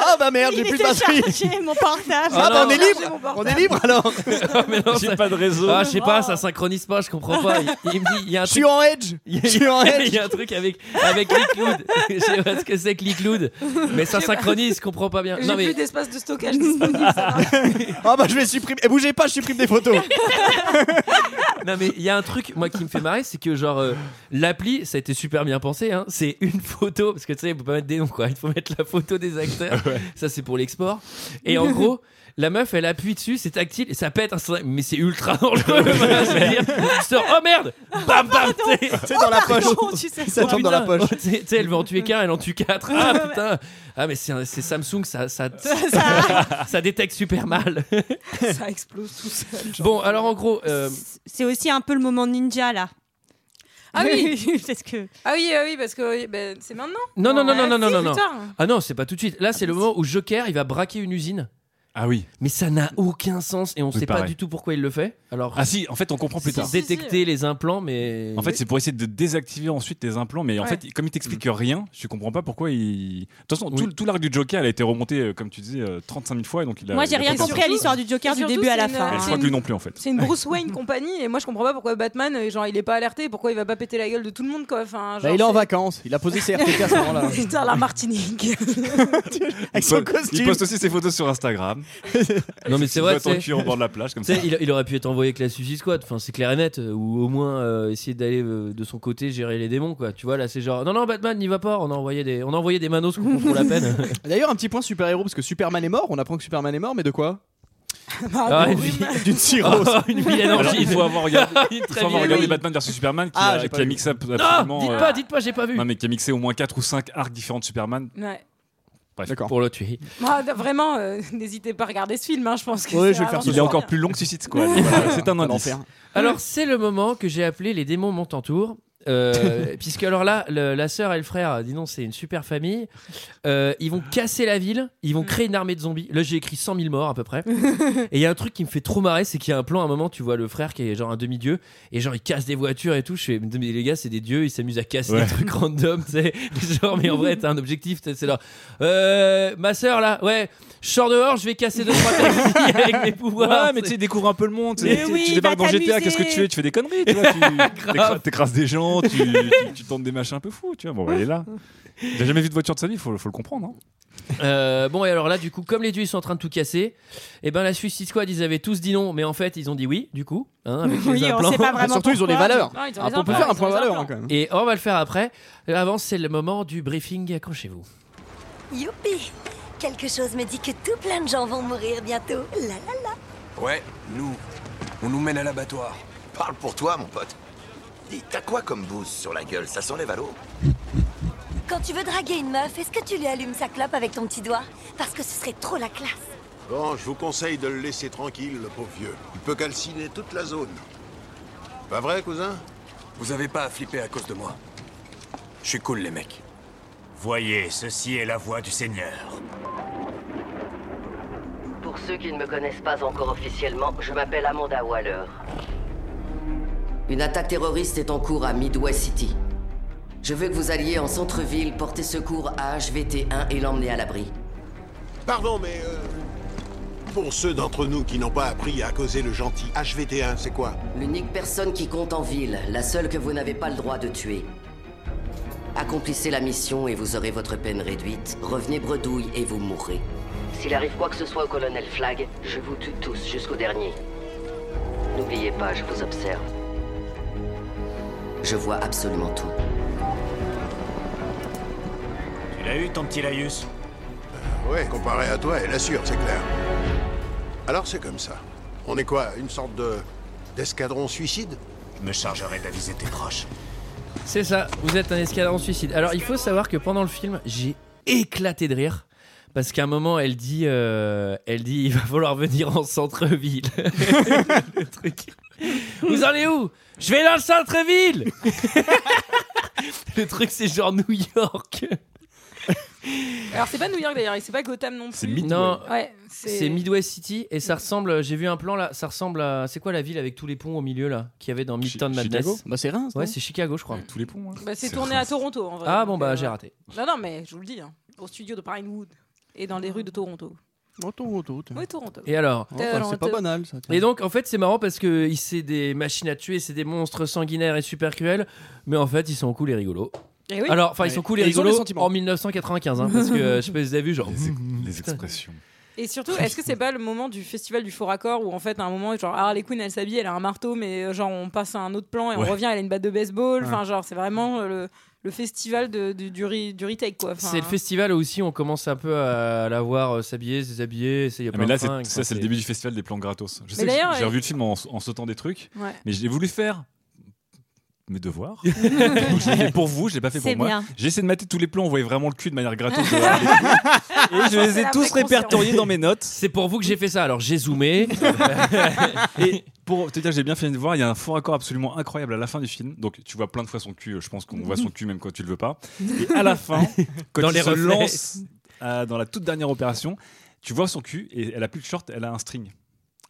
[SPEAKER 6] Ah bah merde, j'ai
[SPEAKER 10] Il
[SPEAKER 6] plus
[SPEAKER 10] était
[SPEAKER 6] de batterie.
[SPEAKER 10] chargé, mon portable.
[SPEAKER 6] Ah bah on est
[SPEAKER 7] J'ai
[SPEAKER 6] libre
[SPEAKER 7] mon
[SPEAKER 6] On
[SPEAKER 7] portable.
[SPEAKER 6] est libre alors
[SPEAKER 1] mais <laughs> non,
[SPEAKER 8] J'ai
[SPEAKER 1] ça-
[SPEAKER 8] pas de réseau.
[SPEAKER 1] Ah, je sais pas, ça synchronise pas, je comprends pas. Il, il me dit, il y a un
[SPEAKER 6] Je
[SPEAKER 1] truc.
[SPEAKER 6] suis en edge Je suis
[SPEAKER 1] <laughs>
[SPEAKER 6] en
[SPEAKER 1] Il
[SPEAKER 6] edge
[SPEAKER 1] y a un truc avec, avec l'iCloud. <laughs> Je sais pas ce que c'est que l'iCloud, mais ça synchronise, je comprends pas bien.
[SPEAKER 7] J'ai
[SPEAKER 1] Non, mais
[SPEAKER 7] plus d'espace de stockage disponible. <laughs> ça va.
[SPEAKER 6] Ah bah je vais supprimer. Et bougez pas, je supprime des photos. <laughs>
[SPEAKER 1] Non mais il y a un truc moi qui me fait marrer c'est que genre euh, l'appli ça a été super bien pensé hein, c'est une photo parce que tu sais il faut pas mettre des noms quoi il faut mettre la photo des acteurs ça c'est pour l'export et en gros la meuf elle appuie dessus c'est tactile et ça pète instantanément. mais c'est ultra <laughs> dangereux voilà, je veux dire tu sors oh merde bam bam tu sais.
[SPEAKER 6] C'est dans la poche.
[SPEAKER 10] Non, tu sais
[SPEAKER 6] Ça
[SPEAKER 1] Oh,
[SPEAKER 6] tombe dans la
[SPEAKER 1] putain.
[SPEAKER 6] poche.
[SPEAKER 1] Oh, <laughs> tu sais tu sais, elle veut en tuer qu'un elle en tue quatre ah putain ah mais c'est un- c'est Samsung ça
[SPEAKER 6] <laughs>
[SPEAKER 1] ça, ça détecte super mal
[SPEAKER 7] ça explose tout seul. genre.
[SPEAKER 1] bon alors en gros euh,
[SPEAKER 10] C'est aussi un peu le moment ninja là.
[SPEAKER 7] Ah oui.
[SPEAKER 10] <laughs> parce que
[SPEAKER 7] Ah oui, ah oui, parce que euh, ben, c'est maintenant.
[SPEAKER 1] non non non non non
[SPEAKER 7] Ah, si,
[SPEAKER 1] non non
[SPEAKER 7] plus
[SPEAKER 1] non
[SPEAKER 7] tard.
[SPEAKER 1] ah non c'est pas tout de suite là c'est le moment où Joker il va braquer une usine
[SPEAKER 8] Ah oui.
[SPEAKER 1] Mais ça n'a aucun sens et on
[SPEAKER 8] Oui,
[SPEAKER 1] sait pas
[SPEAKER 8] pareil.
[SPEAKER 1] du tout pourquoi il le fait. Alors,
[SPEAKER 8] Ah si, en fait, on comprend plus
[SPEAKER 1] c'est
[SPEAKER 8] tard.
[SPEAKER 7] si,
[SPEAKER 1] détecter
[SPEAKER 7] si.
[SPEAKER 1] les implants, mais.
[SPEAKER 8] En fait, c'est pour essayer de désactiver ensuite les implants, mais en
[SPEAKER 7] Ouais.
[SPEAKER 8] fait, comme il t'explique rien, je comprends pas pourquoi il. De toute façon, tout,
[SPEAKER 1] Mm. Oui.
[SPEAKER 8] tout l'arc du Joker, elle a été remonté, euh, comme tu disais, euh, 35 000 fois, et donc il a.
[SPEAKER 10] moi j'ai
[SPEAKER 8] il a
[SPEAKER 10] rien
[SPEAKER 8] compris.
[SPEAKER 10] compris à l'histoire du Joker
[SPEAKER 7] Et
[SPEAKER 10] du
[SPEAKER 7] surtout,
[SPEAKER 10] début à la
[SPEAKER 7] Ah, c'est une- euh,
[SPEAKER 10] fin. hein.
[SPEAKER 8] Mais je crois que lui non plus, en fait.
[SPEAKER 7] C'est une Bruce Wayne compagnie et moi je comprends pas pourquoi Batman euh, genre il est pas alerté pourquoi il va pas péter la gueule de tout le monde quoi enfin
[SPEAKER 6] Bah,
[SPEAKER 7] genre,
[SPEAKER 6] il est en
[SPEAKER 7] c'est-
[SPEAKER 6] vacances, il a posé ses
[SPEAKER 7] <laughs>
[SPEAKER 6] RTT à ce moment-là.
[SPEAKER 7] Putain la Martinique
[SPEAKER 6] <laughs> Avec
[SPEAKER 8] Il
[SPEAKER 6] son
[SPEAKER 8] poste- Il
[SPEAKER 6] costume.
[SPEAKER 8] poste aussi ses photos sur Instagram.
[SPEAKER 1] Non, mais
[SPEAKER 8] Tu
[SPEAKER 1] c'est vrai,
[SPEAKER 8] vois ton
[SPEAKER 1] tu sais.
[SPEAKER 8] cul en bord de
[SPEAKER 1] <laughs>
[SPEAKER 8] la plage, comme
[SPEAKER 1] Tu sais,
[SPEAKER 8] ça.
[SPEAKER 1] Il, il aurait pu être envoyé avec la Suicide Squad, enfin, c'est clair et net, euh, ou au moins euh, essayer d'aller euh, de son côté gérer les démons, quoi. Tu vois, là, c'est genre, non, non, Batman, n'y va pas, on a envoyé des, on a envoyé des manos qu'on trouve pour la peine.
[SPEAKER 6] D'ailleurs, un petit point super-héros, parce que Superman est mort, on apprend que Superman est mort, mais de quoi
[SPEAKER 1] Ah, une vi-
[SPEAKER 6] D'une cirrhose.
[SPEAKER 1] Oh,
[SPEAKER 8] <laughs>
[SPEAKER 1] une vilaine
[SPEAKER 8] Alors,
[SPEAKER 1] angine.
[SPEAKER 8] il faut avoir
[SPEAKER 1] <laughs>
[SPEAKER 8] regardé, il
[SPEAKER 1] Très
[SPEAKER 8] faut avoir
[SPEAKER 1] bien,
[SPEAKER 8] regardé
[SPEAKER 1] oui.
[SPEAKER 8] Batman vs Superman qui,
[SPEAKER 6] Ah,
[SPEAKER 8] a,
[SPEAKER 6] j'ai
[SPEAKER 8] qui
[SPEAKER 6] pas
[SPEAKER 8] a
[SPEAKER 6] vu.
[SPEAKER 8] mixé ab-
[SPEAKER 1] Ah,
[SPEAKER 8] absolument.
[SPEAKER 1] dites
[SPEAKER 8] euh,
[SPEAKER 1] pas, dites pas, j'ai pas vu.
[SPEAKER 8] non, mais qui a mixé au moins 4 ou 5 arcs différents de Superman.
[SPEAKER 7] Ouais.
[SPEAKER 8] Bref.
[SPEAKER 6] D'accord.
[SPEAKER 1] Pour le tuer.
[SPEAKER 7] Moi, d- vraiment, euh, <laughs> n'hésitez pas à regarder ce film. hein, je pense que
[SPEAKER 6] Ouais,
[SPEAKER 7] c'est
[SPEAKER 6] je vais le faire
[SPEAKER 7] vraiment
[SPEAKER 6] ce
[SPEAKER 8] Il est
[SPEAKER 6] soir.
[SPEAKER 7] super
[SPEAKER 8] encore plus long que Suicide Squad. Voilà, C'est un
[SPEAKER 6] Ah,
[SPEAKER 8] indice.
[SPEAKER 6] l'enfer.
[SPEAKER 1] Alors, c'est le moment que j'ai appelé les démons montent en tour.
[SPEAKER 8] <laughs>
[SPEAKER 1] Euh, puisque alors là, le- la sœur et le frère, dis donc, c'est une super famille. Euh, ils vont casser la ville, ils vont créer une armée de zombies. Là, j'ai écrit 100 000 morts à peu
[SPEAKER 8] <laughs>
[SPEAKER 1] près. et il y a un truc qui me fait trop marrer, c'est qu'il y a un plan à un moment, tu vois le frère qui est genre un demi-dieu, et genre il casse des voitures et tout. Je fais, mais les gars, c'est des dieux, ils s'amusent à casser
[SPEAKER 8] Ouais.
[SPEAKER 1] des trucs random, tu
[SPEAKER 8] <laughs>
[SPEAKER 1] sais. <laughs> Genre, mais en vrai, t'as un objectif, t'sais, c'est là. Euh, ma sœur là, ouais, je sors dehors, je vais casser deux
[SPEAKER 8] <laughs>
[SPEAKER 1] trois taxis avec mes pouvoirs.
[SPEAKER 8] Ouais, mais tu sais, découvre un peu le monde. tu
[SPEAKER 10] Mais
[SPEAKER 8] sais, tu-
[SPEAKER 10] oui,
[SPEAKER 8] tu débarques
[SPEAKER 10] va
[SPEAKER 8] dans GTA,
[SPEAKER 10] t'amuser.
[SPEAKER 8] qu'est-ce que tu fais Tu fais des conneries, tu vois. Tu t'écra- t'écrases des gens, tu, tu, tu tentes des machins un peu fous, tu vois. Bon, bah, il est là. Il a jamais vu de voiture de sa vie, faut, faut le comprendre. hein.
[SPEAKER 1] Euh, bon et alors là du coup comme les dieux ils sont en train de tout casser et ben la Suicide Squad ils avaient tous dit non mais en fait ils ont dit oui du coup hein, avec les
[SPEAKER 10] <laughs> Oui, on
[SPEAKER 1] implants.
[SPEAKER 10] sait pas vraiment.
[SPEAKER 6] Bah, Surtout, ils ont les
[SPEAKER 10] pourquoi.
[SPEAKER 6] valeurs.
[SPEAKER 7] Bah, Non, ils ont
[SPEAKER 6] Ah,
[SPEAKER 7] les
[SPEAKER 6] on peut
[SPEAKER 7] implants,
[SPEAKER 6] faire un
[SPEAKER 7] ils
[SPEAKER 6] point
[SPEAKER 7] ont les
[SPEAKER 6] valeur, hein,
[SPEAKER 7] implants.
[SPEAKER 6] quand même.
[SPEAKER 1] et on va le faire après avant c'est le moment du briefing accrochez-vous
[SPEAKER 12] Youpi Quelque chose me dit que tout plein de gens vont mourir bientôt. La la la.
[SPEAKER 5] Ouais, nous. On nous mène à l'abattoir.
[SPEAKER 2] Parle pour toi, mon pote. Dis, t'as quoi comme bouse sur la gueule Ça s'enlève à l'eau.
[SPEAKER 12] Quand tu veux draguer une meuf, est-ce que tu lui allumes sa clope avec ton petit doigt Parce que ce serait trop la classe.
[SPEAKER 2] Bon, je vous conseille de le laisser tranquille, le pauvre vieux. Il peut calciner toute la zone. Pas vrai, cousin
[SPEAKER 3] Vous avez pas à flipper à cause de moi. Je suis cool, les mecs.
[SPEAKER 11] Voyez, ceci est la voix du Seigneur.
[SPEAKER 9] Pour ceux qui ne me connaissent pas encore officiellement, je m'appelle Amanda Waller. Une attaque terroriste est en cours à Midway City. Je veux que vous alliez en centre-ville porter secours à HVT1 et l'emmener à l'abri.
[SPEAKER 2] Pardon, mais... euh, Pour ceux d'entre nous qui n'ont pas appris à causer le gentil, HVT1, c'est quoi
[SPEAKER 9] L'unique personne qui compte en ville, la seule que vous n'avez pas le droit de tuer. Accomplissez la mission et vous aurez votre peine réduite. Revenez bredouille et vous mourrez. S'il arrive quoi que ce soit au colonel Flagg, je vous tue tous jusqu'au dernier. N'oubliez pas, je vous observe. Je vois absolument tout.
[SPEAKER 11] Tu l'as eu, ton petit Laius
[SPEAKER 2] Ouais, comparé à toi, elle assure, c'est clair. Alors c'est comme ça. On est quoi Une sorte de... d'escadron suicide
[SPEAKER 11] Je me chargerai d'aviser tes proches.
[SPEAKER 1] c'est ça vous êtes un escadron suicide alors il faut savoir que pendant le film j'ai éclaté de rire parce qu'à un moment elle dit euh, elle dit il va falloir venir en centre-ville <laughs> le truc vous allez où je vais dans le centre-ville <laughs> le truc c'est genre New York
[SPEAKER 7] Alors, c'est pas New York d'ailleurs, et c'est pas Gotham non plus.
[SPEAKER 8] C'est mythe.
[SPEAKER 1] non
[SPEAKER 7] Ouais,
[SPEAKER 1] C'est Midwest City et ça ressemble. J'ai vu un plan là. Ça ressemble à. C'est quoi la ville avec tous les ponts au milieu là qu'il y avait dans Midtown
[SPEAKER 8] Chi-
[SPEAKER 1] Madness
[SPEAKER 8] Chicago
[SPEAKER 6] Bah, c'est Reims.
[SPEAKER 1] Ouais,
[SPEAKER 6] non
[SPEAKER 1] c'est Chicago, je crois.
[SPEAKER 8] Avec tous les ponts. hein.
[SPEAKER 7] Bah, c'est
[SPEAKER 8] C'est
[SPEAKER 7] tourné
[SPEAKER 8] vrai.
[SPEAKER 7] à Toronto en vrai.
[SPEAKER 1] Ah
[SPEAKER 7] Donc,
[SPEAKER 1] bon bah
[SPEAKER 7] euh,
[SPEAKER 1] j'ai raté.
[SPEAKER 7] Non, non, mais je vous le dis, hein, au studio de Pinewood et dans les rues de Toronto.
[SPEAKER 6] Toronto, Toronto.
[SPEAKER 7] Oui, Toronto.
[SPEAKER 1] Et alors
[SPEAKER 6] Oh, bah, c'est pas
[SPEAKER 7] Toronto.
[SPEAKER 6] banal ça. tiens.
[SPEAKER 1] Et donc en fait c'est marrant parce que il- c'est des machines à tuer, c'est des monstres sanguinaires et super cruels, mais en fait ils sont cool et rigolos.
[SPEAKER 7] Et oui.
[SPEAKER 1] Alors enfin ils
[SPEAKER 6] Ouais.
[SPEAKER 1] sont cool et,
[SPEAKER 6] Et ils ont
[SPEAKER 1] rigolos
[SPEAKER 6] des sentiments.
[SPEAKER 1] en 1995 hein, parce que
[SPEAKER 6] <laughs>
[SPEAKER 1] euh, je sais pas si vous avez vu genre.
[SPEAKER 8] Les, ex- les expressions.
[SPEAKER 7] Et surtout, est-ce que c'est pas le moment du festival du faux raccord où en fait à un moment genre ah, Harley Quinn elle s'habille, elle a un marteau mais euh, genre on passe à un autre plan et
[SPEAKER 8] Ouais.
[SPEAKER 7] on revient, elle a une batte de baseball. Enfin genre c'est vraiment euh, le, le festival de, du, du, re- du retake quoi. Enfin,
[SPEAKER 1] C'est le festival où aussi on commence un peu à la voir euh, s'habiller, se déshabiller, essayer
[SPEAKER 8] Ah,
[SPEAKER 1] plein
[SPEAKER 8] mais là,
[SPEAKER 1] de fringues,
[SPEAKER 8] c'est- ça,
[SPEAKER 1] enfin,
[SPEAKER 8] c'est le début du festival des plans gratos. Je sais que j'ai
[SPEAKER 7] d'ailleurs,
[SPEAKER 8] j'ai
[SPEAKER 7] euh,
[SPEAKER 8] revu le film en, en sautant des trucs,
[SPEAKER 7] ouais.
[SPEAKER 8] mais j'ai voulu faire mes devoirs. Donc, je l'ai fait pour vous, je l'ai pas fait
[SPEAKER 10] C'est
[SPEAKER 8] pour moi.
[SPEAKER 10] bien.
[SPEAKER 8] J'ai essayé de mater tous les plans, on voyait vraiment le cul de manière gratuite.
[SPEAKER 7] <laughs>
[SPEAKER 8] de Harley Quinn. Et je les ai
[SPEAKER 7] la
[SPEAKER 8] tous
[SPEAKER 7] vraie
[SPEAKER 8] répertoriés dans mes notes.
[SPEAKER 1] C'est pour vous que j'ai fait ça. Alors j'ai
[SPEAKER 8] <laughs>
[SPEAKER 1] zoomé.
[SPEAKER 8] Et pour te dire, j'ai bien fini de voir, il y a un fort accord absolument incroyable à la fin du film. Donc tu vois plein de fois son cul, je pense qu'on voit son cul même quand tu le veux pas. Et à la <laughs> fin, quand
[SPEAKER 1] Dans
[SPEAKER 8] il
[SPEAKER 1] les
[SPEAKER 8] se
[SPEAKER 1] reflets.
[SPEAKER 8] lance euh, dans la toute dernière opération, tu vois son cul et elle a plus de short, elle a un string.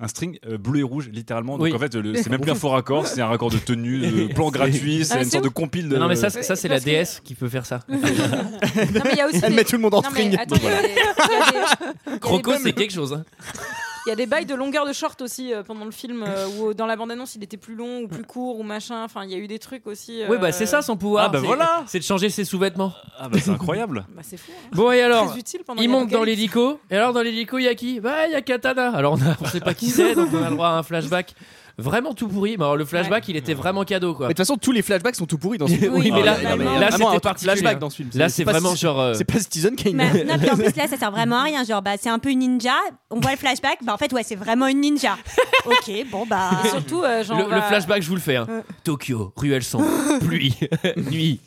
[SPEAKER 8] Un string euh, bleu et rouge, littéralement. Donc
[SPEAKER 1] Oui.
[SPEAKER 8] en fait, le- c'est même plus un faux raccord, c'est un raccord de tenue, <laughs> de plan gratuit, c'est
[SPEAKER 7] Ah,
[SPEAKER 8] une
[SPEAKER 7] c'est
[SPEAKER 8] sorte de
[SPEAKER 7] ouf.
[SPEAKER 8] compile de.
[SPEAKER 1] Non mais ça, ça c'est la
[SPEAKER 7] Euh, Parce que-
[SPEAKER 1] déesse qui peut faire ça.
[SPEAKER 7] Non mais il y a aussi
[SPEAKER 6] Elle
[SPEAKER 7] des-
[SPEAKER 6] met Eh, tout le monde en
[SPEAKER 7] Non, mais
[SPEAKER 6] string.
[SPEAKER 7] attends, il y a des- il y a des- il y a des
[SPEAKER 1] Croco,
[SPEAKER 7] bonnes-
[SPEAKER 1] c'est quelque chose. hein.
[SPEAKER 7] Il Il y a des bails de longueur de short aussi euh, pendant le film, euh, ou dans la bande-annonce, il était plus long ou plus court ou machin. Enfin, il y a eu des trucs aussi.
[SPEAKER 1] Oui, bah c'est ça son pouvoir.
[SPEAKER 7] Ah, bah
[SPEAKER 1] C'est-
[SPEAKER 7] voilà.
[SPEAKER 1] C'est de changer ses sous-vêtements.
[SPEAKER 8] Ah, bah c'est incroyable.
[SPEAKER 7] Bah, c'est fou.
[SPEAKER 1] Bon, et alors
[SPEAKER 7] Très utile pendant
[SPEAKER 1] Il monte dans
[SPEAKER 7] l'apocalypse.
[SPEAKER 1] l'hélico. Et alors, dans l'hélico, il y a qui Bah, il y a Katana. Alors, on, a, on sait pas qui c'est, donc on a le droit à un flashback. Vraiment tout pourri, mais alors le flashback il était vraiment cadeau quoi.
[SPEAKER 6] Mais de toute façon, tous les flashbacks sont tout <laughs> pourris dans ce film.
[SPEAKER 1] Oui, mais là,
[SPEAKER 6] Ah, il y
[SPEAKER 1] là,
[SPEAKER 6] a vraiment un
[SPEAKER 1] c'était
[SPEAKER 6] truc
[SPEAKER 1] particulier.
[SPEAKER 6] flashback dans ce film.
[SPEAKER 1] Là, c'est
[SPEAKER 6] pas
[SPEAKER 1] vraiment
[SPEAKER 6] Sti-
[SPEAKER 1] genre, euh,
[SPEAKER 6] C'est pas Citizen Kane. <laughs>
[SPEAKER 10] Mais- non, puis en plus là, ça sert vraiment à rien. Genre, bah, c'est un peu une ninja. On voit le flashback. Bah, en fait, ouais, c'est vraiment une ninja.
[SPEAKER 7] <laughs>
[SPEAKER 10] ok, bon, bah.
[SPEAKER 7] Et surtout, euh, genre,
[SPEAKER 1] le,
[SPEAKER 7] on
[SPEAKER 1] le
[SPEAKER 7] va-
[SPEAKER 1] flashback, je vous le fais. hein. Tokyo, ruelle sombre,
[SPEAKER 7] <laughs>
[SPEAKER 1] pluie, <laughs> nuit.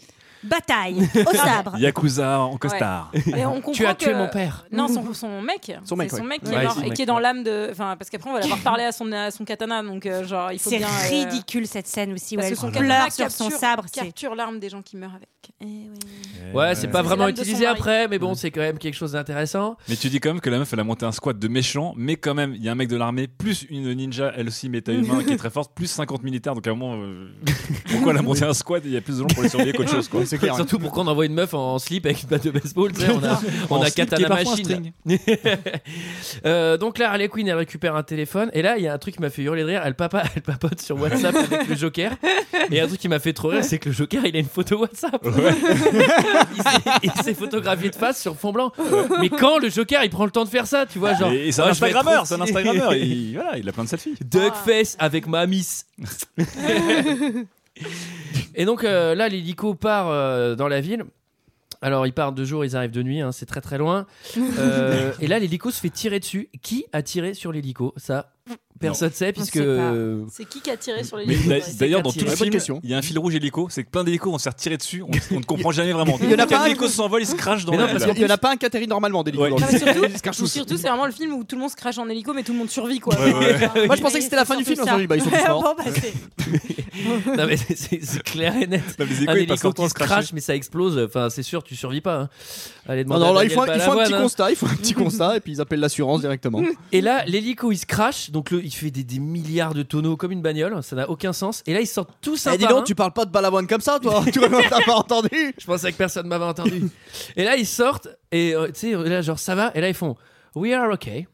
[SPEAKER 10] Bataille au sabre.
[SPEAKER 8] Yakuza en
[SPEAKER 7] Ah, Ouais.
[SPEAKER 8] costard.
[SPEAKER 7] Et on comprend
[SPEAKER 1] Tu as tué
[SPEAKER 7] que-
[SPEAKER 1] mon père.
[SPEAKER 7] Non, son, son mec.
[SPEAKER 8] Son mec,
[SPEAKER 7] C'est son
[SPEAKER 8] ouais.
[SPEAKER 7] mec qui
[SPEAKER 8] Ouais,
[SPEAKER 7] est mort
[SPEAKER 8] son
[SPEAKER 7] et
[SPEAKER 8] mec,
[SPEAKER 7] qui est dans l'âme de. Enfin, parce qu'après, on va l'avoir parlé à son, à son katana. Donc, euh, genre, il faut
[SPEAKER 10] C'est
[SPEAKER 7] bien. euh,
[SPEAKER 10] ridicule cette scène aussi où
[SPEAKER 7] parce
[SPEAKER 10] elle
[SPEAKER 7] que son katana
[SPEAKER 10] pleure sur son
[SPEAKER 7] capture-
[SPEAKER 10] sabre. c'est-
[SPEAKER 7] Capture l'arme des gens qui meurent avec. Eh oui.
[SPEAKER 8] Euh,
[SPEAKER 1] Ouais, c'est pas
[SPEAKER 7] C'est
[SPEAKER 1] vraiment
[SPEAKER 7] l'âme de son
[SPEAKER 1] utilisé
[SPEAKER 7] mari.
[SPEAKER 1] après, mais bon, c'est quand même quelque chose d'intéressant.
[SPEAKER 8] Mais tu dis quand même que la meuf, elle a monté un squad de méchants, mais quand même, il y a un mec de l'armée, plus une ninja, elle aussi méta-humain, qui est très forte, plus 50 militaires. Donc à un moment,
[SPEAKER 6] <laughs>
[SPEAKER 8] euh, pourquoi elle a monté un squad et Il y a plus de gens pour les surveiller qu'autre chose, quoi.
[SPEAKER 6] C'est clair. hein.
[SPEAKER 1] Surtout pour qu'on envoie une meuf en, en slip avec une batte de baseball, tu sais, on a, on
[SPEAKER 8] <laughs> En
[SPEAKER 1] a
[SPEAKER 8] slip qui est
[SPEAKER 1] katana
[SPEAKER 8] parfois un
[SPEAKER 1] machine. <laughs> Euh, donc là, Harley Quinn, elle récupère un téléphone, et là, il y a un truc qui m'a fait hurler de rire. Elle, papa, elle papote sur WhatsApp avec le Joker, et un truc qui m'a fait trop rire, c'est que le Joker, il a une photo WhatsApp. <laughs> il s'est- il s'est photographié de face sur fond blanc. Mais quand le Joker, il prend le temps de faire ça, tu vois, genre.
[SPEAKER 8] Et, et c'est un
[SPEAKER 1] oh, je vais être
[SPEAKER 8] Instagrammeur,
[SPEAKER 1] trop
[SPEAKER 8] c'est un
[SPEAKER 1] stylé.
[SPEAKER 8] Instagrammeur. Il, voilà, il a plein de selfies.
[SPEAKER 1] Duckface avec ma miss. et donc euh, là, l'hélico part euh, dans la ville. Alors, ils partent de jour, ils arrivent de nuit, hein, c'est très très loin. Euh, et là, l'hélico se fait tirer dessus. Qui a tiré sur l'hélico Ça, personne ne sait, puisque.
[SPEAKER 10] sait pas.
[SPEAKER 1] euh,
[SPEAKER 7] C'est qui qui a tiré sur les
[SPEAKER 8] Mais
[SPEAKER 7] gens
[SPEAKER 8] d'a- d'ailleurs, dans
[SPEAKER 1] c'est
[SPEAKER 8] tout le
[SPEAKER 1] la
[SPEAKER 6] bonne
[SPEAKER 8] film,
[SPEAKER 6] question.
[SPEAKER 8] il y a un fil rouge hélico. C'est que plein d'hélicos vont se faire tirer dessus. On, on ne comprend jamais vraiment.
[SPEAKER 6] Il y en a
[SPEAKER 8] Dès qu'un
[SPEAKER 6] pas un
[SPEAKER 8] hélico
[SPEAKER 6] qui-
[SPEAKER 8] s'envole, il se crache dans
[SPEAKER 1] Mais non,
[SPEAKER 8] la-
[SPEAKER 1] parce
[SPEAKER 8] la-
[SPEAKER 6] Il y en a pas un qui atterrit normalement d'hélico.
[SPEAKER 8] Ouais.
[SPEAKER 6] dans le
[SPEAKER 7] Non, mais
[SPEAKER 6] film.
[SPEAKER 8] <laughs>
[SPEAKER 7] surtout-
[SPEAKER 6] Ils se cachent tous.
[SPEAKER 7] Surtout, c'est vraiment le film où tout le monde se crache en hélico, mais tout le monde survit quoi.
[SPEAKER 8] Ouais,
[SPEAKER 10] <laughs>
[SPEAKER 8] ouais.
[SPEAKER 6] Moi, je pensais que c'était la fin du film. on s'est dit, bah, ils sont tous morts.
[SPEAKER 10] Bon, bah, c'est-
[SPEAKER 1] <laughs> non, mais c'est- c'est c'est clair et net.
[SPEAKER 8] Non, mais Bah, les
[SPEAKER 1] Un
[SPEAKER 8] hélicos, ils passent
[SPEAKER 1] hélico
[SPEAKER 8] leur temps
[SPEAKER 1] qui
[SPEAKER 8] à
[SPEAKER 1] se
[SPEAKER 8] se cracher.
[SPEAKER 1] crache, mais ça explose. Enfin, c'est sûr, tu survis pas. hein. Allez,
[SPEAKER 6] Non,
[SPEAKER 1] demande
[SPEAKER 6] non,
[SPEAKER 1] à
[SPEAKER 6] là, ils font,
[SPEAKER 1] Daniel
[SPEAKER 6] ils font un petit
[SPEAKER 1] Balavoine, hein.
[SPEAKER 6] constat, ils font un petit constat et puis ils appellent l'assurance
[SPEAKER 7] <laughs>
[SPEAKER 6] directement.
[SPEAKER 1] Et là, l'hélico il se crache, donc le- il fait des, des milliards de tonneaux comme une bagnole, ça n'a aucun sens. Et là, ils sortent tous un
[SPEAKER 6] Eh, dis
[SPEAKER 1] par un.
[SPEAKER 7] hein.
[SPEAKER 6] donc, tu parles pas de Balavoine comme ça, toi Tu vois, t'as pas entendu
[SPEAKER 1] Je pensais que personne m'avait entendu. <laughs> et là, ils sortent, et euh, tu sais, là, genre, ça va, et là, ils font. We are
[SPEAKER 8] <laughs>
[SPEAKER 1] okay.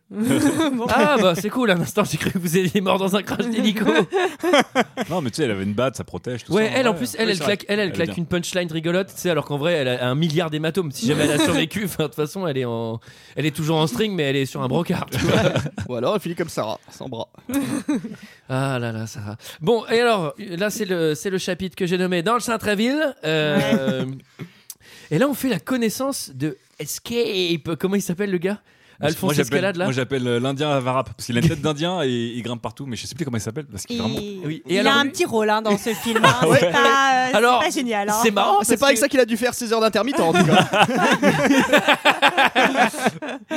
[SPEAKER 1] ah bah c'est cool, un instant j'ai cru que vous étiez mort dans un crash
[SPEAKER 8] <laughs>
[SPEAKER 1] d'hélico.
[SPEAKER 8] Non, mais tu sais, elle avait une batte, ça protège. Tout
[SPEAKER 1] Ouais,
[SPEAKER 8] ça,
[SPEAKER 1] elle en plus, elle,
[SPEAKER 8] Ouais,
[SPEAKER 1] elle
[SPEAKER 8] c'est
[SPEAKER 1] claque,
[SPEAKER 8] vrai.
[SPEAKER 1] elle, elle
[SPEAKER 8] est
[SPEAKER 1] claque
[SPEAKER 8] bien.
[SPEAKER 1] une punchline rigolote, tu sais, alors qu'en vrai elle a un milliard d'hématomes. Si jamais elle
[SPEAKER 8] <laughs>
[SPEAKER 1] a survécu, enfin, de toute façon elle est en, elle est toujours en string, mais elle est sur un brocard. tu vois.
[SPEAKER 6] Ou alors, elle finit comme Sarah, sans bras.
[SPEAKER 1] Ah là là, ça va. Bon, et alors, là, c'est le, c'est le chapitre que j'ai nommé Dans le centre-ville.
[SPEAKER 8] <laughs>
[SPEAKER 1] Euh, et là, on fait la connaissance de Escape. Comment il s'appelle, le gars
[SPEAKER 8] Moi,
[SPEAKER 1] Alphonse
[SPEAKER 8] j'appelle-
[SPEAKER 1] Escalade, là
[SPEAKER 8] Moi j'appelle euh, l'Indien Avarap parce qu'il a une tête d'Indien et il grimpe partout, mais je sais plus comment il s'appelle parce qu'il est vraiment.
[SPEAKER 10] Et-
[SPEAKER 1] Oui. Et
[SPEAKER 10] Il
[SPEAKER 1] alors,
[SPEAKER 10] a un
[SPEAKER 1] lui-
[SPEAKER 10] petit rôle hein, dans ce film.
[SPEAKER 6] <laughs>
[SPEAKER 10] hein. C'est pas, euh, c'est
[SPEAKER 1] Alors,
[SPEAKER 10] pas génial. hein.
[SPEAKER 1] C'est marrant.
[SPEAKER 6] C'est
[SPEAKER 1] parce
[SPEAKER 6] pas avec
[SPEAKER 1] que-
[SPEAKER 6] ça qu'il a dû faire ses heures d'intermittent, en tout
[SPEAKER 7] <laughs>
[SPEAKER 6] cas.
[SPEAKER 8] Ah,
[SPEAKER 1] Eh,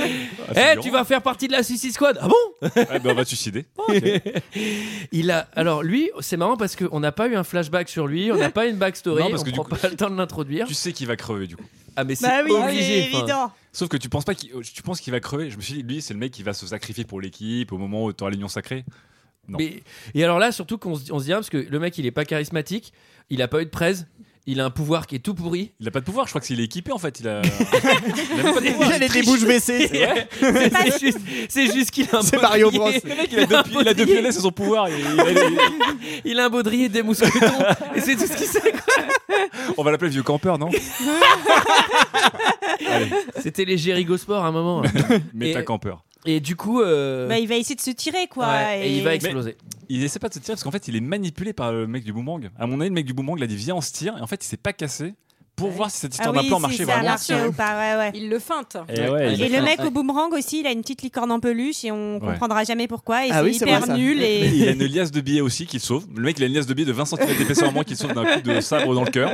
[SPEAKER 8] c'est
[SPEAKER 1] tu
[SPEAKER 8] violent.
[SPEAKER 1] vas faire partie de la Suicide Squad Ah bon
[SPEAKER 8] Ouais, ben, on va te suicider.
[SPEAKER 1] Il a. Alors, lui, c'est marrant parce qu'on n'a pas eu un flashback sur lui, on n'a pas une backstory,
[SPEAKER 8] <laughs> Non, parce
[SPEAKER 1] on
[SPEAKER 8] que du
[SPEAKER 1] prend
[SPEAKER 8] coup-
[SPEAKER 1] pas le temps de l'introduire.
[SPEAKER 8] Tu sais qu'il va crever du coup.
[SPEAKER 1] Ah, mais c'est
[SPEAKER 10] Bah oui,
[SPEAKER 1] obligé.
[SPEAKER 10] c'est
[SPEAKER 1] enfin.
[SPEAKER 10] évident.
[SPEAKER 8] Sauf que tu penses pas qu'il, euh, tu penses qu'il va crever. Je me suis dit, lui, c'est le mec qui va se sacrifier pour l'équipe au moment où t'auras l'union sacrée. Non.
[SPEAKER 1] Mais- et alors là, surtout qu'on se dit, on se dit, ah, parce que le mec, il est pas charismatique, il a pas eu de presse, il a un pouvoir qui est tout pourri.
[SPEAKER 8] Il a pas de pouvoir. Je crois que s'il est équipé en fait, il a. il a même pas de pouvoir.
[SPEAKER 6] Elle est des bouches baissées.
[SPEAKER 1] <laughs> C'est- c'est juste- C'est juste qu'il a un
[SPEAKER 6] C'est Mario Bros.
[SPEAKER 1] baudrier.
[SPEAKER 8] Il a deux, pi- il a deux piolets, c'est son pouvoir. Il- il-
[SPEAKER 1] Il a un baudrier, des mousquetons, et c'est tout ce qu'il sait. quoi.
[SPEAKER 8] il- on va l'appeler le vieux campeur, non Allez,
[SPEAKER 1] <laughs> C'était les Gérigosports à un moment. là.
[SPEAKER 8] méta campeur.
[SPEAKER 1] Et du coup, euh,
[SPEAKER 10] Bah, il va essayer de se tirer, quoi.
[SPEAKER 1] ouais, et il va exploser.
[SPEAKER 8] Il essaie pas de se tirer parce qu'en fait, il est manipulé par le mec du boomerang. À mon avis, le mec du boomerang l'a dit viens, on se tire. Et en fait, il s'est pas cassé pour voir si cette
[SPEAKER 10] Ah
[SPEAKER 8] histoire
[SPEAKER 10] oui,
[SPEAKER 8] d'un plan
[SPEAKER 10] si
[SPEAKER 8] marché
[SPEAKER 10] ça a
[SPEAKER 8] vraiment.
[SPEAKER 10] marché ou pas, ouais, ouais.
[SPEAKER 7] Il le feinte.
[SPEAKER 8] Et Eh ouais, il
[SPEAKER 10] Et
[SPEAKER 8] a-
[SPEAKER 10] le mec au boomerang aussi, il a une petite licorne en peluche et on
[SPEAKER 8] Ouais.
[SPEAKER 10] comprendra jamais pourquoi. Et
[SPEAKER 6] Ah
[SPEAKER 10] c'est
[SPEAKER 6] oui, c'est
[SPEAKER 10] hyper
[SPEAKER 6] vrai, ça.
[SPEAKER 10] nul.
[SPEAKER 8] Mais
[SPEAKER 6] <laughs>
[SPEAKER 10] Et...
[SPEAKER 8] il a une liasse de billets aussi qu'il sauve. Le mec, il a une liasse de billets de 20 cm d'épaisseur en moins qu'il sauve d'un coup de sabre dans le cœur.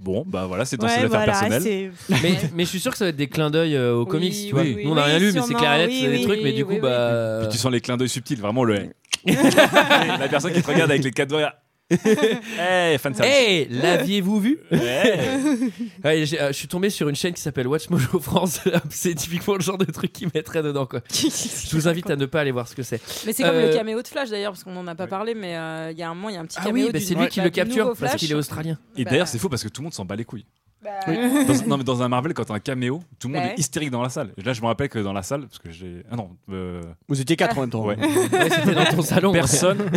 [SPEAKER 8] Bon, bah voilà, c'est dans ses
[SPEAKER 10] Ouais,
[SPEAKER 8] affaires
[SPEAKER 10] voilà,
[SPEAKER 8] personnelles.
[SPEAKER 10] c'est.
[SPEAKER 1] Mais, mais je suis sûr que ça va être des clins d'œil euh, aux
[SPEAKER 7] Oui,
[SPEAKER 1] comics. Tu vois.
[SPEAKER 8] oui,
[SPEAKER 1] Nous, on n'a
[SPEAKER 10] oui.
[SPEAKER 1] rien lu, mais
[SPEAKER 10] Sûrement,
[SPEAKER 1] c'est clair et net,
[SPEAKER 10] oui,
[SPEAKER 1] c'est des
[SPEAKER 10] oui,
[SPEAKER 1] trucs. Mais du
[SPEAKER 7] oui,
[SPEAKER 1] coup,
[SPEAKER 7] oui.
[SPEAKER 1] bah.
[SPEAKER 8] Puis tu sens les clins d'œil subtils,
[SPEAKER 10] <laughs>
[SPEAKER 8] vraiment le. la personne qui te regarde avec les quatre doigts. là. Eh, fan service.
[SPEAKER 1] Hey, l'aviez-vous vu
[SPEAKER 10] Bah
[SPEAKER 8] Eh.
[SPEAKER 1] Ouais, j'ai- euh, Je suis tombé sur une chaîne qui s'appelle Watch Mojo France. <laughs> Ah, c'est typiquement le genre de truc qu'ils mettraient dedans.
[SPEAKER 7] <laughs>
[SPEAKER 1] Quoi. Je vous invite à ne pas aller voir ce que c'est.
[SPEAKER 7] Mais c'est comme
[SPEAKER 1] Euh,
[SPEAKER 7] le caméo de Flash d'ailleurs, parce qu'on en a pas parlé, mais euh, il y a un moment, il y a un petit
[SPEAKER 1] Ah
[SPEAKER 7] caméo.
[SPEAKER 1] oui, bah,
[SPEAKER 7] du-
[SPEAKER 1] c'est lui qui
[SPEAKER 7] bah,
[SPEAKER 1] le
[SPEAKER 7] du nouveau
[SPEAKER 1] capture parce
[SPEAKER 7] Flash.
[SPEAKER 1] qu'il est australien.
[SPEAKER 8] Et
[SPEAKER 7] Bah.
[SPEAKER 8] d'ailleurs, c'est fou parce que tout le monde s'en bat les couilles.
[SPEAKER 7] Bah,
[SPEAKER 10] <laughs>
[SPEAKER 8] Dans- non, mais dans un Marvel, quand t'as un caméo, tout le monde
[SPEAKER 7] Ouais.
[SPEAKER 8] est hystérique dans la salle. Et là, je me rappelle que dans la salle, parce que j'ai. Ah non. euh,
[SPEAKER 6] Vous étiez quatre en même temps.
[SPEAKER 8] Ouais.
[SPEAKER 6] Ouais, c'était dans ton salon, ouais.
[SPEAKER 10] <laughs>
[SPEAKER 8] <laughs> Personne,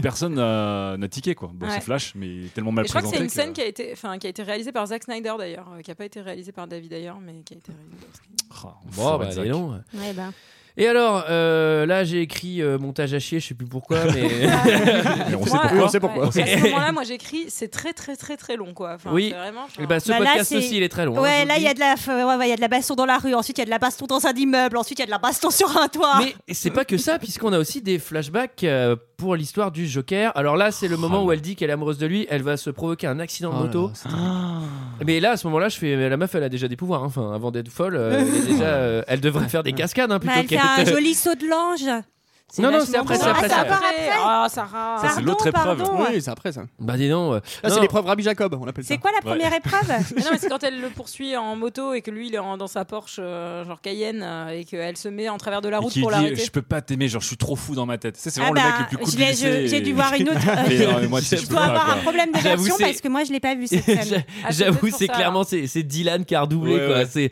[SPEAKER 8] personne euh, n'a n'a tiqué, quoi. Bon,
[SPEAKER 7] Ouais.
[SPEAKER 8] c'est Flash, mais tellement
[SPEAKER 7] Et
[SPEAKER 8] mal
[SPEAKER 7] je crois que
[SPEAKER 8] présenté.
[SPEAKER 7] c'est une
[SPEAKER 1] euh.
[SPEAKER 7] scène qui a été, enfin, qui a été réalisée par Zack Snyder d'ailleurs, euh, qui a pas été réalisée par David Ayer, mais qui a été réalisée. par Snyder.
[SPEAKER 8] euh, ah,
[SPEAKER 1] Bon, bah,
[SPEAKER 8] Forêt de
[SPEAKER 1] dis
[SPEAKER 8] Zach.
[SPEAKER 1] donc.
[SPEAKER 10] Ouais, bah.
[SPEAKER 1] Et alors, euh, là, j'ai écrit euh, montage à chier, je sais plus pourquoi,
[SPEAKER 10] <laughs>
[SPEAKER 1] mais. <laughs>
[SPEAKER 8] Mais on sait Moi, pourquoi. on sait pourquoi.
[SPEAKER 7] À ce moment-là, moi j'écris, c'est très très très très long quoi. Enfin,
[SPEAKER 1] Oui.
[SPEAKER 7] c'est Vraiment,
[SPEAKER 1] Eh ben, ce
[SPEAKER 10] Bah, là,
[SPEAKER 1] podcast
[SPEAKER 10] c'est-
[SPEAKER 1] aussi, il est très long. hein, je
[SPEAKER 10] Ouais,
[SPEAKER 1] vous
[SPEAKER 10] là,
[SPEAKER 1] le
[SPEAKER 10] il y, a de la f- ouais, ouais, il y a de la baston dans la rue, ensuite, il y a de la baston dans un immeuble, ensuite, il y a de la baston sur un toit.
[SPEAKER 1] Mais Et c'est pas
[SPEAKER 10] <laughs>
[SPEAKER 1] que ça, puisqu'on a aussi des flashbacks euh, pour l'histoire du Joker. Alors là, c'est le moment où elle dit qu'elle est amoureuse de lui, elle va se provoquer un accident de
[SPEAKER 6] Oh là
[SPEAKER 1] moto.
[SPEAKER 6] là, Ah.
[SPEAKER 1] mais là, à ce moment-là, je fais mais la meuf, elle a déjà des pouvoirs. hein. Enfin, avant d'être folle, euh, elle, est déjà, euh, elle devrait faire des cascades hein,
[SPEAKER 10] Bah,
[SPEAKER 1] plutôt
[SPEAKER 10] elle fait un
[SPEAKER 1] qu'être-
[SPEAKER 10] joli saut de l'ange. C'est
[SPEAKER 1] Non, non,
[SPEAKER 10] vachement
[SPEAKER 1] c'est après,
[SPEAKER 10] beau.
[SPEAKER 1] c'est
[SPEAKER 10] Ah,
[SPEAKER 1] après,
[SPEAKER 10] c'est
[SPEAKER 1] ça.
[SPEAKER 10] après.
[SPEAKER 7] Ah, Sarah.
[SPEAKER 10] Ça, c'est Pardon, l'autre épreuve. pardon, ouais.
[SPEAKER 6] Oui, c'est après ça.
[SPEAKER 1] Bah dis non.
[SPEAKER 6] Là, Ah,
[SPEAKER 1] <laughs>
[SPEAKER 6] c'est
[SPEAKER 1] non.
[SPEAKER 6] l'épreuve Rabbi Jacob, on appelle ça.
[SPEAKER 10] C'est quoi la
[SPEAKER 6] Ouais.
[SPEAKER 10] première épreuve
[SPEAKER 7] Mais non, mais c'est quand elle le poursuit en moto et que lui il est en- dans sa Porsche, euh, genre Cayenne, euh, et qu'elle se met en travers de la
[SPEAKER 8] Et
[SPEAKER 7] route
[SPEAKER 8] qui
[SPEAKER 7] pour
[SPEAKER 8] dit
[SPEAKER 7] l'arrêter.
[SPEAKER 8] Je peux pas t'aimer, genre je suis trop fou dans ma tête. Tu sais, c'est
[SPEAKER 10] Ah
[SPEAKER 8] vraiment
[SPEAKER 10] bah,
[SPEAKER 8] le mec le plus cool
[SPEAKER 10] je
[SPEAKER 8] du
[SPEAKER 10] l'ai- je-
[SPEAKER 8] lycée
[SPEAKER 10] j'ai
[SPEAKER 8] et-
[SPEAKER 10] dû voir une autre-
[SPEAKER 8] <laughs>
[SPEAKER 10] <laughs>
[SPEAKER 8] Mais non, mais moi, tu sais,
[SPEAKER 10] Je
[SPEAKER 8] je peux
[SPEAKER 10] dois
[SPEAKER 8] pas,
[SPEAKER 10] avoir
[SPEAKER 8] quoi.
[SPEAKER 10] un problème de
[SPEAKER 1] J'avoue,
[SPEAKER 10] version
[SPEAKER 1] c'est-
[SPEAKER 10] parce que moi, je l'ai pas vu
[SPEAKER 1] <laughs>
[SPEAKER 10] cette scène.
[SPEAKER 7] Ah,
[SPEAKER 1] J'a- J'avoue, c'est clairement c'est c'est Dylan qui a redoublé
[SPEAKER 8] Ouais,
[SPEAKER 1] quoi.
[SPEAKER 8] ouais.
[SPEAKER 1] C'est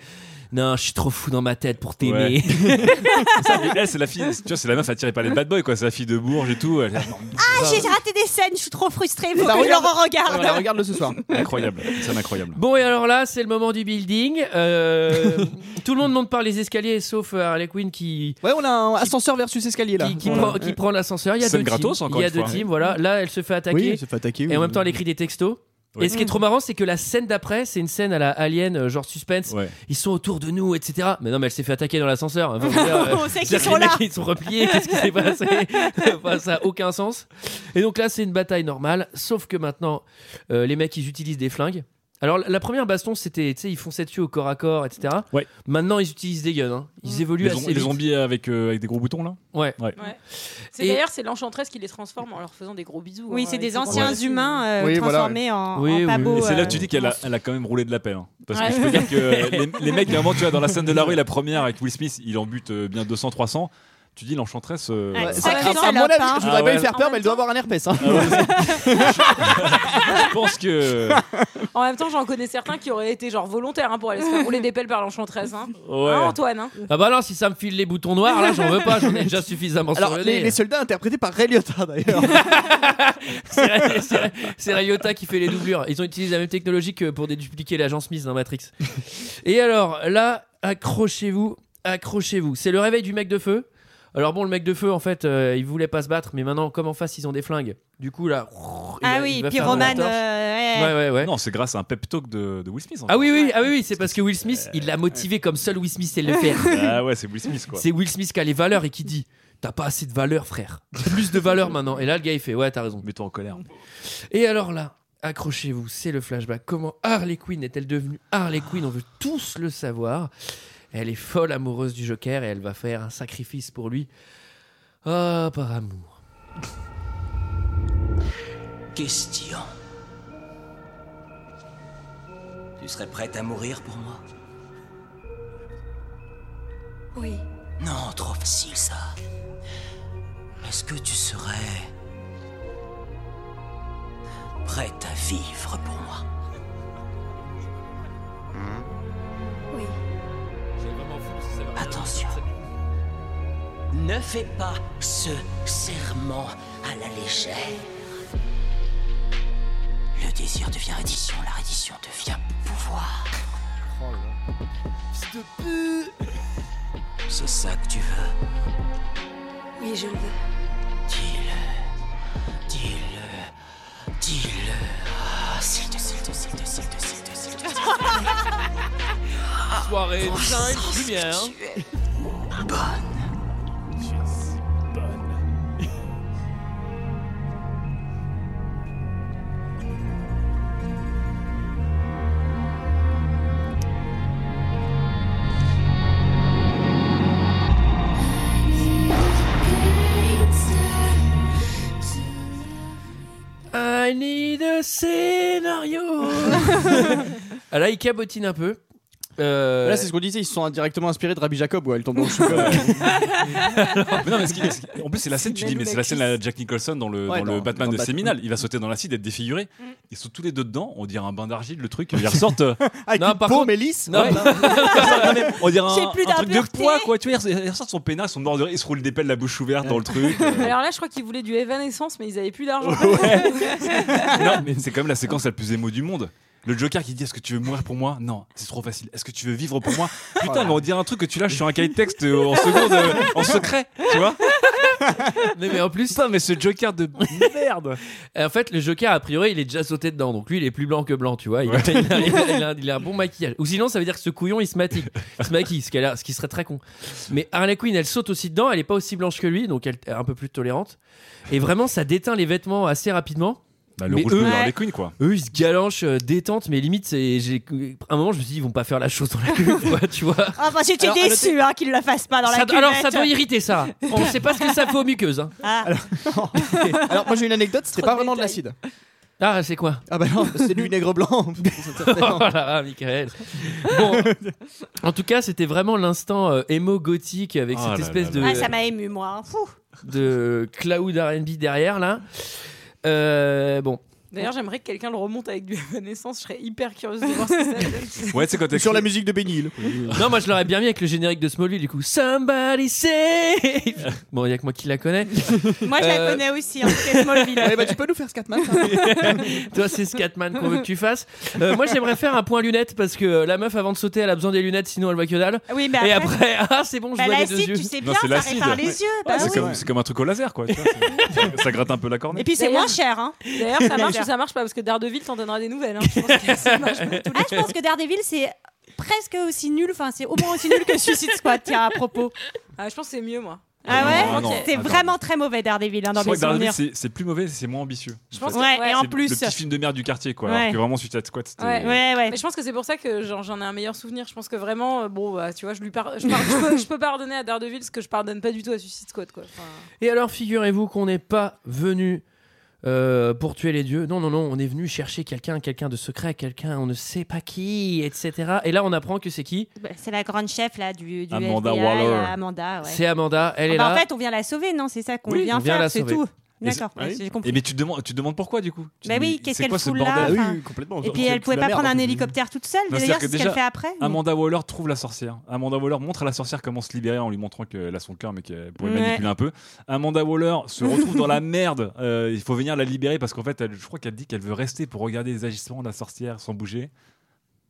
[SPEAKER 1] non, je suis trop fou dans ma tête pour t'aimer.
[SPEAKER 8] Ça, mais elle, c'est la fille, tu vois, c'est la meuf attirée par les bad boys, quoi. C'est la fille de Bourges et tout. Elle est
[SPEAKER 10] Ah, j'ai raté des scènes, je suis trop frustrée. Faut
[SPEAKER 6] Bah,
[SPEAKER 10] que je leur
[SPEAKER 6] regarde-
[SPEAKER 10] en regarde.
[SPEAKER 6] Voilà, regarde-le ce soir.
[SPEAKER 8] incroyable, c'est un incroyable.
[SPEAKER 1] <laughs> Bon et alors là, c'est le moment du building. Euh, tout le monde monte par les escaliers sauf euh, Harley Quinn qui
[SPEAKER 6] <laughs> Ouais, on a un ascenseur versus escalier là.
[SPEAKER 1] qui, qui
[SPEAKER 6] Ouais.
[SPEAKER 1] prend, qui prend l'ascenseur. Il y a
[SPEAKER 8] Scène
[SPEAKER 1] deux
[SPEAKER 8] gratos,
[SPEAKER 1] teams.
[SPEAKER 8] encore
[SPEAKER 1] Il y a
[SPEAKER 8] une
[SPEAKER 1] deux
[SPEAKER 8] fois.
[SPEAKER 1] teams. Voilà, là elle se fait attaquer.
[SPEAKER 6] Oui, elle se fait attaquer,
[SPEAKER 1] Et
[SPEAKER 6] oui.
[SPEAKER 1] en même temps, elle écrit des textos.
[SPEAKER 6] Oui.
[SPEAKER 1] Et ce qui est trop marrant, c'est que la scène d'après, c'est une scène à la Alien, euh, genre suspense. Ils sont autour de nous, etc. Mais non, mais elle s'est fait attaquer dans l'ascenseur. Enfin, je veux dire,
[SPEAKER 10] <laughs>
[SPEAKER 1] euh,
[SPEAKER 10] On sait qu'ils
[SPEAKER 1] c'est-à-dire que
[SPEAKER 10] sont
[SPEAKER 1] les mecs,
[SPEAKER 10] là.
[SPEAKER 1] Ils sont repliés. Qu'est-ce
[SPEAKER 10] <laughs>
[SPEAKER 1] qui s'est passé <laughs> Enfin, Ça a aucun sens. Et donc là, c'est une bataille normale, sauf que maintenant, euh, les mecs, ils utilisent des flingues. Alors, la- la première baston, c'était, tu sais, ils fonçaient dessus au corps à corps, etc.
[SPEAKER 8] Ouais.
[SPEAKER 1] Maintenant, ils utilisent des guns. hein.
[SPEAKER 10] Mm.
[SPEAKER 1] Ils évoluent
[SPEAKER 8] Les, zom-
[SPEAKER 1] assez
[SPEAKER 8] les
[SPEAKER 1] vite.
[SPEAKER 8] zombies avec, euh, avec des gros boutons, là
[SPEAKER 1] Ouais.
[SPEAKER 7] Ouais. C'est
[SPEAKER 1] Et-
[SPEAKER 7] d'ailleurs c'est l'enchantresse qui les transforme en leur faisant des gros bisous.
[SPEAKER 10] Oui,
[SPEAKER 7] hein,
[SPEAKER 10] c'est
[SPEAKER 7] ils
[SPEAKER 10] des
[SPEAKER 7] sont
[SPEAKER 10] anciens
[SPEAKER 7] gentils.
[SPEAKER 10] humains euh,
[SPEAKER 8] Oui, voilà.
[SPEAKER 10] transformés en,
[SPEAKER 8] Oui,
[SPEAKER 10] en pabots,
[SPEAKER 8] Et c'est là
[SPEAKER 10] euh,
[SPEAKER 8] que tu dis qu'elle a, elle a quand même roulé de la pelle. hein. Parce
[SPEAKER 10] Ouais.
[SPEAKER 8] que je peux dire que les, les mecs, d'un moment, tu vois, dans la scène de la rue, la première avec Will Smith, il en bute euh, bien 200, 300. Tu dis l'enchantresse. euh,
[SPEAKER 6] Ouais,
[SPEAKER 8] voilà.
[SPEAKER 6] ça, à, à mon avis, je voudrais
[SPEAKER 8] Ah
[SPEAKER 6] pas
[SPEAKER 8] ouais.
[SPEAKER 6] lui faire peur, mais elle doit avoir un herpès. hein.
[SPEAKER 8] Je pense que.
[SPEAKER 7] En même temps, j'en connais certains qui auraient été genre volontaires hein, pour aller se faire rouler des pelles par l'enchantresse. Hein.
[SPEAKER 8] Ouais.
[SPEAKER 7] Hein, Antoine. hein
[SPEAKER 1] Ah bah alors, si ça me file les boutons noirs, là, j'en veux pas. J'en ai déjà suffisamment
[SPEAKER 6] Alors,
[SPEAKER 1] sur le
[SPEAKER 6] les,
[SPEAKER 1] nez.
[SPEAKER 6] les soldats interprétés par Ray Liotta <laughs> d'ailleurs.
[SPEAKER 1] C'est Ray- c'est Ray- C'est Rayota qui fait les doublures. Ils ont utilisé la même technologie que pour dédupliquer l'agent Smith dans Matrix. Et alors, là, accrochez-vous, accrochez-vous. C'est le réveil du mec de feu. Alors bon, le mec de feu, en fait, euh, il voulait pas se battre, mais maintenant, comme en face, ils ont des flingues. Du coup, là... il
[SPEAKER 10] Ah
[SPEAKER 1] va-
[SPEAKER 10] oui,
[SPEAKER 1] il va faire de la
[SPEAKER 10] pyromane.
[SPEAKER 1] torche.
[SPEAKER 10] euh, ouais.
[SPEAKER 1] Ouais, ouais, ouais.
[SPEAKER 8] Non, c'est grâce à un pep talk de, de Will Smith. en
[SPEAKER 1] Ah oui, oui, ah oui, oui, c'est parce que Will Smith, il l'a motivé comme seul Will Smith sait le faire.
[SPEAKER 8] fait. Ah ouais, c'est Will Smith, quoi.
[SPEAKER 1] C'est Will Smith qui a les valeurs et qui dit T'as pas assez de valeur, frère. Plus de valeur maintenant. Et là, le gars, il fait Ouais, t'as raison.
[SPEAKER 8] Mets-toi en colère.
[SPEAKER 1] Et alors là, accrochez-vous, c'est le flashback. Comment Harley Quinn est-elle devenue Harley Quinn On veut tous le savoir. Elle est folle amoureuse du Joker et elle va faire un sacrifice pour lui. Ah, par amour.
[SPEAKER 4] Question. Tu serais prête à mourir pour moi
[SPEAKER 12] Oui.
[SPEAKER 4] Non, trop facile ça. Est-ce que tu serais prête à vivre pour moi
[SPEAKER 12] Oui.
[SPEAKER 4] Attention. Ne fais pas ce serment à la légère. Le désir devient addition, la reddition devient pouvoir. C'est ça que tu veux.
[SPEAKER 12] Oui, je le veux.
[SPEAKER 4] Dis-le. Dis-le. Ah, S'il te, s'il te, s'il te, s'il te, s'il te, s'il te, s'il te.
[SPEAKER 1] Soirée
[SPEAKER 4] Bon sang, ce que
[SPEAKER 1] lumière.
[SPEAKER 4] tu es. Bonne.
[SPEAKER 1] I need a scénario. Ah là, il cabotine un peu. Euh,
[SPEAKER 6] Là, c'est ce qu'on disait, ils se sont indirectement inspirés de Rabbi Jacob, ouais, elle tombe dans le chewing-gum.
[SPEAKER 8] Ah, Mais non, mais ce qui- ce qui- en plus, c'est la scène, tu
[SPEAKER 6] même
[SPEAKER 8] dis, mais c'est la scène à Jack Nicholson dans le,
[SPEAKER 6] Ouais,
[SPEAKER 8] dans
[SPEAKER 6] dans-
[SPEAKER 8] le Batman
[SPEAKER 6] dans
[SPEAKER 8] de
[SPEAKER 6] Batman.
[SPEAKER 8] Séminal. Il va sauter dans l'acide, être défiguré. Ils sont tous les deux dedans, on dirait un bain d'argile, le truc. Ils ressortent. euh,
[SPEAKER 6] Avec
[SPEAKER 8] non,
[SPEAKER 6] une
[SPEAKER 8] par
[SPEAKER 6] peau,
[SPEAKER 8] contre-
[SPEAKER 6] mais lisse.
[SPEAKER 8] Non,
[SPEAKER 6] Ouais. <laughs>
[SPEAKER 8] non, non, mais on dirait
[SPEAKER 7] J'ai
[SPEAKER 8] un,
[SPEAKER 7] plus
[SPEAKER 8] un truc de
[SPEAKER 7] d'impureté.
[SPEAKER 8] poids, quoi. Tu vois, ils ressortent son peinard, ils sont morts de rire, ils se roulent des pelles, la bouche ouverte dans
[SPEAKER 10] <laughs>
[SPEAKER 8] le truc. euh.
[SPEAKER 7] Alors là, je crois qu'ils voulaient du Evanescence, mais ils avaient plus d'argent.
[SPEAKER 8] non, mais c'est quand même la séquence la plus émo du monde. Le Joker qui dit Est-ce que tu veux mourir pour moi Non, c'est trop facile. Est-ce que tu veux vivre pour moi
[SPEAKER 6] Oh
[SPEAKER 8] Putain, mais on dirait un truc que tu lâches sur un cahier de texte euh, en seconde, euh, en secret, tu vois
[SPEAKER 1] mais, en plus.
[SPEAKER 8] Putain, mais ce Joker de
[SPEAKER 1] <laughs>
[SPEAKER 8] merde
[SPEAKER 1] En fait, le Joker, a priori, il est déjà sauté dedans. Donc lui, il est plus blanc que blanc, tu vois. Il, il a, il a- il a- il a un bon maquillage. Ou sinon, ça veut dire que ce couillon, il se maquille. Il se maquille, ce, qu'elle a- ce qui serait très con. Mais Harley Quinn, elle saute aussi dedans. Elle est pas aussi blanche que lui, donc elle est un peu plus tolérante. Et vraiment, ça déteint les vêtements assez rapidement.
[SPEAKER 8] Bah, le
[SPEAKER 1] Mais
[SPEAKER 8] rouge
[SPEAKER 1] eux-
[SPEAKER 8] bleu Harley Quinn, quoi.
[SPEAKER 1] Eux, ils se galanchent, euh, détente, mais limite, c'est, j'ai, à un moment, je me suis dit, ils vont pas faire la chose dans la cuve, quoi, tu vois.
[SPEAKER 10] Ah, bah, j'étais
[SPEAKER 1] Alors,
[SPEAKER 10] déçu hein, qu'il le fasse pas dans la
[SPEAKER 1] Ça-
[SPEAKER 10] cuvette.
[SPEAKER 1] alors, ça doit irriter, ça. On sait pas ce que ça fait aux muqueuses. hein.
[SPEAKER 10] Ah.
[SPEAKER 6] Alors, moi, j'ai une anecdote, c'était pas vraiment de l'acide.
[SPEAKER 1] Ah, c'est quoi
[SPEAKER 6] Ah bah non, c'est du vinaigre <laughs> blanc.
[SPEAKER 1] <laughs> Oh là là, Michael. Bon, en tout cas, c'était vraiment l'instant euh, émo gothique avec
[SPEAKER 8] Oh
[SPEAKER 1] cette
[SPEAKER 8] là
[SPEAKER 1] espèce de,
[SPEAKER 8] là
[SPEAKER 10] Ah, ça m'a ému, moi. Fou.
[SPEAKER 1] de cloud RB derrière là. Euh, bon,
[SPEAKER 7] D'ailleurs, j'aimerais que quelqu'un le remonte avec du <laughs> Evanescence. Je serais hyper curieuse de voir ce que ça
[SPEAKER 8] <laughs>
[SPEAKER 7] donne.
[SPEAKER 8] Ouais, c'est quand t'es
[SPEAKER 6] Sur la musique de Benny Hill.
[SPEAKER 1] non, moi je l'aurais bien mis avec le générique de Smallville du coup. Somebody save. <laughs> Bon, il y a que moi qui la connais.
[SPEAKER 10] Moi, je
[SPEAKER 1] Euh,
[SPEAKER 10] la connais aussi, hein, en tout cas, Smallville.
[SPEAKER 6] Ouais, bah, tu peux nous faire ce Catman
[SPEAKER 10] hein.
[SPEAKER 6] ça
[SPEAKER 1] Toi, c'est Scatman qu'on veut que tu fasses. Euh, moi, j'aimerais faire un point lunettes parce que euh, la meuf, avant de sauter, elle a besoin des lunettes, sinon elle voit que dalle.
[SPEAKER 10] Ah Oui, mais
[SPEAKER 1] Et
[SPEAKER 10] après,
[SPEAKER 1] après, <laughs> ah, c'est bon, je
[SPEAKER 10] bah,
[SPEAKER 1] vois les deux
[SPEAKER 10] l'acide,
[SPEAKER 1] yeux.
[SPEAKER 10] tu sais
[SPEAKER 8] Non,
[SPEAKER 10] bien,
[SPEAKER 8] c'est
[SPEAKER 10] ça
[SPEAKER 8] l'acide.
[SPEAKER 10] répare les yeux. Bah,
[SPEAKER 8] C'est
[SPEAKER 10] oui.
[SPEAKER 8] comme, c'est comme un truc au laser, quoi. tu vois,
[SPEAKER 10] <laughs>
[SPEAKER 8] c'est- ça, ça gratte un peu la cornée.
[SPEAKER 10] Et puis, c'est
[SPEAKER 7] D'ailleurs-
[SPEAKER 10] moins cher. Hein.
[SPEAKER 7] D'ailleurs,
[SPEAKER 10] <laughs>
[SPEAKER 7] ça marche ou ça marche pas parce que Daredevil t'en donnera des nouvelles. hein. Je pense que ça marche pas.
[SPEAKER 10] Ah, je pense que Daredevil, c'est presque aussi nul, enfin, c'est au moins aussi nul que Suicide Squad, tiens, à propos.
[SPEAKER 7] Ah, je pense que c'est mieux, moi.
[SPEAKER 10] Ah
[SPEAKER 8] Ah,
[SPEAKER 10] ouais
[SPEAKER 8] non,
[SPEAKER 10] C'est
[SPEAKER 8] attends.
[SPEAKER 10] vraiment très mauvais, Daredevil, hein,
[SPEAKER 8] Je
[SPEAKER 10] dans
[SPEAKER 8] crois
[SPEAKER 10] mes
[SPEAKER 8] que Daredevil,
[SPEAKER 10] souvenirs.
[SPEAKER 8] c'est c'est plus mauvais, c'est moins ambitieux.
[SPEAKER 7] Je pense que-
[SPEAKER 10] Ouais, et en
[SPEAKER 8] C'est
[SPEAKER 10] plus.
[SPEAKER 8] Le petit film de merde du quartier, quoi.
[SPEAKER 10] Ouais.
[SPEAKER 8] Alors que vraiment, Suicide Squad, c'était.
[SPEAKER 7] Ouais.
[SPEAKER 10] Ouais, ouais.
[SPEAKER 7] Mais je pense que c'est pour ça que genre, j'en ai un meilleur souvenir. Je pense que vraiment, euh, bon, bah, tu vois, je lui par... je, par- je peux, je peux pardonner à Daredevil ce que je pardonne pas du tout à Suicide Squad, quoi. Enfin,
[SPEAKER 1] Et alors, figurez-vous qu'on n'est pas venu euh, pour tuer les dieux. Non, non, non, on est venu chercher quelqu'un, quelqu'un de secret, quelqu'un, on ne sait pas qui, etc. Et là, on apprend que c'est qui
[SPEAKER 10] Bah, C'est la grande chef, là, du, du
[SPEAKER 8] Amanda
[SPEAKER 10] FBI,
[SPEAKER 8] Waller.
[SPEAKER 10] euh, Amanda, ouais.
[SPEAKER 1] C'est Amanda, elle est
[SPEAKER 10] Bah,
[SPEAKER 1] là.
[SPEAKER 10] en fait, on vient la sauver, non C'est ça qu'on
[SPEAKER 1] Oui, on
[SPEAKER 10] vient
[SPEAKER 1] vient la
[SPEAKER 10] faire, c'est
[SPEAKER 1] sauver.
[SPEAKER 10] tout.
[SPEAKER 8] Et c'est-
[SPEAKER 10] D'accord,
[SPEAKER 8] Ah oui.
[SPEAKER 10] j'ai compris.
[SPEAKER 8] Et mais tu te demandes, tu te demandes pourquoi, du coup Tu te
[SPEAKER 10] Bah
[SPEAKER 8] dis,
[SPEAKER 10] oui,
[SPEAKER 8] mais
[SPEAKER 10] qu'est-ce
[SPEAKER 8] c'est
[SPEAKER 10] qu'elle
[SPEAKER 8] quoi ce
[SPEAKER 10] fout là
[SPEAKER 8] bordel
[SPEAKER 10] Ah, Enfin,
[SPEAKER 6] complètement.
[SPEAKER 10] Et puis elle pouvait pas prendre un hélicoptère toute seule.
[SPEAKER 8] Non,
[SPEAKER 10] D'ailleurs,
[SPEAKER 8] c'est-à-dire que
[SPEAKER 10] c'est ce qu'elle
[SPEAKER 8] déjà,
[SPEAKER 10] fait après. mais-
[SPEAKER 8] Amanda Waller trouve la sorcière. Amanda Waller montre à la sorcière comment se libérer en lui montrant qu'elle a son cœur mais qu'elle pourrait
[SPEAKER 10] Ouais.
[SPEAKER 8] manipuler un peu. Amanda Waller se
[SPEAKER 10] <laughs>
[SPEAKER 8] retrouve dans la merde. Euh, il faut venir la libérer parce qu'en fait, elle- je crois qu'elle dit qu'elle veut rester pour regarder les agissements de la sorcière sans bouger.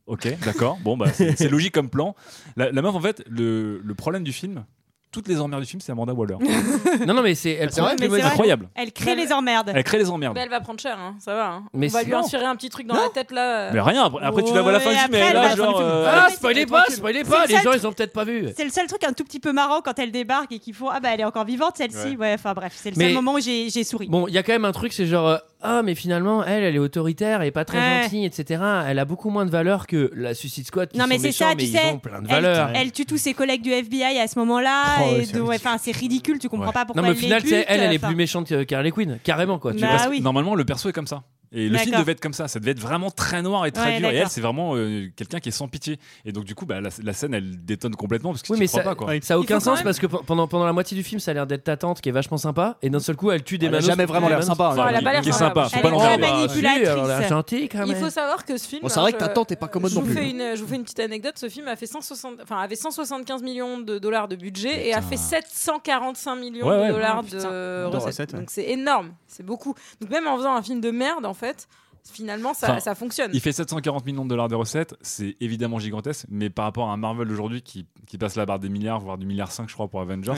[SPEAKER 8] Ok, d'accord. Bon, bah, c'est c'est logique comme plan. La, la meuf, en fait, le, le problème du film, toutes les emmerdes du film, c'est Amanda Waller.
[SPEAKER 1] <laughs> Non, non, mais c'est elle prend
[SPEAKER 10] vrai,
[SPEAKER 1] toutes
[SPEAKER 10] mais
[SPEAKER 1] les bonnes-
[SPEAKER 10] c'est vrai.
[SPEAKER 8] Incroyable.
[SPEAKER 10] Elle crée les emmerdes.
[SPEAKER 8] Elle crée les emmerdes.
[SPEAKER 7] bah, elle va prendre cher, hein, ça va. hein.
[SPEAKER 1] Mais
[SPEAKER 7] On va lui
[SPEAKER 1] sinon-
[SPEAKER 7] insurer un petit truc dans la tête, là. euh.
[SPEAKER 8] Mais rien, après, après, tu la vois à la fin
[SPEAKER 10] Ouais,
[SPEAKER 8] du film, mais
[SPEAKER 10] après,
[SPEAKER 8] là,
[SPEAKER 10] elle va-
[SPEAKER 8] genre. euh,
[SPEAKER 1] Ah,
[SPEAKER 10] mais c'est-
[SPEAKER 1] spoilez pas, spoilez pas,
[SPEAKER 10] C'est le
[SPEAKER 1] les gens,
[SPEAKER 10] seul
[SPEAKER 1] ils ont peut-être pas vu.
[SPEAKER 10] C'est le seul truc un tout petit peu marrant quand elle débarque et qu'ils font Ah bah elle est encore vivante celle-ci.
[SPEAKER 8] Ouais.
[SPEAKER 10] Ouais, enfin bref, c'est le
[SPEAKER 1] Mais-
[SPEAKER 10] seul moment où j'ai j'ai souri.
[SPEAKER 1] Bon, il y a quand même un truc, c'est genre, euh, ah, mais finalement, elle, elle est autoritaire et pas très
[SPEAKER 10] Ouais.
[SPEAKER 1] gentille, etc. Elle a beaucoup moins de valeur que la Suicide Squad. Qui
[SPEAKER 10] Non, mais
[SPEAKER 1] sont
[SPEAKER 10] c'est
[SPEAKER 1] méchants,
[SPEAKER 10] ça,
[SPEAKER 1] mais
[SPEAKER 10] tu
[SPEAKER 1] ils
[SPEAKER 10] sais,
[SPEAKER 1] ont plein de
[SPEAKER 10] Elle,
[SPEAKER 1] valeur.
[SPEAKER 10] elle tue tous ses collègues du FBI à ce moment-là.
[SPEAKER 6] Oh, ouais,
[SPEAKER 10] et
[SPEAKER 6] c'est
[SPEAKER 10] donc, ouais,
[SPEAKER 6] ridicule.
[SPEAKER 10] enfin c'est ridicule, tu comprends
[SPEAKER 8] Ouais.
[SPEAKER 10] pas pourquoi
[SPEAKER 1] non, mais au
[SPEAKER 10] elle
[SPEAKER 1] final, tu
[SPEAKER 10] l'éduque,
[SPEAKER 1] sais, elle, elle est
[SPEAKER 10] enfin.
[SPEAKER 1] plus méchante que- qu'Harley Quinn, carrément, quoi. tu
[SPEAKER 10] Bah
[SPEAKER 1] vois.
[SPEAKER 8] Parce que
[SPEAKER 10] oui.
[SPEAKER 8] Normalement, le perso est comme ça. Et le film
[SPEAKER 10] D'accord.
[SPEAKER 8] devait être comme ça. Ça devait être vraiment très noir et très
[SPEAKER 10] Ouais,
[SPEAKER 8] dur. Et elle,
[SPEAKER 10] d'accord.
[SPEAKER 8] c'est vraiment euh, quelqu'un qui est sans pitié. Et donc, du coup, bah, la, la scène, elle détonne complètement parce que
[SPEAKER 1] Oui,
[SPEAKER 8] tu
[SPEAKER 1] mais
[SPEAKER 8] y crois
[SPEAKER 1] ça-
[SPEAKER 8] pas. Quoi.
[SPEAKER 1] Ça a
[SPEAKER 7] Il
[SPEAKER 1] aucun
[SPEAKER 7] faut quand
[SPEAKER 1] sens
[SPEAKER 7] même-
[SPEAKER 1] parce que pe- pendant, pendant la moitié du film, ça a l'air d'être ta tante qui est vachement sympa et d'un seul coup, elle tue des
[SPEAKER 6] Elle a
[SPEAKER 1] manos.
[SPEAKER 6] jamais vraiment l'air
[SPEAKER 1] Des
[SPEAKER 6] sympa.
[SPEAKER 7] Enfin,
[SPEAKER 6] hein.
[SPEAKER 7] elle a pas l'air
[SPEAKER 8] qui est
[SPEAKER 7] sympa.
[SPEAKER 8] sympa. Faut
[SPEAKER 10] Elle
[SPEAKER 8] pas
[SPEAKER 10] est très
[SPEAKER 8] l'emmerder.
[SPEAKER 1] manos.
[SPEAKER 10] manipulatrice.
[SPEAKER 1] Si, alors, elle est gentille euh, quand
[SPEAKER 7] Il
[SPEAKER 1] même.
[SPEAKER 7] faut savoir que ce film.
[SPEAKER 6] Bon, c'est vrai
[SPEAKER 7] hein,
[SPEAKER 6] que ta
[SPEAKER 7] je-
[SPEAKER 6] tante est pas commode
[SPEAKER 7] Je
[SPEAKER 6] non
[SPEAKER 7] vous,
[SPEAKER 6] plus.
[SPEAKER 7] fais une, je vous fais une petite anecdote. Ce film a fait, 160, enfin, avait 175 millions de dollars de budget et a
[SPEAKER 8] Putain.
[SPEAKER 7] fait 745 millions
[SPEAKER 8] Ouais, ouais.
[SPEAKER 7] de dollars
[SPEAKER 10] Ah,
[SPEAKER 7] de
[SPEAKER 10] putain.
[SPEAKER 7] euh,
[SPEAKER 6] De
[SPEAKER 7] recettes.
[SPEAKER 6] recettes, ouais.
[SPEAKER 7] Donc c'est énorme, c'est beaucoup. Donc même en faisant un film de merde, en fait, finalement, ça,
[SPEAKER 8] Enfin,
[SPEAKER 7] ça fonctionne.
[SPEAKER 8] Il fait 740 millions de dollars de recettes. C'est évidemment gigantesque. Mais par rapport à un Marvel d'aujourd'hui qui, qui passe la barre des milliards, voire du milliard 5, je crois, pour Avengers,
[SPEAKER 6] Ouais.
[SPEAKER 8] eux,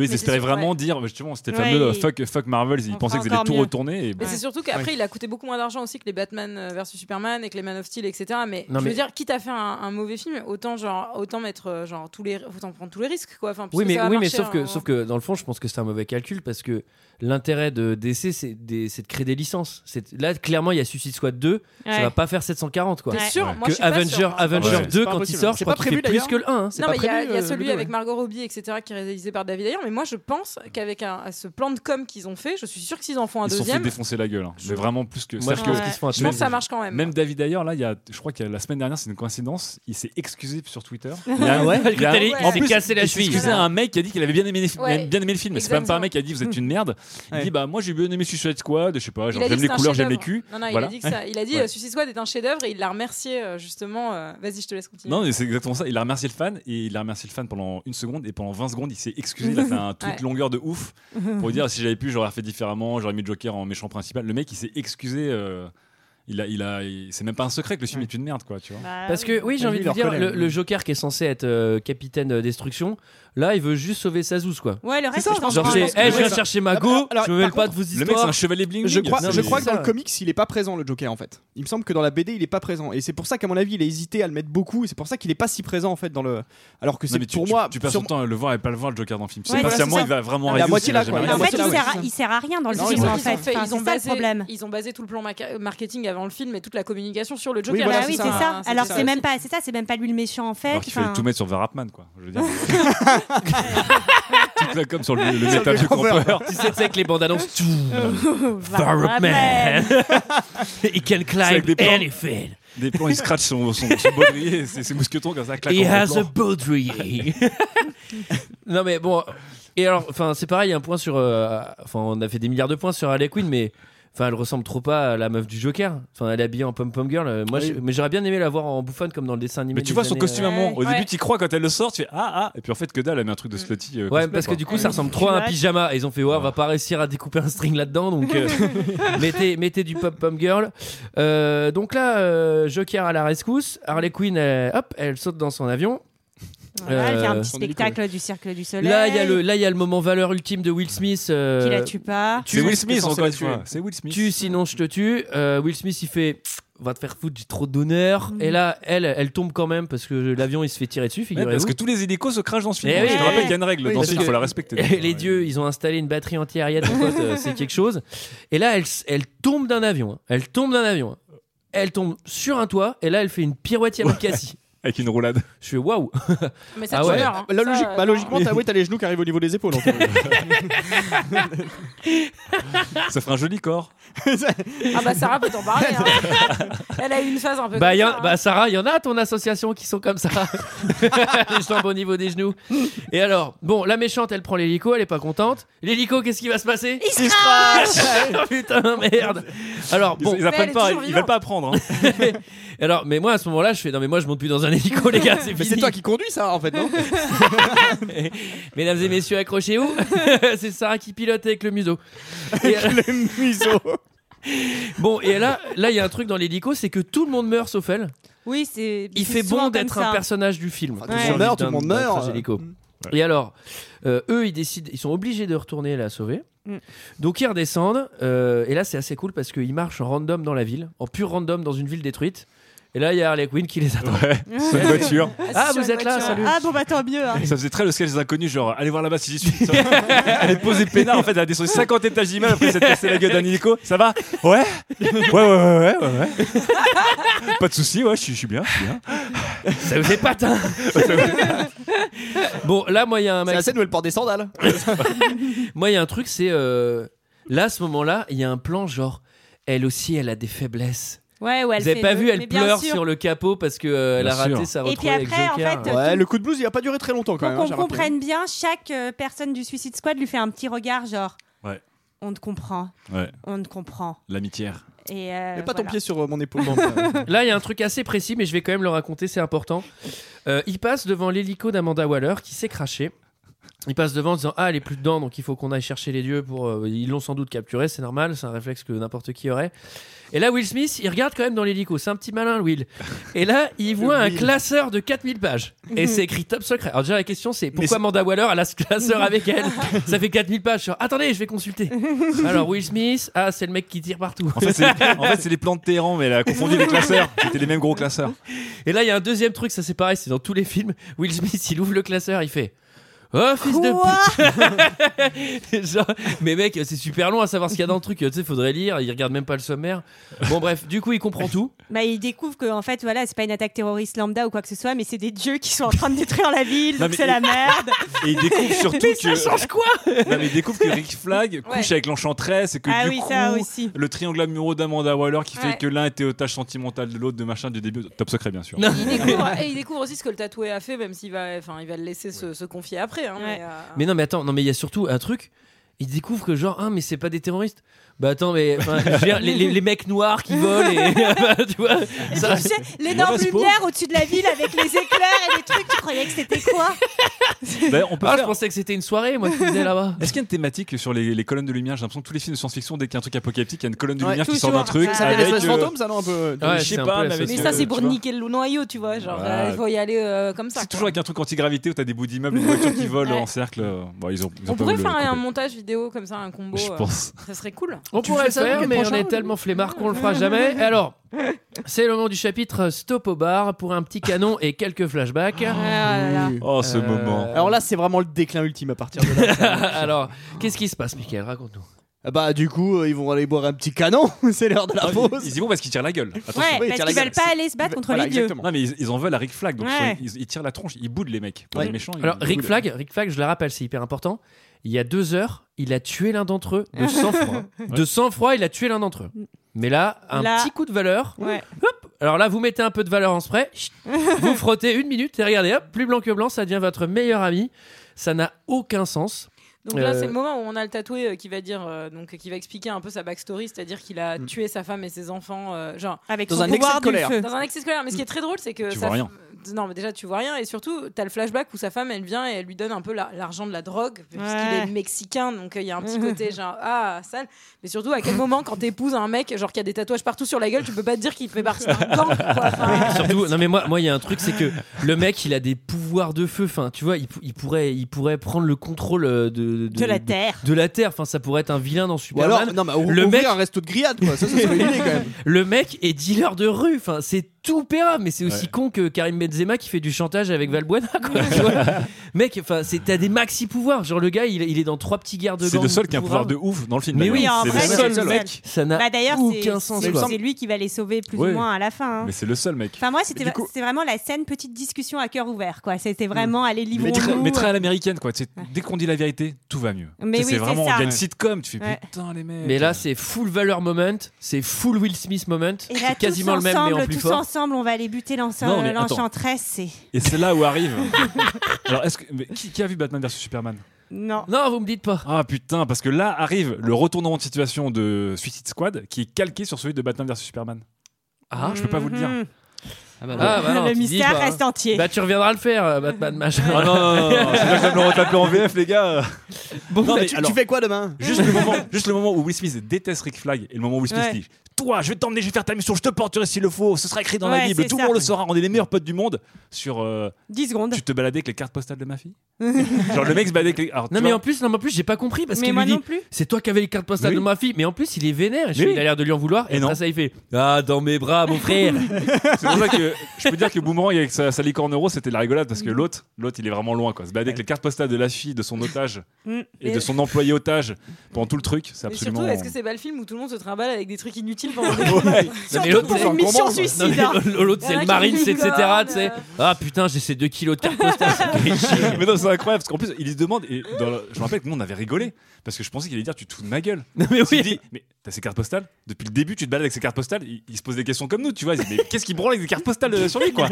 [SPEAKER 7] c'est
[SPEAKER 8] ils espéraient
[SPEAKER 7] sûr,
[SPEAKER 8] vraiment dire justement, c'était le
[SPEAKER 10] Ouais,
[SPEAKER 8] fameux euh,
[SPEAKER 10] ils-
[SPEAKER 8] fuck, fuck Marvel. Ils
[SPEAKER 10] On
[SPEAKER 8] pensaient
[SPEAKER 10] fera
[SPEAKER 8] qu'ils allaient
[SPEAKER 10] encore
[SPEAKER 8] tout
[SPEAKER 10] mieux.
[SPEAKER 8] retourner. Et...
[SPEAKER 7] Mais
[SPEAKER 10] Ouais.
[SPEAKER 7] c'est surtout qu'après, il a coûté beaucoup moins d'argent aussi que les Batman euh, versus Superman et que les Man of Steel, etc. Mais
[SPEAKER 1] Non,
[SPEAKER 7] je
[SPEAKER 1] mais-
[SPEAKER 7] veux dire, quitte à faire un, un mauvais film, autant genre, autant mettre euh, genre tous les, autant prendre tous les risques, quoi. Enfin,
[SPEAKER 1] Oui,
[SPEAKER 7] puisque
[SPEAKER 1] mais,
[SPEAKER 7] ça va
[SPEAKER 1] oui, mais
[SPEAKER 7] marcher,
[SPEAKER 1] sauf, que,
[SPEAKER 7] hein.
[SPEAKER 1] sauf que dans le fond, je pense que c'est un mauvais calcul parce que l'intérêt de DC, c'est des- c'est de créer des licences. C'est- Là, clairement, il y a Suicide Suicide Squad 2, ça
[SPEAKER 7] Ouais.
[SPEAKER 1] va pas faire 740 quoi.
[SPEAKER 7] T'es sûr Ouais. Moi, je
[SPEAKER 1] que
[SPEAKER 7] suis pas
[SPEAKER 1] Avenger,
[SPEAKER 7] sûre.
[SPEAKER 1] Avenger
[SPEAKER 7] Ouais. C'est
[SPEAKER 1] 2
[SPEAKER 7] pas
[SPEAKER 1] quand il
[SPEAKER 7] impossible.
[SPEAKER 1] sort, je
[SPEAKER 7] C'est
[SPEAKER 1] crois
[SPEAKER 7] pas
[SPEAKER 1] qu'il fait
[SPEAKER 7] prévu,
[SPEAKER 1] plus que le 1. hein.
[SPEAKER 7] Non, mais il y a, il y a celui avec Margot Robbie, etc., qui est réalisé par David Ayer. Mais moi, je pense qu'avec un- à ce plan de com qu'ils ont fait, je suis sûr que s'ils en font un
[SPEAKER 8] Ils se sont fait
[SPEAKER 7] deuxième.
[SPEAKER 8] défoncer la gueule. hein. Mais vraiment plus que.
[SPEAKER 1] Moi,
[SPEAKER 8] c'est-à-dire
[SPEAKER 1] je pense
[SPEAKER 8] que-
[SPEAKER 1] qu'ils se font un
[SPEAKER 7] Je pense que ça marche quand même.
[SPEAKER 8] Même David d'ailleurs, là, il y a, je crois que la semaine dernière, c'est une coïncidence, il s'est excusé
[SPEAKER 7] <laughs>
[SPEAKER 8] sur Twitter. Il y a-
[SPEAKER 1] Ah ouais
[SPEAKER 8] il y a-
[SPEAKER 1] T'as dit, il
[SPEAKER 8] en
[SPEAKER 1] s'est
[SPEAKER 8] plus,
[SPEAKER 1] cassé la
[SPEAKER 8] il s'est
[SPEAKER 1] cheville.
[SPEAKER 7] hein.
[SPEAKER 8] excusé à un mec qui a dit qu'il avait bien aimé, les fi-
[SPEAKER 7] Ouais,
[SPEAKER 8] bien aimé le film. Mais C'est pas même pas un mec qui a dit vous êtes une merde. Il dit bah moi j'ai bien aimé Suicide Squad, je sais pas,
[SPEAKER 7] Il
[SPEAKER 8] genre,
[SPEAKER 7] a dit
[SPEAKER 8] j'aime
[SPEAKER 7] que
[SPEAKER 8] les
[SPEAKER 7] c'est un
[SPEAKER 8] couleurs, j'aime les
[SPEAKER 7] chef-d'œuvre.
[SPEAKER 8] culs.
[SPEAKER 7] Non, non,
[SPEAKER 8] Voilà.
[SPEAKER 7] il a dit que ça. Il a dit
[SPEAKER 8] Ouais.
[SPEAKER 7] euh, Suicide Squad est un chef-d'œuvre et il l'a remercié euh, justement. euh, Vas-y, je te laisse continuer.
[SPEAKER 8] Non, mais c'est exactement ça. Il a remercié le fan et il a remercié le fan pendant une seconde et pendant 20 secondes, il s'est excusé. Il a
[SPEAKER 7] <laughs>
[SPEAKER 8] fait un tweet
[SPEAKER 7] Ouais.
[SPEAKER 8] longueur de ouf pour dire si j'avais pu, j'aurais fait différemment, j'aurais mis Joker en méchant principal. Le mec, il s'est excusé. euh, il a, il a, il- c'est même pas un secret que le film est une merde, quoi, tu vois.
[SPEAKER 7] Bah,
[SPEAKER 1] Parce que oui, j'ai envie de vous dire, le, le Joker qui est censé être euh, capitaine euh, destruction, là, il veut juste sauver sa zousse quoi.
[SPEAKER 10] Ouais, le
[SPEAKER 1] C'est
[SPEAKER 10] reste,
[SPEAKER 1] ça,
[SPEAKER 10] je pense
[SPEAKER 1] Genre,
[SPEAKER 10] pas.
[SPEAKER 1] c'est,
[SPEAKER 10] Je pense
[SPEAKER 1] eh,
[SPEAKER 10] que-
[SPEAKER 1] je viens chercher
[SPEAKER 7] Ah,
[SPEAKER 1] ma go,
[SPEAKER 6] alors,
[SPEAKER 1] je me mêle
[SPEAKER 6] par
[SPEAKER 1] pas de
[SPEAKER 6] contre,
[SPEAKER 1] vos histoires.
[SPEAKER 6] Je crois, je crois que dans le
[SPEAKER 1] comics
[SPEAKER 6] comics, il est pas présent le Joker en fait. Il me semble que dans la BD, il est pas présent et c'est pour ça qu'à mon avis, il a hésité à le mettre beaucoup et c'est pour ça qu'il est pas si présent en fait dans le. Alors que
[SPEAKER 8] Non,
[SPEAKER 6] c'est
[SPEAKER 8] mais tu-
[SPEAKER 6] pour
[SPEAKER 8] tu-
[SPEAKER 6] moi.
[SPEAKER 8] tu perds
[SPEAKER 6] sur-
[SPEAKER 8] ton temps à le voir et pas le voir le Joker dans le film.
[SPEAKER 6] Ouais,
[SPEAKER 8] C'est
[SPEAKER 6] voilà,
[SPEAKER 8] patiemment,
[SPEAKER 6] c'est
[SPEAKER 8] il va vraiment
[SPEAKER 6] La
[SPEAKER 1] Ah, bah,
[SPEAKER 6] moitié
[SPEAKER 8] arriver où
[SPEAKER 6] là,
[SPEAKER 8] il va
[SPEAKER 6] quoi.
[SPEAKER 8] jamais
[SPEAKER 6] La
[SPEAKER 10] En fait,
[SPEAKER 8] arriver.
[SPEAKER 10] il sert, à- il sert à rien dans le
[SPEAKER 7] Non,
[SPEAKER 10] film.
[SPEAKER 7] ils, ont,
[SPEAKER 10] en
[SPEAKER 7] ils
[SPEAKER 10] fait.
[SPEAKER 7] ont fait-
[SPEAKER 10] Enfin,
[SPEAKER 7] ils ont
[SPEAKER 10] c'est ça le
[SPEAKER 7] basé,
[SPEAKER 10] problème.
[SPEAKER 7] ils ont basé tout le plan maca- marketing avant le film et toute la communication sur le Joker.
[SPEAKER 10] Oui, voilà,
[SPEAKER 7] Bah
[SPEAKER 10] oui, c'est ça. Alors c'est même pas, c'est ça, c'est même pas lui le méchant en fait.
[SPEAKER 8] Alors qu'il fallait
[SPEAKER 10] Enfin,
[SPEAKER 8] tout mettre sur Verapman, quoi. Je veux
[SPEAKER 1] <laughs>
[SPEAKER 8] dire. Toute la com sur le, le métal du
[SPEAKER 1] Vampire.
[SPEAKER 8] campeur.
[SPEAKER 1] Tu sais, tu sais, avec les bandes annonces, tout.
[SPEAKER 8] Vampire Man.
[SPEAKER 1] Fireman. <laughs> He can climb
[SPEAKER 8] avec des plans-
[SPEAKER 1] anything.
[SPEAKER 8] Des plans, il scratch son, son,
[SPEAKER 1] <laughs>
[SPEAKER 8] son baudrier, ses ses mousquetons comme ça, claque
[SPEAKER 1] He
[SPEAKER 8] en plein
[SPEAKER 1] has a
[SPEAKER 8] plan.
[SPEAKER 1] baudrier. <laughs> non mais bon. Et alors, enfin, c'est pareil, il y a un point sur. euh, Enfin, on a fait des milliards de points sur Harley Quinn, mais enfin, elle ressemble trop pas à la meuf du Joker. Enfin, elle est habillée en pom pom girl. Euh, Moi,
[SPEAKER 8] Oui.
[SPEAKER 1] j'ai- mais j'aurais bien aimé la voir en bouffonne comme dans le dessin animé.
[SPEAKER 8] Mais tu
[SPEAKER 1] des
[SPEAKER 8] vois son
[SPEAKER 1] années,
[SPEAKER 8] costume à
[SPEAKER 1] euh,
[SPEAKER 8] un moment. Au début, tu crois quand elle le sort, tu fais ah ah. Et puis en fait, que dalle, elle met un truc de slutty. euh,
[SPEAKER 1] Mm. Ouais,
[SPEAKER 8] cosplay,
[SPEAKER 1] parce que
[SPEAKER 8] quoi.
[SPEAKER 1] du coup, ça ressemble trop à un pyjama. Et ils ont fait, ouais, on va pas réussir à découper un string là-dedans,
[SPEAKER 10] <laughs>
[SPEAKER 1] donc euh, mettez, mettez du pop pom girl. Euh, donc là, euh, Joker à la rescousse, Harley Quinn, elle- hop, elle saute dans son avion.
[SPEAKER 10] voilà, elle fait un
[SPEAKER 1] Euh,
[SPEAKER 10] petit spectacle du Cirque du Soleil.
[SPEAKER 1] Là, il y a le, là, il y a le moment valeur ultime de Will Smith. euh,
[SPEAKER 10] Qui la tue pas.
[SPEAKER 1] tue-
[SPEAKER 10] C'est Will Smith,
[SPEAKER 1] t'es censé
[SPEAKER 10] encore
[SPEAKER 1] la
[SPEAKER 10] une
[SPEAKER 1] tuer.
[SPEAKER 10] fois.
[SPEAKER 8] C'est Will Smith.
[SPEAKER 1] Tue, sinon je te tue. Euh, Will Smith, il fait. On va te faire foutre, j'ai trop d'honneur.
[SPEAKER 10] Mm.
[SPEAKER 1] Et là, elle, elle tombe quand même parce que l'avion il se fait tirer dessus.
[SPEAKER 8] Ouais,
[SPEAKER 1] figurez-vous.
[SPEAKER 8] parce que tous les hélicos se crachent dans ce film.
[SPEAKER 1] Eh oui,
[SPEAKER 8] je te
[SPEAKER 1] ouais.
[SPEAKER 8] rappelle qu'il y a une règle
[SPEAKER 1] Oui,
[SPEAKER 8] dans
[SPEAKER 1] parce
[SPEAKER 8] ce film, il
[SPEAKER 1] que
[SPEAKER 8] faut la
[SPEAKER 1] <laughs>
[SPEAKER 8] respecter.
[SPEAKER 1] les dieux, ils ont installé une batterie anti-Ariane, mon pote, euh, c'est quelque chose. Et là, elle, s- elle tombe d'un avion. hein. Elle tombe d'un avion. hein. Elle tombe sur un toit et là, elle fait une pirouette Yamakasi.
[SPEAKER 8] Avec une roulade.
[SPEAKER 1] Je fais waouh!
[SPEAKER 7] Mais
[SPEAKER 1] Ah
[SPEAKER 7] ça
[SPEAKER 1] ouais.
[SPEAKER 7] tue l'heure, hein.
[SPEAKER 6] Là,
[SPEAKER 7] Ça,
[SPEAKER 6] logique-
[SPEAKER 7] euh,
[SPEAKER 6] bah, logiquement, t'as ouais, t'as les genoux qui arrivent au niveau des épaules. en <laughs> fait.
[SPEAKER 8] Ça ferait un joli corps.
[SPEAKER 7] Ah bah Sarah peut en parler. hein. Elle a eu une phase un peu.
[SPEAKER 1] Bah,
[SPEAKER 7] comme
[SPEAKER 1] y en-
[SPEAKER 7] ça, hein.
[SPEAKER 1] bah, Sarah, il y en a à ton association qui sont comme ça. les jambes au niveau des genoux. Et alors, bon, la méchante, elle prend l'hélico, elle est pas contente. L'hélico, qu'est-ce qui va se passer
[SPEAKER 10] Il
[SPEAKER 1] se crache <laughs> Putain, merde Alors, bon.
[SPEAKER 8] Ils, ils apprennent pas, ils veulent pas apprendre. hein.
[SPEAKER 1] Alors, mais moi, à ce moment-là, je fais non, mais moi, je monte plus dans un hélico, les gars, c'est
[SPEAKER 6] Mais c'est
[SPEAKER 1] fini.
[SPEAKER 6] toi qui conduis ça en fait, <laughs> non
[SPEAKER 1] Mesdames et messieurs,
[SPEAKER 6] <laughs>
[SPEAKER 1] accrochez-vous. c'est Sarah qui pilote avec le museau. Et- euh,
[SPEAKER 6] Le museau.
[SPEAKER 1] <laughs> bon, et là, là, il y a un truc dans l'hélico, c'est que tout le monde meurt sauf elle.
[SPEAKER 10] Oui, c'est.
[SPEAKER 1] Il
[SPEAKER 10] c'est
[SPEAKER 1] fait
[SPEAKER 10] souvent
[SPEAKER 1] bon
[SPEAKER 10] comme
[SPEAKER 1] d'être
[SPEAKER 10] ça.
[SPEAKER 1] un personnage du film.
[SPEAKER 6] tout le monde meurt, tout le monde
[SPEAKER 1] D'un- d'un
[SPEAKER 6] meurt.
[SPEAKER 1] crash hélico. Et alors, euh, eux, ils décident, ils sont obligés de retourner la sauver.
[SPEAKER 10] Mm.
[SPEAKER 1] Donc ils redescendent. euh, et là, c'est assez cool parce qu'ils marchent en random dans la ville, en pur random dans une ville détruite. Et là, il y a Harley Quinn qui les
[SPEAKER 6] <laughs>
[SPEAKER 1] attend.
[SPEAKER 8] <laughs> C'est une voiture.
[SPEAKER 1] Ah, vous êtes là, salut.
[SPEAKER 10] Ah bon, bah tant mieux. hein.
[SPEAKER 8] Ça faisait très le sketch des inconnus, genre allez voir là-bas si j'y suis. Ça va. <laughs> elle est posée peinard en fait, elle a descendu 50 étages d'immeuble après s'être cassé la gueule d'un hélico. Ça va Ouais Ouais, ouais, ouais, ouais, ouais. ouais. Pas de soucis, ouais, je suis- je suis bien, je suis bien.
[SPEAKER 1] Ça vous épate, hein <laughs> Bon, là, moi, il y a un
[SPEAKER 6] C'est
[SPEAKER 1] mec.
[SPEAKER 6] la scène où elle porte des sandales.
[SPEAKER 1] Moi, il y a un truc, c'est euh, là, à ce moment-là, il y a un plan genre, elle aussi, elle a des faiblesses.
[SPEAKER 10] Ouais, ouais. elle
[SPEAKER 1] Vous avez
[SPEAKER 10] fait
[SPEAKER 1] pas
[SPEAKER 10] le-
[SPEAKER 1] vu,
[SPEAKER 10] mais
[SPEAKER 1] elle
[SPEAKER 10] bien
[SPEAKER 1] pleure
[SPEAKER 10] sûr.
[SPEAKER 1] sur le capot parce que euh, elle a
[SPEAKER 8] Bien sûr.
[SPEAKER 1] raté sa
[SPEAKER 10] Et puis
[SPEAKER 1] retrouvaille avec
[SPEAKER 10] après, en
[SPEAKER 1] Joker. hein.
[SPEAKER 10] fait,
[SPEAKER 6] Ouais, le coup de blouse, il a pas duré très longtemps quand
[SPEAKER 10] Pour
[SPEAKER 6] même.
[SPEAKER 10] qu'on
[SPEAKER 6] hein, j'ai rappelé.
[SPEAKER 10] comprenne bien, chaque euh, personne du Suicide Squad lui fait un petit regard, genre.
[SPEAKER 8] Ouais.
[SPEAKER 10] On te comprend.
[SPEAKER 8] Ouais,
[SPEAKER 10] On te comprend.
[SPEAKER 8] l'amitière.
[SPEAKER 10] Et. euh,
[SPEAKER 6] Mets pas ton
[SPEAKER 10] voilà.
[SPEAKER 6] pied sur euh, mon épaule.
[SPEAKER 7] bah,
[SPEAKER 1] <laughs> Là, il y a un truc assez précis, mais je vais quand même le raconter, c'est important. Euh, il passe devant l'hélico d'Amanda Waller qui s'est craché. Il passe devant en disant Ah, elle est plus dedans, donc il faut qu'on aille chercher les dieux. pour. euh, Ils l'ont sans doute capturé, c'est normal, c'est un réflexe que n'importe qui aurait. Et là, Will Smith, il regarde quand même dans l'hélico, c'est un petit malin, le Will. Et là, il voit un
[SPEAKER 6] Will.
[SPEAKER 1] classeur de 4000 pages. Et c'est écrit top secret. Alors, déjà, la question, c'est pourquoi
[SPEAKER 6] c'est-
[SPEAKER 1] Amanda Waller, elle a ce classeur avec elle Ça fait 4000 pages. Genre, Attendez, je vais consulter. Alors, Will Smith, ah, c'est le mec qui tire partout.
[SPEAKER 8] En fait, c'est en fait, c'est les plans de Téhéran, mais elle a confondu les classeurs. C'était les mêmes gros classeurs.
[SPEAKER 1] Et là, il y a un deuxième truc, ça c'est pareil, c'est dans tous les films. Will Smith, il ouvre le classeur, il fait Oh, fils
[SPEAKER 8] <laughs>
[SPEAKER 1] de pute Genre, Mais mec, c'est super long à savoir ce qu'il y a dans le truc. Tu sais, faudrait lire. Il regarde même pas le sommaire. Bon, bref, du coup, il comprend tout.
[SPEAKER 10] Bah, il découvre que en fait, voilà, c'est pas une attaque terroriste lambda ou quoi que ce soit, mais c'est des dieux qui sont en train de détruire la ville,
[SPEAKER 8] Non,
[SPEAKER 10] donc
[SPEAKER 8] mais-
[SPEAKER 10] c'est la merde.
[SPEAKER 8] Et il découvre surtout
[SPEAKER 10] Mais ça
[SPEAKER 8] que.
[SPEAKER 10] change quoi
[SPEAKER 8] Non, mais il découvre que Rick Flag couche
[SPEAKER 10] Ouais.
[SPEAKER 8] avec l'enchantresse et que
[SPEAKER 10] Ah
[SPEAKER 8] du
[SPEAKER 10] oui,
[SPEAKER 8] coup,
[SPEAKER 10] ça aussi.
[SPEAKER 8] le triangle amoureux d'Amanda Waller qui
[SPEAKER 7] Ouais.
[SPEAKER 8] fait que l'un était otage sentimental de l'autre, de machin, du début. Top secret,
[SPEAKER 10] <laughs>
[SPEAKER 8] bien
[SPEAKER 7] Il
[SPEAKER 8] sûr. <laughs>
[SPEAKER 7] découvre, et il découvre aussi ce que le tatoué a fait, même s'il va, enfin, il va le laisser se, se confier après. hein, mais, euh,
[SPEAKER 1] Mais non, mais attends, non, mais il y a surtout un truc. Ils découvrent que genre, ah, mais c'est pas des terroristes. Bah attends, mais enfin, je veux dire, les, les- les mecs noirs qui volent, et, <laughs> tu vois. ça-
[SPEAKER 10] Tu sais,
[SPEAKER 8] <laughs>
[SPEAKER 10] L'énorme
[SPEAKER 1] Mauvaise peau.
[SPEAKER 10] lumière au-dessus de la ville avec les éclairs et les trucs, tu croyais que c'était quoi
[SPEAKER 8] D'ailleurs, on peut
[SPEAKER 1] Ah,
[SPEAKER 8] faire-
[SPEAKER 1] je pensais que c'était une soirée, moi, qui faisais là-bas.
[SPEAKER 8] Est-ce qu'il y a une thématique sur les, les colonnes de lumière J'ai l'impression que tous les films de science-fiction, dès qu'il y a un truc apocalyptique, il y a une colonne de
[SPEAKER 6] Ouais,
[SPEAKER 8] lumière qui sort
[SPEAKER 6] toujours.
[SPEAKER 8] d'un truc.
[SPEAKER 6] Ça s'appelle
[SPEAKER 8] avec,
[SPEAKER 6] SOS
[SPEAKER 8] euh,
[SPEAKER 6] Fantôme, ça, non, un peu
[SPEAKER 8] Ouais, je sais pas, mais avec,
[SPEAKER 7] mais ça,
[SPEAKER 8] euh,
[SPEAKER 7] c'est
[SPEAKER 8] tu
[SPEAKER 7] pour
[SPEAKER 8] vois.
[SPEAKER 7] niquer le noyau, tu vois. Genre,
[SPEAKER 8] Ouais.
[SPEAKER 7] euh, il faut y aller euh, comme ça.
[SPEAKER 8] C'est
[SPEAKER 7] quoi.
[SPEAKER 8] toujours avec un truc anti-gravité où t'as des bouts d'immeubles, des voitures qui volent
[SPEAKER 7] Ouais.
[SPEAKER 8] en cercle. euh, Bon, ils ont, ils ont
[SPEAKER 7] On
[SPEAKER 8] pas
[SPEAKER 7] pourrait
[SPEAKER 8] voulu
[SPEAKER 7] faire
[SPEAKER 8] le
[SPEAKER 7] un
[SPEAKER 8] couper.
[SPEAKER 7] montage vidéo comme ça, un combo.
[SPEAKER 8] Je
[SPEAKER 7] euh,
[SPEAKER 8] pense.
[SPEAKER 7] Ça serait cool.
[SPEAKER 1] On
[SPEAKER 7] Tu
[SPEAKER 1] pourrait
[SPEAKER 7] fais
[SPEAKER 1] le
[SPEAKER 7] ça dans
[SPEAKER 1] faire,
[SPEAKER 7] quel
[SPEAKER 1] mais on
[SPEAKER 7] prochain,
[SPEAKER 1] est
[SPEAKER 7] ou-
[SPEAKER 1] tellement flemmard qu'on le
[SPEAKER 7] <laughs>
[SPEAKER 1] fera jamais. Et alors, c'est le moment du chapitre Stop au bar pour un petit canon et quelques flashbacks. Euh,
[SPEAKER 8] Oh, ce moment.
[SPEAKER 6] Alors là, c'est vraiment le déclin ultime à partir de là.
[SPEAKER 1] <laughs> alors, qu'est-ce qui se passe, Michael Raconte-nous.
[SPEAKER 6] Ah Bah, du coup, euh, ils vont aller boire un petit canon. <laughs> c'est l'heure de la
[SPEAKER 8] Ah,
[SPEAKER 6] pause.
[SPEAKER 8] Ils, ils y vont parce qu'ils tirent la gueule. Attention.
[SPEAKER 10] Ouais,
[SPEAKER 6] Oui,
[SPEAKER 10] parce
[SPEAKER 6] tiens,
[SPEAKER 10] qu'ils
[SPEAKER 6] la
[SPEAKER 10] veulent
[SPEAKER 6] gueule,
[SPEAKER 10] pas aller se battre contre
[SPEAKER 8] Voilà,
[SPEAKER 10] les dieux.
[SPEAKER 8] exactement. Non, mais ils, ils en veulent à Rick Flag, donc
[SPEAKER 10] Ouais.
[SPEAKER 8] ils, ils tirent la tronche, ils boudent les mecs. Pour
[SPEAKER 6] Ouais.
[SPEAKER 8] les méchants, ils-
[SPEAKER 1] Alors,
[SPEAKER 8] ils
[SPEAKER 1] Rick
[SPEAKER 8] boudent.
[SPEAKER 1] Flag, Rick Flag, je le rappelle, c'est hyper important. Il y a deux heures, il a tué l'un d'entre eux
[SPEAKER 8] <laughs>
[SPEAKER 1] de sang-froid. De sang-froid, il a tué l'un d'entre eux. Mais là, un
[SPEAKER 10] Là.
[SPEAKER 1] petit coup de valeur.
[SPEAKER 10] Ouais.
[SPEAKER 1] Hop Alors là, vous mettez un peu de valeur en
[SPEAKER 8] <laughs>
[SPEAKER 1] spray. Chut. vous frottez une minute et regardez, hop, plus blanc que blanc, ça devient votre meilleur ami. Ça n'a aucun sens.
[SPEAKER 7] Donc là,
[SPEAKER 1] Euh,
[SPEAKER 7] c'est le moment où on a le tatoué euh, qui va dire, euh, donc qui va expliquer un peu sa backstory, c'est-à-dire qu'il a
[SPEAKER 1] Mm.
[SPEAKER 7] tué sa femme et ses enfants, euh, genre
[SPEAKER 10] Avec
[SPEAKER 6] Dans
[SPEAKER 10] son
[SPEAKER 6] un excès
[SPEAKER 10] pouvoir
[SPEAKER 6] de
[SPEAKER 10] du
[SPEAKER 6] colère.
[SPEAKER 10] feu.
[SPEAKER 7] dans un excès scolaire. Mais ce qui est très drôle, c'est que
[SPEAKER 8] Tu
[SPEAKER 7] sa
[SPEAKER 8] vois rien.
[SPEAKER 7] f- Non, mais déjà tu vois rien et surtout t'as le flashback où sa femme elle vient et elle lui donne un peu la- l'argent de la drogue puisqu'il
[SPEAKER 10] Ouais.
[SPEAKER 7] est mexicain donc euh, il y a
[SPEAKER 10] <laughs>
[SPEAKER 7] un petit côté genre ah sale mais surtout à
[SPEAKER 1] <laughs>
[SPEAKER 7] quel moment quand t'épouses un mec genre qui a des tatouages partout sur la gueule tu peux pas te dire qu'il fait partie d'un
[SPEAKER 1] <laughs>
[SPEAKER 7] gang quoi. Enfin,
[SPEAKER 8] <laughs>
[SPEAKER 1] Surtout, non mais moi, moi, il y a un truc, c'est que le mec, il a des pouvoirs de feu. Enfin, tu vois, il, pou- il pourrait, il pourrait prendre le contrôle euh, de, de-
[SPEAKER 10] De la terre.
[SPEAKER 1] de la terre. Enfin, ça pourrait être un vilain dans
[SPEAKER 6] Ou
[SPEAKER 1] Superman.
[SPEAKER 6] alors, non, mais ou-
[SPEAKER 1] Le
[SPEAKER 6] ouvrir
[SPEAKER 1] mec-
[SPEAKER 6] un resto de grillade, quoi. Ça, ça serait l'idée, quand même.
[SPEAKER 1] Le mec est dealer de rue, enfin, c'est tout pérable, mais c'est aussi con que Karim Benzema qui fait du chantage avec Valbuena. Quoi, tu
[SPEAKER 8] <laughs>
[SPEAKER 1] vois. mec, enfin, c'est- t'as des maxi pouvoirs. Genre le gars, il, il est dans trois petits guerres de
[SPEAKER 8] C'est le
[SPEAKER 1] gang
[SPEAKER 8] seul qui a un pouvoir de
[SPEAKER 1] pourrables.
[SPEAKER 8] ouf dans le film.
[SPEAKER 1] Mais oui,
[SPEAKER 8] d'ailleurs.
[SPEAKER 10] en vrai,
[SPEAKER 8] c'est
[SPEAKER 10] c'est le
[SPEAKER 8] seul
[SPEAKER 10] seul.
[SPEAKER 8] mec.
[SPEAKER 1] Ça n'a
[SPEAKER 10] Bah d'ailleurs,
[SPEAKER 1] aucun
[SPEAKER 10] c'est-
[SPEAKER 1] sens.
[SPEAKER 10] c'est
[SPEAKER 1] quoi.
[SPEAKER 10] c'est lui qui va les sauver plus
[SPEAKER 8] Ouais.
[SPEAKER 10] ou moins à la fin. hein.
[SPEAKER 8] Mais c'est le seul mec.
[SPEAKER 10] Enfin moi c'était
[SPEAKER 8] Mais du coup-
[SPEAKER 10] c'est vraiment la scène petite discussion à cœur ouvert quoi. C'était vraiment aller
[SPEAKER 6] <laughs>
[SPEAKER 8] Mais très,
[SPEAKER 10] livrons-nous.
[SPEAKER 8] mais très à l'américaine, quoi. Tu sais, Dès qu'on dit la vérité, tout va mieux.
[SPEAKER 10] Mais
[SPEAKER 8] Tu sais,
[SPEAKER 10] oui,
[SPEAKER 8] c'est
[SPEAKER 10] c'est
[SPEAKER 8] vraiment,
[SPEAKER 10] ça.
[SPEAKER 8] il y a une sitcom, tu fais
[SPEAKER 10] Ouais.
[SPEAKER 8] putain les mecs.
[SPEAKER 1] Mais là, c'est full valeur moment, c'est full Will Smith moment,
[SPEAKER 10] Et là,
[SPEAKER 1] c'est quasiment
[SPEAKER 10] tous
[SPEAKER 1] le même mais en
[SPEAKER 10] ensemble,
[SPEAKER 1] plus
[SPEAKER 10] tous
[SPEAKER 1] fort.
[SPEAKER 10] ensemble, on va aller buter l'ense-
[SPEAKER 8] Non, mais attends.
[SPEAKER 10] l'enchantresse. C'est
[SPEAKER 8] Et c'est là où arrive.
[SPEAKER 10] <laughs>
[SPEAKER 8] Alors, est-ce que. mais qui, qui a vu Batman vs Superman
[SPEAKER 10] non.
[SPEAKER 1] Non, vous me dites pas.
[SPEAKER 8] Ah putain, parce que là arrive le retournement de situation de Suicide Squad qui est calqué sur celui de Batman vs Superman.
[SPEAKER 1] Ah.
[SPEAKER 8] je peux pas vous le dire.
[SPEAKER 10] Mhm.
[SPEAKER 1] Ah, bah non,
[SPEAKER 10] le
[SPEAKER 1] tu dis
[SPEAKER 10] mystère
[SPEAKER 1] pas.
[SPEAKER 10] reste entier.
[SPEAKER 1] Bah tu reviendras le faire, euh, Batman machin.
[SPEAKER 8] Ah non, non, non, non, c'est pas comme le retaper en VF, les gars.
[SPEAKER 1] Bon,
[SPEAKER 8] Non,
[SPEAKER 6] Bah,
[SPEAKER 8] mais
[SPEAKER 6] tu, tu
[SPEAKER 8] alors-
[SPEAKER 6] fais quoi demain
[SPEAKER 8] Juste
[SPEAKER 7] <laughs>
[SPEAKER 8] le, moment, juste le moment où Will Smith déteste Rick Flag et le moment où Will Smith
[SPEAKER 10] Ouais.
[SPEAKER 8] dit Toi, je vais t'emmener, je vais faire ta mission, je te porterai s'il le faut, ce sera écrit dans la
[SPEAKER 10] Ouais,
[SPEAKER 8] Bible,
[SPEAKER 10] c'est
[SPEAKER 8] tout le
[SPEAKER 10] ça.
[SPEAKER 8] monde le saura, on est les meilleurs potes du monde. Sur euh,
[SPEAKER 10] 10 secondes.
[SPEAKER 8] Tu te baladais avec les cartes postales de
[SPEAKER 7] <laughs>
[SPEAKER 8] ma fille Genre le mec se baladait avec les. alors, tu
[SPEAKER 1] Non mais
[SPEAKER 8] vois,
[SPEAKER 1] en plus, non mais en plus, j'ai pas compris parce
[SPEAKER 10] Mais
[SPEAKER 1] qu'il
[SPEAKER 10] moi
[SPEAKER 1] lui dit
[SPEAKER 10] non plus. Mm.
[SPEAKER 1] C'est toi qui avais les cartes postales
[SPEAKER 8] Oui.
[SPEAKER 1] de ma fille, mais en plus il est vénère. Et je
[SPEAKER 8] Mais
[SPEAKER 1] fais,
[SPEAKER 8] oui.
[SPEAKER 1] Il a l'air de lui en vouloir. Et,
[SPEAKER 8] Et non.
[SPEAKER 1] après, ça il fait Ah dans mes bras mon frère.
[SPEAKER 8] C'est pour
[SPEAKER 1] <laughs>
[SPEAKER 8] ça que je peux dire que Boomerang avec sa, sa licorne euro, c'était de la rigolade parce que
[SPEAKER 7] Mm.
[SPEAKER 8] l'autre, l'autre, il est vraiment loin quoi. Se balader avec les cartes postales de la fille, de son otage
[SPEAKER 10] Mm.
[SPEAKER 8] et
[SPEAKER 7] Mais-
[SPEAKER 8] de son employé otage pendant tout le truc, c'est
[SPEAKER 7] mais
[SPEAKER 8] absolument.
[SPEAKER 7] surtout, est-ce que c'est pas le film où tout le monde se trimballe avec des trucs inutiles pendant des
[SPEAKER 8] Ouais.
[SPEAKER 1] Non, mais
[SPEAKER 10] Surtout
[SPEAKER 1] l'autre,
[SPEAKER 10] pour
[SPEAKER 1] c'est-
[SPEAKER 10] une mission
[SPEAKER 1] Non,
[SPEAKER 10] suicide.
[SPEAKER 1] mais
[SPEAKER 10] hein.
[SPEAKER 1] l'autre, l'autre,
[SPEAKER 7] Il y
[SPEAKER 1] c'est
[SPEAKER 7] en a
[SPEAKER 1] le
[SPEAKER 7] qui
[SPEAKER 1] marine,
[SPEAKER 7] font
[SPEAKER 1] c'est
[SPEAKER 7] du
[SPEAKER 1] etc.
[SPEAKER 7] corn,
[SPEAKER 1] tu sais.
[SPEAKER 7] euh.
[SPEAKER 1] Ah putain, j'ai ces 2 kilos de cartes postales. c'est cringy.
[SPEAKER 8] <laughs> Mais non, c'est incroyable parce qu'en plus, il se demande. Et dans le- je me rappelle que nous, on avait rigolé parce que je pensais qu'il allait dire Tu te fous de ma gueule.
[SPEAKER 1] Non, mais
[SPEAKER 8] Je me
[SPEAKER 1] oui.
[SPEAKER 8] dis, mais t'as ces cartes postales Depuis le début, tu te balades avec ces cartes postales. Il, il se pose des questions comme nous, tu vois. Il se dit, mais qu'est-ce qu'il branle avec des cartes postales euh, sur lui, quoi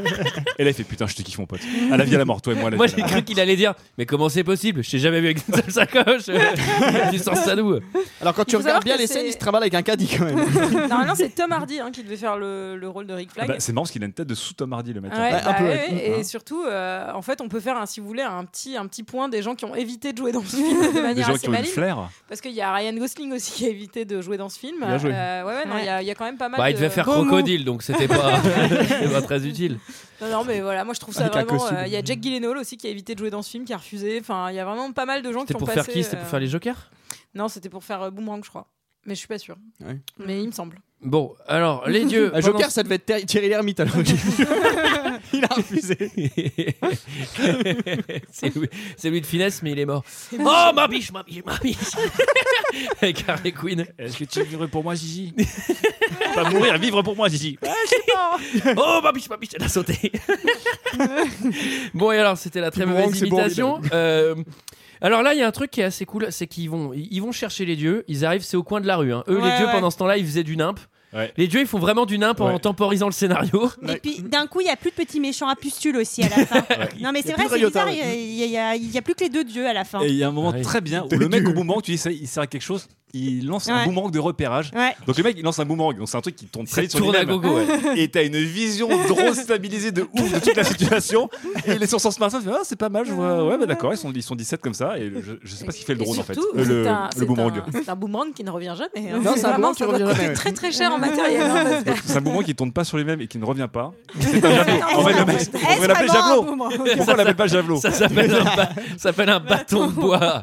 [SPEAKER 8] Et là, il fait Putain, je te kiffe, mon pote. À la vie, à la mort, toi et moi, à la
[SPEAKER 1] Moi
[SPEAKER 8] vie, à
[SPEAKER 1] j'ai
[SPEAKER 8] la
[SPEAKER 1] cru qu'il allait dire Mais comment c'est possible Je t'ai jamais vu avec une seule sacoche. <laughs> tu sens ça d'où
[SPEAKER 6] Alors, quand
[SPEAKER 7] Il
[SPEAKER 6] tu
[SPEAKER 7] faut savoir
[SPEAKER 6] regardes bien
[SPEAKER 7] que
[SPEAKER 6] les
[SPEAKER 7] c'est-
[SPEAKER 6] scènes, il se travaille avec un caddie, quand même.
[SPEAKER 7] Normalement, c'est Tom Hardy hein, qui devait faire le, le rôle de Rick
[SPEAKER 8] mort. Ah
[SPEAKER 7] Flag.
[SPEAKER 8] bah, c'est marrant parce qu'il a une tête de sous Tom Hardy, le mec.
[SPEAKER 7] Ouais,
[SPEAKER 8] hein.
[SPEAKER 7] bah
[SPEAKER 6] peu,
[SPEAKER 7] ouais,
[SPEAKER 6] ouais.
[SPEAKER 7] Et surtout, euh, en fait, on peut faire, un, si vous voulez, un petit, un petit point des gens qui ont évité de jouer dans ce film de
[SPEAKER 8] Des
[SPEAKER 7] manière
[SPEAKER 8] gens qui
[SPEAKER 7] assez
[SPEAKER 8] ont une
[SPEAKER 7] maligne.
[SPEAKER 8] flair.
[SPEAKER 7] Parce qu'il y a Ryan Gosling aussi qui a évité de jouer dans ce film.
[SPEAKER 6] Bien joué.
[SPEAKER 7] Euh, ouais, ouais, non, il y, a- il y a quand même pas mal
[SPEAKER 1] Bah il
[SPEAKER 7] de-
[SPEAKER 1] devait faire
[SPEAKER 10] Gros
[SPEAKER 1] crocodile donc c'était pas, <laughs> c'était pas très utile.
[SPEAKER 7] Non, non, mais voilà, moi je trouve ça
[SPEAKER 6] Avec un
[SPEAKER 7] vraiment.
[SPEAKER 6] costume.
[SPEAKER 7] euh, Il y a Jack Gyllenhaal aussi qui a évité de jouer dans ce film, qui a refusé. Enfin, il y a vraiment pas mal de gens qui
[SPEAKER 1] C'était
[SPEAKER 7] ont
[SPEAKER 1] pour
[SPEAKER 7] passé.
[SPEAKER 1] faire qui C'était pour
[SPEAKER 7] euh,
[SPEAKER 1] faire les jokers
[SPEAKER 7] Non, c'était pour faire euh, Boomerang, je crois. Mais je suis pas sûre.
[SPEAKER 6] Ouais.
[SPEAKER 7] <laughs> Mais il me semble.
[SPEAKER 1] Bon alors les dieux.
[SPEAKER 13] <laughs>
[SPEAKER 6] Ah,
[SPEAKER 1] pendant-
[SPEAKER 6] Joker, ça devait être Ter- Thierry Lhermitte, alors. Il a refusé.
[SPEAKER 1] <laughs> c'est lui, c'est lui de finesse, mais il est mort.
[SPEAKER 13] lui.
[SPEAKER 1] Oh, ma biche, ma biche, ma biche. <laughs> Avec Harley Quinn.
[SPEAKER 13] Est-ce que tu vivrais pour moi,
[SPEAKER 8] <laughs>
[SPEAKER 13] Gigi Pas mourir, vivre pour moi, Gigi.
[SPEAKER 1] oh, ma biche, ma biche, elle a
[SPEAKER 7] <laughs>
[SPEAKER 1] sauté. bon, et alors, c'était la très
[SPEAKER 13] me manques,
[SPEAKER 1] mauvaise
[SPEAKER 13] c'est bon,
[SPEAKER 1] imitation. Euh, alors là, il y a un truc qui est assez cool, c'est qu'ils vont, ils vont chercher les dieux, ils arrivent, c'est au coin de la rue. hein. Eux,
[SPEAKER 10] Ouais,
[SPEAKER 1] les dieux,
[SPEAKER 10] ouais.
[SPEAKER 1] pendant ce temps-là, ils faisaient du nimp. Les dieux, ils font vraiment du nimp en
[SPEAKER 10] Ouais.
[SPEAKER 1] temporisant le scénario.
[SPEAKER 10] Et puis d'un coup, il y a plus de petits méchants à pustules aussi à
[SPEAKER 8] <laughs>
[SPEAKER 10] la fin. Non, mais
[SPEAKER 8] Il y
[SPEAKER 10] c'est
[SPEAKER 8] a
[SPEAKER 10] vrai,
[SPEAKER 8] plus de
[SPEAKER 10] c'est
[SPEAKER 8] Ryota,
[SPEAKER 10] bizarre. Il y,
[SPEAKER 8] ouais.
[SPEAKER 10] a- il y a- il y a plus que les deux dieux à la fin.
[SPEAKER 8] Et il y a un moment
[SPEAKER 1] Ah
[SPEAKER 13] Ouais.
[SPEAKER 8] très bien où
[SPEAKER 13] Deux
[SPEAKER 8] le mec,
[SPEAKER 13] dieux.
[SPEAKER 8] au boomerang, tu dis, ça, il sert à quelque chose, il lance
[SPEAKER 10] Ouais.
[SPEAKER 8] un boomerang de repérage.
[SPEAKER 10] Ouais.
[SPEAKER 8] Donc le mec, il lance un boomerang, donc c'est un truc qui tourne
[SPEAKER 1] Ça
[SPEAKER 8] très vite sur
[SPEAKER 1] tourne à
[SPEAKER 8] lui-même.
[SPEAKER 1] gogo, ouais.
[SPEAKER 8] Et t'as une vision grosse stabilisée de ouf de toute la situation. Et il est sur son smartphone, il fait, ah, c'est pas mal, je vois. Ouais, bah d'accord, ils sont, ils sont 17 comme ça, et je, je sais pas ce qu'il fait le drone en fait.
[SPEAKER 7] surtout,
[SPEAKER 8] Euh,
[SPEAKER 7] c'est
[SPEAKER 8] le,
[SPEAKER 7] un-
[SPEAKER 8] le
[SPEAKER 7] c'est
[SPEAKER 8] boomerang.
[SPEAKER 7] un- C'est un boomerang qui ne revient jamais. hein.
[SPEAKER 6] Non, c'est un
[SPEAKER 7] Vraiment,
[SPEAKER 6] boomerang qui
[SPEAKER 7] ça doit
[SPEAKER 6] revient
[SPEAKER 7] coûter
[SPEAKER 6] jamais.
[SPEAKER 7] très très cher en matériel.
[SPEAKER 8] <laughs>
[SPEAKER 7] hein, parce que-
[SPEAKER 8] Donc, C'est un boomerang qui tourne pas sur lui-même et qui ne revient pas.
[SPEAKER 7] <laughs>
[SPEAKER 8] C'est un javelot. En fait, le mec, on devrait l'appeler
[SPEAKER 1] vraiment un
[SPEAKER 8] javelot.
[SPEAKER 1] boomerang <laughs>
[SPEAKER 8] Pourquoi on
[SPEAKER 1] Ça
[SPEAKER 8] l'appelle pas javelot
[SPEAKER 1] Ça s'appelle un,
[SPEAKER 10] <laughs>
[SPEAKER 1] ba- ça s'appelle un bâton de bois.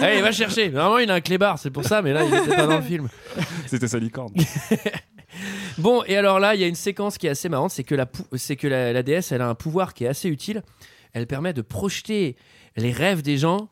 [SPEAKER 1] Allez, va chercher. Normalement, il a un clébard, c'est pour ça, mais là, il
[SPEAKER 10] <laughs>
[SPEAKER 1] n'était pas dans le film.
[SPEAKER 8] C'était sa licorne.
[SPEAKER 1] Bon, et alors là, il y a une séquence qui est assez marrante, c'est que, la, pou- c'est que la, la déesse, elle a un pouvoir qui est assez utile. Elle permet de projeter les rêves des gens